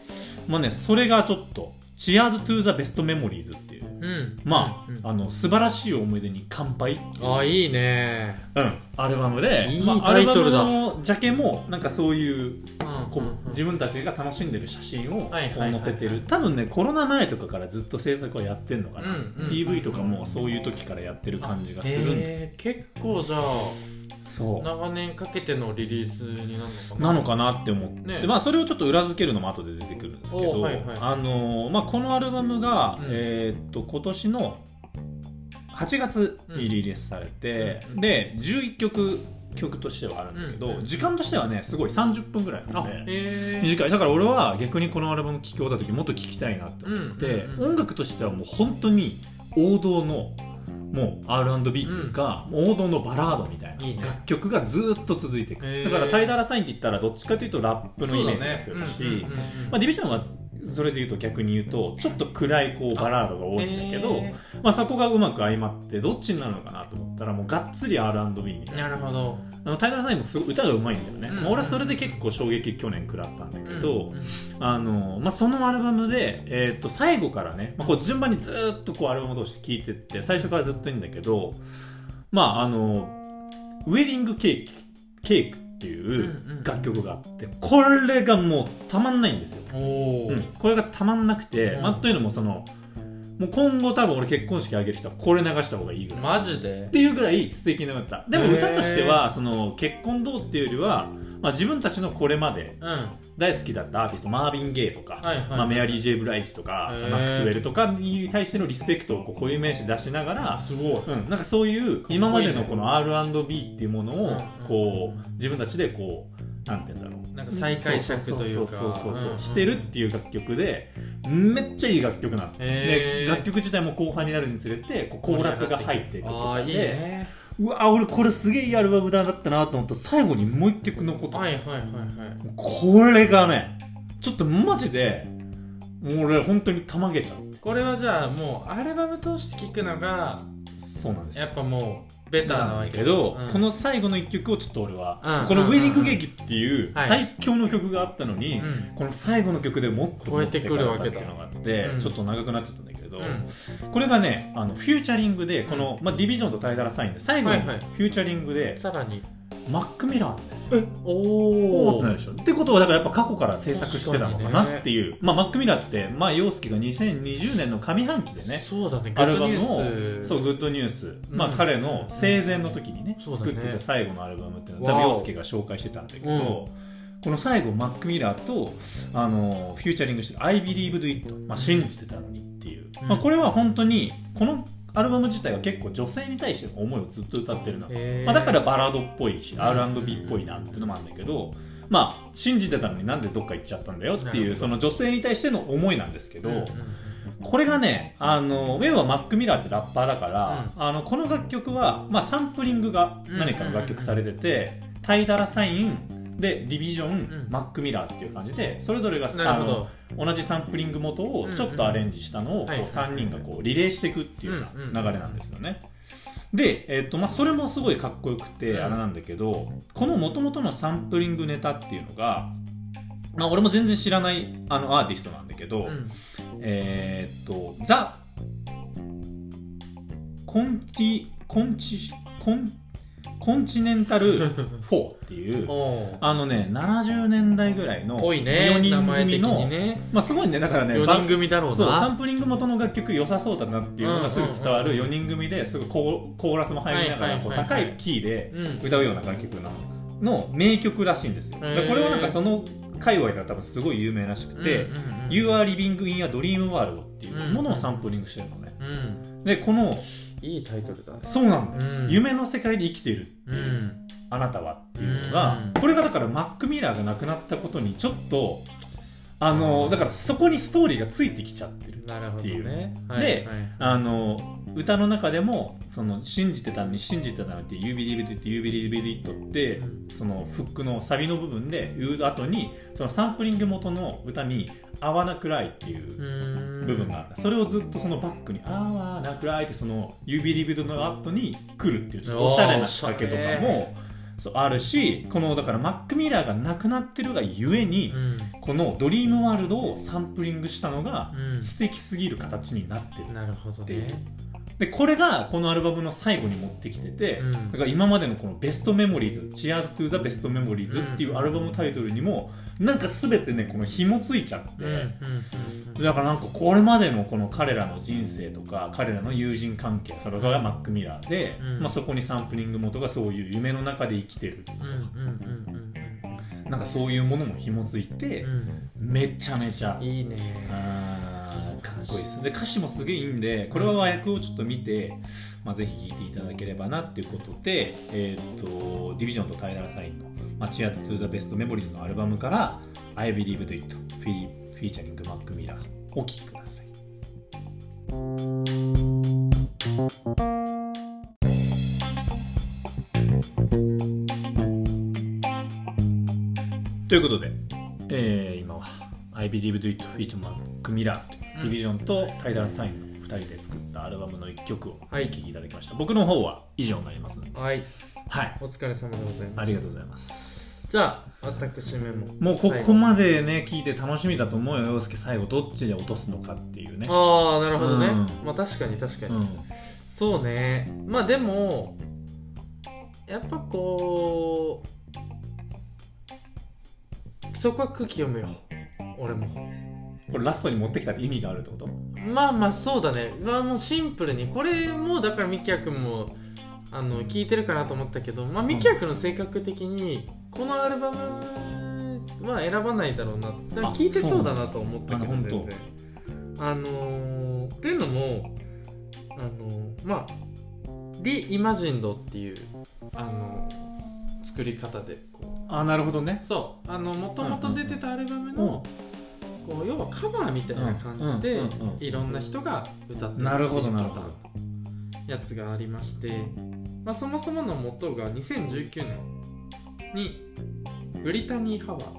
Speaker 2: まあね、それがちょっと「チアーズ・トゥ・ザ・ベスト・メモリーズ」っていう。
Speaker 1: うん
Speaker 2: まあ、
Speaker 1: うん
Speaker 2: あの素晴らしい思い出に乾杯っていう
Speaker 1: あいいね
Speaker 2: うん、アルバムで
Speaker 1: いい
Speaker 2: まあ
Speaker 1: タイトルだ
Speaker 2: アルバムのジャケもなんかそういうこう、自
Speaker 1: 自
Speaker 2: 分たちが楽しんでる写真をこう
Speaker 1: はい
Speaker 2: 載
Speaker 1: はいはいはい
Speaker 2: せてる多分ねコロナ前とかからずっと制作はやってんのかな、
Speaker 1: うんうん
Speaker 2: DV とかもそういう時からやってる感じがするんで、
Speaker 1: えー、結構じゃあ
Speaker 2: そ
Speaker 1: 長年かけてのリリースになるのか
Speaker 2: う
Speaker 1: な
Speaker 2: なのかなって思って、
Speaker 1: ね
Speaker 2: まあ、それをちょっと裏付けるのも後で出てくるんですけど、
Speaker 1: おはいはい
Speaker 2: あのーまあ、このアルバムが、
Speaker 1: うん
Speaker 2: えーっと今年の8月にリリースされて、
Speaker 1: うん
Speaker 2: で11曲曲としてはあるんだけど、
Speaker 1: うん
Speaker 2: 時間としてはねすごい30分ぐらいな
Speaker 1: あ
Speaker 2: ので。
Speaker 1: えー、
Speaker 2: 短いだから俺は逆にこのアルバム聴き終わった時もっと聴きたいなと思って、
Speaker 1: うんうんうん
Speaker 2: 音楽としてはもう本当に王道のもう R&B というか、王道のバラードみたいない
Speaker 1: いね
Speaker 2: 楽曲がずーっと続いていく
Speaker 1: へー
Speaker 2: だからタイダラ・サインって言ったらどっちかというとラップのイメージが強いし、
Speaker 1: そうだねうんうんうんうん
Speaker 2: まあ、ディビジョンはそれで言うと逆に言うとちょっと暗いこうバラードが多いんだけど、
Speaker 1: え
Speaker 2: まあ、そこがうまく相まってどっちになるのかなと思ったらもうがっつり R&B みたい
Speaker 1: ー
Speaker 2: な
Speaker 1: なるほど
Speaker 2: あのタイトルサインもすごい歌がうまいんだよね、
Speaker 1: うん
Speaker 2: まあ俺はそれで結構衝撃去年食らったんだけど、
Speaker 1: うん
Speaker 2: あのまあ、そのアルバムで、えー、と最後からね、まあ、こう順番にずーっとこうアルバムを通して聴いてって最初からずっといいんだけど、まあ、あのウェディングケーキケークっていう
Speaker 1: うんうん
Speaker 2: 楽曲があってこれがもうたまんないんですよ、
Speaker 1: おお、
Speaker 2: うんこれがたまんなくて、
Speaker 1: うん
Speaker 2: まあ、というのもそのもう今後多分俺結婚式あげる人はこれ流した方がいいぐらい
Speaker 1: マジで
Speaker 2: っていうぐらい素敵な歌でも歌としてはその結婚どうっていうよりは、まあ、自分たちのこれまで
Speaker 1: うんは
Speaker 2: 大好きだったアーティストマービン・ゲイとか、
Speaker 1: いはい、
Speaker 2: まあ、メアリー・ジェイ・ブライジとか
Speaker 1: へー
Speaker 2: マックスウェルとかに対してのリスペクトをこう固有名詞で出しながら
Speaker 1: あ、すごい
Speaker 2: うん、なんかそういう
Speaker 1: こいいね
Speaker 2: 今までのこの R&B っていうものを
Speaker 1: うん
Speaker 2: こう自分たちでこうなんて言うんだろう
Speaker 1: なんか再解釈というか
Speaker 2: そうそうそうそう
Speaker 1: うんうん
Speaker 2: してるっていう楽曲でめっちゃいい楽曲なの。
Speaker 1: へ
Speaker 2: で
Speaker 1: ー
Speaker 2: 楽曲自体も後半になるにつれてこうコーラスが入っていくと
Speaker 1: ああ
Speaker 2: か
Speaker 1: いい
Speaker 2: で
Speaker 1: ね
Speaker 2: うわ俺これすげえいいアルバムだったなと思ったら最後にもう一曲残った、
Speaker 1: はいはいはいはい
Speaker 2: これがねちょっとマジでもう俺本当にたまげちゃう
Speaker 1: これはじゃあもうアルバム通して聴くのが
Speaker 2: そうなんですよ
Speaker 1: やっぱもうベターな
Speaker 2: な
Speaker 1: わ
Speaker 2: んだ
Speaker 1: け
Speaker 2: けど、
Speaker 1: うん
Speaker 2: この最後の一曲をちょっと俺は、
Speaker 1: うん
Speaker 2: この「ウェディングケーキ」っていう
Speaker 1: はい
Speaker 2: 最強の曲があったのに、
Speaker 1: うん
Speaker 2: この最後の曲でもっと
Speaker 1: 超えてくるわけだ
Speaker 2: 持ってかれたっていうのがあって、
Speaker 1: うん
Speaker 2: ちょっと長くなっちゃったんだけど、
Speaker 1: うん
Speaker 2: これがねあのフューチャリングでこの、まあ、ディビジョンとタイダラサインで最後の
Speaker 1: はい
Speaker 2: フ
Speaker 1: はい
Speaker 2: ューチャリングで、
Speaker 1: さらに
Speaker 2: マック・ミラーなんですよ
Speaker 1: えお
Speaker 2: おーってなるでしょってことはだからやっぱ過去から制作してたのかなっていう、まあ、マック・ミラーって、まあ、陽介が2020年の上半期でね
Speaker 1: そうだね
Speaker 2: アルバム
Speaker 1: グッドニュー
Speaker 2: を
Speaker 1: ス
Speaker 2: そうグッドニュース、まあ、
Speaker 1: うん
Speaker 2: 彼の生前の時にね、
Speaker 1: そうだ
Speaker 2: 作
Speaker 1: ね
Speaker 2: ってた最後のアルバムっていうの
Speaker 1: わ
Speaker 2: は
Speaker 1: お
Speaker 2: 多分陽介が紹介してたんだけど、
Speaker 1: うん
Speaker 2: この最後マック・ミラーとあのフューチャリングしてる「I believed it」まあ、信じてたのにっていう、
Speaker 1: うん
Speaker 2: まあ、これは本当にこのアルバム自体が結構女性に対しての思いをずっと歌ってるな
Speaker 1: へー
Speaker 2: まあ、だからバラードっぽいし R&B っぽいなっていうのもあるんだけど、まあ、信じてたのになんでどっか行っちゃったんだよっ
Speaker 1: な
Speaker 2: て
Speaker 1: るほ
Speaker 2: いう
Speaker 1: ど
Speaker 2: その女性に対しての思いなんですけど、
Speaker 1: うんうん
Speaker 2: これがねあの要はマック・ミラーってラッパーだから、あのこの楽曲は、まあ、サンプリングが何かの楽曲されてて、タイダラサインでディビジョン、
Speaker 1: ん
Speaker 2: マック・ミラーっていう感じでそれぞれが
Speaker 1: うんな
Speaker 2: あ
Speaker 1: るほ
Speaker 2: の
Speaker 1: ど
Speaker 2: 同じサンプリング元をちょっとアレンジしたのを
Speaker 1: う
Speaker 2: こ
Speaker 1: んうん
Speaker 2: う3人がこうリレーしていくっていうよ
Speaker 1: うんうん
Speaker 2: うな流れなんですよね。で、えっとまあ、それもすごいかっこよく
Speaker 1: うん
Speaker 2: てあれなんだけどこの元々のサンプリングネタっていうのが、まあ、俺も全然知らないあのアーティストなんだけど、
Speaker 1: う ん
Speaker 2: えーっと、ザ・コンティ、コンチ、コン、コンチネン タル4っていう、
Speaker 1: おー
Speaker 2: あのね、70年代ぐらいの
Speaker 1: ぽいね
Speaker 2: 4
Speaker 1: 名
Speaker 2: 人
Speaker 1: 前
Speaker 2: 組
Speaker 1: 的
Speaker 2: の、
Speaker 1: にね
Speaker 2: まあすごいね、だからね、
Speaker 1: 4人組だろう
Speaker 2: そうサ
Speaker 1: な
Speaker 2: ンプリング元の楽曲良さそうだなっていうのがすぐ伝わる4人組ですごいコーコーラスも入りなが
Speaker 1: はい
Speaker 2: ら
Speaker 1: はい
Speaker 2: こう
Speaker 1: はいはい
Speaker 2: 高いキーで
Speaker 1: うん
Speaker 2: 歌うような楽曲なのの名曲らしいんですよ
Speaker 1: へー
Speaker 2: でこれはなんかその界隈では多分すごい有名らしくて、
Speaker 1: うんうんうん
Speaker 2: You are living in a dream world っていうものをサンプリングしてるのね。
Speaker 1: うん
Speaker 2: で、この、
Speaker 1: いいタイトルだ
Speaker 2: そうなんだよ。
Speaker 1: うん
Speaker 2: 夢の世界で生きているって
Speaker 1: う
Speaker 2: いう、
Speaker 1: ん
Speaker 2: あなたはっていうのが
Speaker 1: うん、
Speaker 2: これがだからマック・ミラーが亡くなったことにちょっと、あの、だからそこにストーリーがついてきちゃってる。
Speaker 1: なるほ
Speaker 2: っ
Speaker 1: ど
Speaker 2: ていう
Speaker 1: ね
Speaker 2: で
Speaker 1: はいはい
Speaker 2: あの、歌の中でも、その、信じてたのに信じてたのにって、You believe it, you believe it って、そのフックのサビの部分で言う後に、そのサンプリング元の歌に、合わなくらいっていう、
Speaker 1: 部
Speaker 2: 部分があったそれをずっとそのバックに「ああなくらい」ってその指リビルドの後に来るっていうちょっとおしゃれな仕掛けとか
Speaker 1: お
Speaker 2: もそうあるしこのだからマック・ミラーがなくなってるがゆえに、この「ドリームワールド」をサンプリングしたのが素敵すぎる形になってる
Speaker 1: なるほどね
Speaker 2: でこれがこのアルバムの最後に持ってきてて、
Speaker 1: うん
Speaker 2: だから今までのこの「ベストメモリーズ」「チアーズ・トゥ・ザ・ベストメモリーズ」っていうアルバムタイトルにもなんか全てねこの紐ついちゃって。
Speaker 1: うんうんうん
Speaker 2: だからなんかこれまでのこの彼らの人生とか彼らの友人関係それからマック・ミラーで、
Speaker 1: うん
Speaker 2: まあ、そこにサンプリング元がそういう夢の中で生きてると
Speaker 1: うんうんうん
Speaker 2: かなんかそういうものも紐づいて
Speaker 1: うんう、ん
Speaker 2: めちゃめちゃ
Speaker 1: いいね
Speaker 2: あー
Speaker 1: 素晴
Speaker 2: からっ
Speaker 1: しい
Speaker 2: こいいですで歌詞もすげえいいんでこれは和訳をちょっと見て、まあ、ぜひ聴いていただければなっていうことで、えー、とディビジョンとタイラー・サインの「マチア・トゥ・ザ・ベスト・メモリーズ」のアルバムから「I Believe It」フィフィーチャリング・マック・ミラーを聴きくださいということで、えー今は「I Believe It」フィーチャーマック・ミラーというディビジョンとタイラー・サインの2人で作ったアルバムの1曲をお
Speaker 1: はい
Speaker 2: 聴きいただきました、僕の方は以上になりますので
Speaker 1: はい
Speaker 2: はい
Speaker 1: お疲れ様でございます
Speaker 2: ありがとうございます
Speaker 1: じゃあ私メモ
Speaker 2: もうここまでね聞いて楽しみだと思うよ陽介最後どっちで落とすのかっていうね
Speaker 1: 最後ああなるほどね、
Speaker 2: うん
Speaker 1: まあ確かに確か
Speaker 2: う
Speaker 1: に、
Speaker 2: ん
Speaker 1: そうねまあでもやっぱこうそこは空気読むよ俺も
Speaker 2: これラストに持ってきたって意味があるってこと
Speaker 1: まあまあそうだねまあもうシンプルにこれもうだからミキヤ君もあの聞いてるかなと思ったけど、まあ、ミキヤ君の性格的にこのアルバムは選ばないだろうなだから聞いてそうだなと思ったけ
Speaker 2: あ
Speaker 1: ど
Speaker 2: そう
Speaker 1: 全
Speaker 2: なんだあ
Speaker 1: 然あのー、っていうのもあのーまあ「Reimagined」っていうあのー作り方でこ
Speaker 2: あなるほどね
Speaker 1: うそうあのもともと出てたアルバムの、こう要はカバーみたいな感じで、
Speaker 2: うんうんうん
Speaker 1: いろんな人が歌ってる
Speaker 2: な
Speaker 1: っ
Speaker 2: る
Speaker 1: て
Speaker 2: ほ
Speaker 1: い
Speaker 2: ど
Speaker 1: う
Speaker 2: な
Speaker 1: パ
Speaker 2: るほ
Speaker 1: タ
Speaker 2: ど
Speaker 1: ーンやつがありまして、まあ、そもそもの元が2019年にブリタニー・ハワード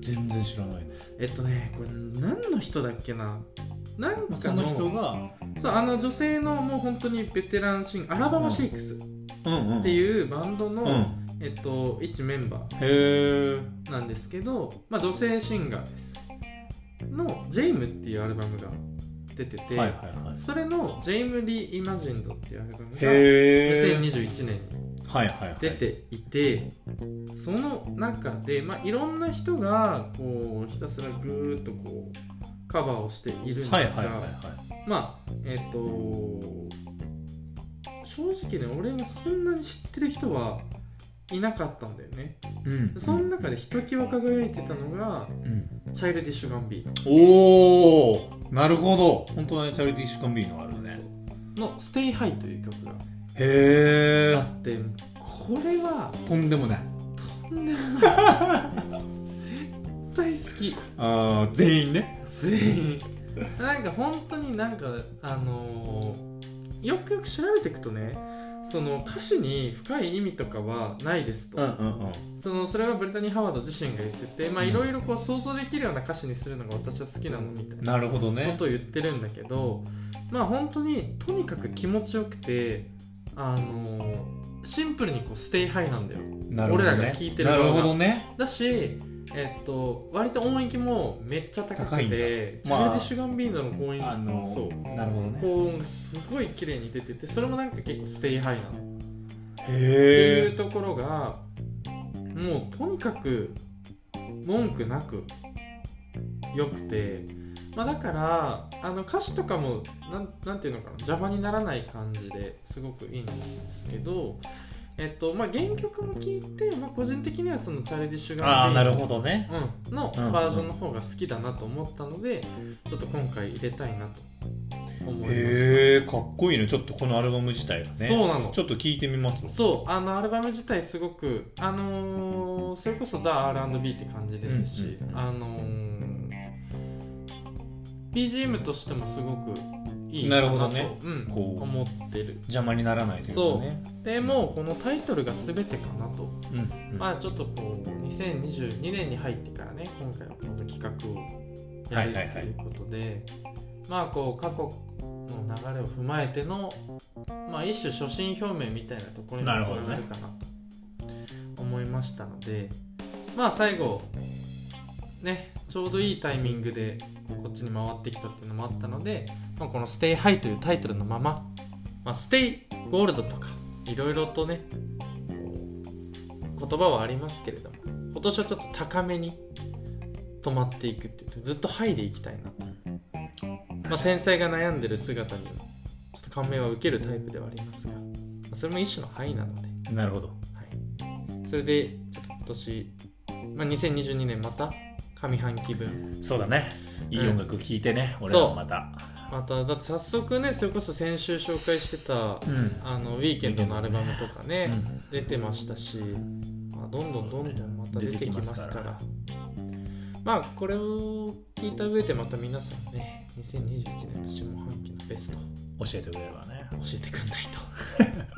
Speaker 2: 全然知らないね
Speaker 1: えっとねこれ何の人だっけななん
Speaker 2: ま
Speaker 1: か
Speaker 2: あそ
Speaker 1: の
Speaker 2: の人が
Speaker 1: そうあの女性のもう本当にベテランシンガーアラバマ・シェイクスっ
Speaker 2: うんうん
Speaker 1: ていうバンドの、
Speaker 2: うん
Speaker 1: えっと、一メンバ
Speaker 2: へえ
Speaker 1: ーなんですけど、まあ、女性シンガーですの「ジェイム」っていうアルバムが出てて、
Speaker 2: はいはいはい
Speaker 1: それの「ジェイム・リー・イマジンド」っていうアルバムが
Speaker 2: へえ
Speaker 1: 2021年に
Speaker 2: はいはいはい
Speaker 1: 出ていて、その中で、まあ、いろんな人がこうひたすらぐーっとこうカバーをしているん
Speaker 2: は
Speaker 1: で
Speaker 2: いはい
Speaker 1: すが、
Speaker 2: はいはい
Speaker 1: まあえっ、と正直ね俺はそんなに知ってる人はいなかったんだよね
Speaker 2: うん
Speaker 1: その中でひときわ輝いてたのが
Speaker 2: うん
Speaker 1: チャイルディッシュ・ガンビーノ
Speaker 2: おおなるほど本当はねチャリティーシュコンビーのあるね
Speaker 1: そうの「ステイハイという曲が
Speaker 2: へ
Speaker 1: あってこれは
Speaker 2: えとんでもない
Speaker 1: とんでもない 絶対好き
Speaker 2: あー全員ね
Speaker 1: 全員なんか本当になんかあのーよくよく調べていくとねその歌詞に深い意味とかはないですと、
Speaker 2: うんうん
Speaker 1: そのそれはブリタニー・ハワード自身が言っててまあ
Speaker 2: うん
Speaker 1: いろいろこう想像できるような歌詞にするのが私は好きなのみたいな
Speaker 2: なるほど
Speaker 1: こ
Speaker 2: ね
Speaker 1: とを言ってるんだけどまあ本当にとにかく気持ちよくてあのーシンプルにこうステイハイなんだよ
Speaker 2: なるほ
Speaker 1: 俺
Speaker 2: どね
Speaker 1: らが聞いてる
Speaker 2: な
Speaker 1: 側
Speaker 2: る
Speaker 1: が
Speaker 2: ほどね
Speaker 1: だし、えっと、割と音域もめっちゃ高く
Speaker 2: 高いんだ
Speaker 1: てチ
Speaker 2: まあ
Speaker 1: ャイルディッシュ・ガンビーノの高音、
Speaker 2: あの
Speaker 1: そう
Speaker 2: なるほどね
Speaker 1: 高音がすごい綺麗に出ててそれもなんか結構ステイハイなのっ
Speaker 2: へ
Speaker 1: て
Speaker 2: え
Speaker 1: いうところがもうとにかく文句なく良くて、まあ、だからあの歌詞とかもなんなんていうのかな邪魔にならない感じですごくいいんですけど、えっとまあ、原曲も聴いて、まあ、個人的にはそのチャイルディッシュ・
Speaker 2: あ
Speaker 1: ガン
Speaker 2: あ
Speaker 1: ビ
Speaker 2: な
Speaker 1: ー
Speaker 2: る
Speaker 1: ノ
Speaker 2: ほどね
Speaker 1: うん、の
Speaker 2: うん
Speaker 1: バージョンの方が好きだなと思ったので、ちょっと今回入れたいなと思いました、
Speaker 2: へえかっこいいねちょっとこのアルバム自体がね
Speaker 1: そうなの
Speaker 2: ちょっと聞いてみます
Speaker 1: そうあのアルバム自体すごくあのーそれこそザ・ R&B って感じですし、
Speaker 2: うんうんうん
Speaker 1: あのー BGM としてもすごくいい
Speaker 2: なるほどね
Speaker 1: とうん、
Speaker 2: こう
Speaker 1: 思ってる
Speaker 2: 邪魔にならないというかね
Speaker 1: でもうこのタイトルが全てかなと
Speaker 2: うんうん
Speaker 1: まあちょっとこう2022年に入ってからね今回はこの企画をやる
Speaker 2: はいはい
Speaker 1: と
Speaker 2: はい
Speaker 1: いうことで、まあこう過去の流れを踏まえての、まあ、一種初心表明みたいなところにつ
Speaker 2: なる
Speaker 1: な
Speaker 2: ほどね
Speaker 1: がるかなと思いましたので、まあ最後ねちょうどいいタイミングでこうこっちに回ってきたっていうのもあったので、まあ、この「ステイハイというタイトルのまままあ、ステイゴールドとかいろいろとねこう言葉はありますけれども今年はちょっと高めに止まっていくっていうずっとハイでいきたいなと、まあ、天才が悩んでる姿にもちょっと感銘は受けるタイプではありますが、まあそれも一種のハイなので、は
Speaker 2: なるほど
Speaker 1: い、それでちょっと今年、まあ、2022年また上半期分
Speaker 2: そうだねいい音楽聴いてね、
Speaker 1: うん
Speaker 2: 俺らもまた
Speaker 1: まただって早速ねそれこそ先週紹介してた
Speaker 2: うん、
Speaker 1: あのウィーケンドのアルバムとかね、
Speaker 2: うん
Speaker 1: 出てましたし、まあ、どんどんどんどんまた出てきますからまあこれを聞いた上でまた皆さんね2021年年も半期のベスト
Speaker 2: お教えてくれればね
Speaker 1: 教えてくんないと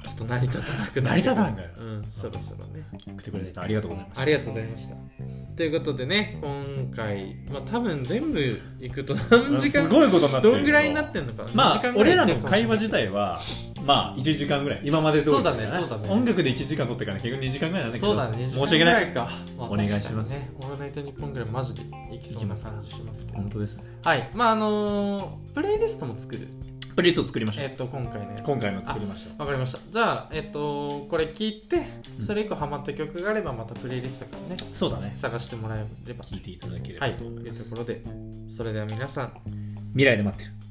Speaker 1: ちょっと 成り立たなく
Speaker 2: 成
Speaker 1: な
Speaker 2: り
Speaker 1: る
Speaker 2: 立たんから
Speaker 1: うんそろそろね
Speaker 2: 送ってくれた人ありがとうございます
Speaker 1: ありがとうございましたということでね今回まあ多分全部いくと何時
Speaker 2: す
Speaker 1: 間
Speaker 2: ごいことになってる
Speaker 1: どんぐらいになってんのかな
Speaker 2: ま
Speaker 1: 何時
Speaker 2: あ
Speaker 1: 間ぐい
Speaker 2: 俺ら
Speaker 1: やっ
Speaker 2: の
Speaker 1: てるかもし
Speaker 2: 会
Speaker 1: れ
Speaker 2: 話
Speaker 1: ない
Speaker 2: 自体はまあ1時間ぐらい今まで通り
Speaker 1: そうだねそうだね
Speaker 2: 音楽で1時間取ってから結局2時間ぐらいなんだけど
Speaker 1: そうだね、
Speaker 2: 申し訳ない
Speaker 1: いか、まあ
Speaker 2: お願いします
Speaker 1: 確かにね、オールナイトニッポンぐらいマジでいきそうな感じしますけど
Speaker 2: 本当ですね
Speaker 1: はいまああのープレイリストも作る
Speaker 2: プレイリスト作りまし
Speaker 1: え
Speaker 2: た
Speaker 1: っ、と今回ね
Speaker 2: 今回の作りました
Speaker 1: わかりましたじゃあえっ、とこれ聞いて
Speaker 2: うん
Speaker 1: それ以降ハマった曲があればまたプレイリストからね
Speaker 2: そうだね
Speaker 1: 探してもらえれば
Speaker 2: 聞いていただけれ
Speaker 1: は
Speaker 2: ば
Speaker 1: い
Speaker 2: と
Speaker 1: と
Speaker 2: 思い
Speaker 1: い
Speaker 2: ま
Speaker 1: う
Speaker 2: す
Speaker 1: ところでそれでは皆さん
Speaker 2: 未来で待ってる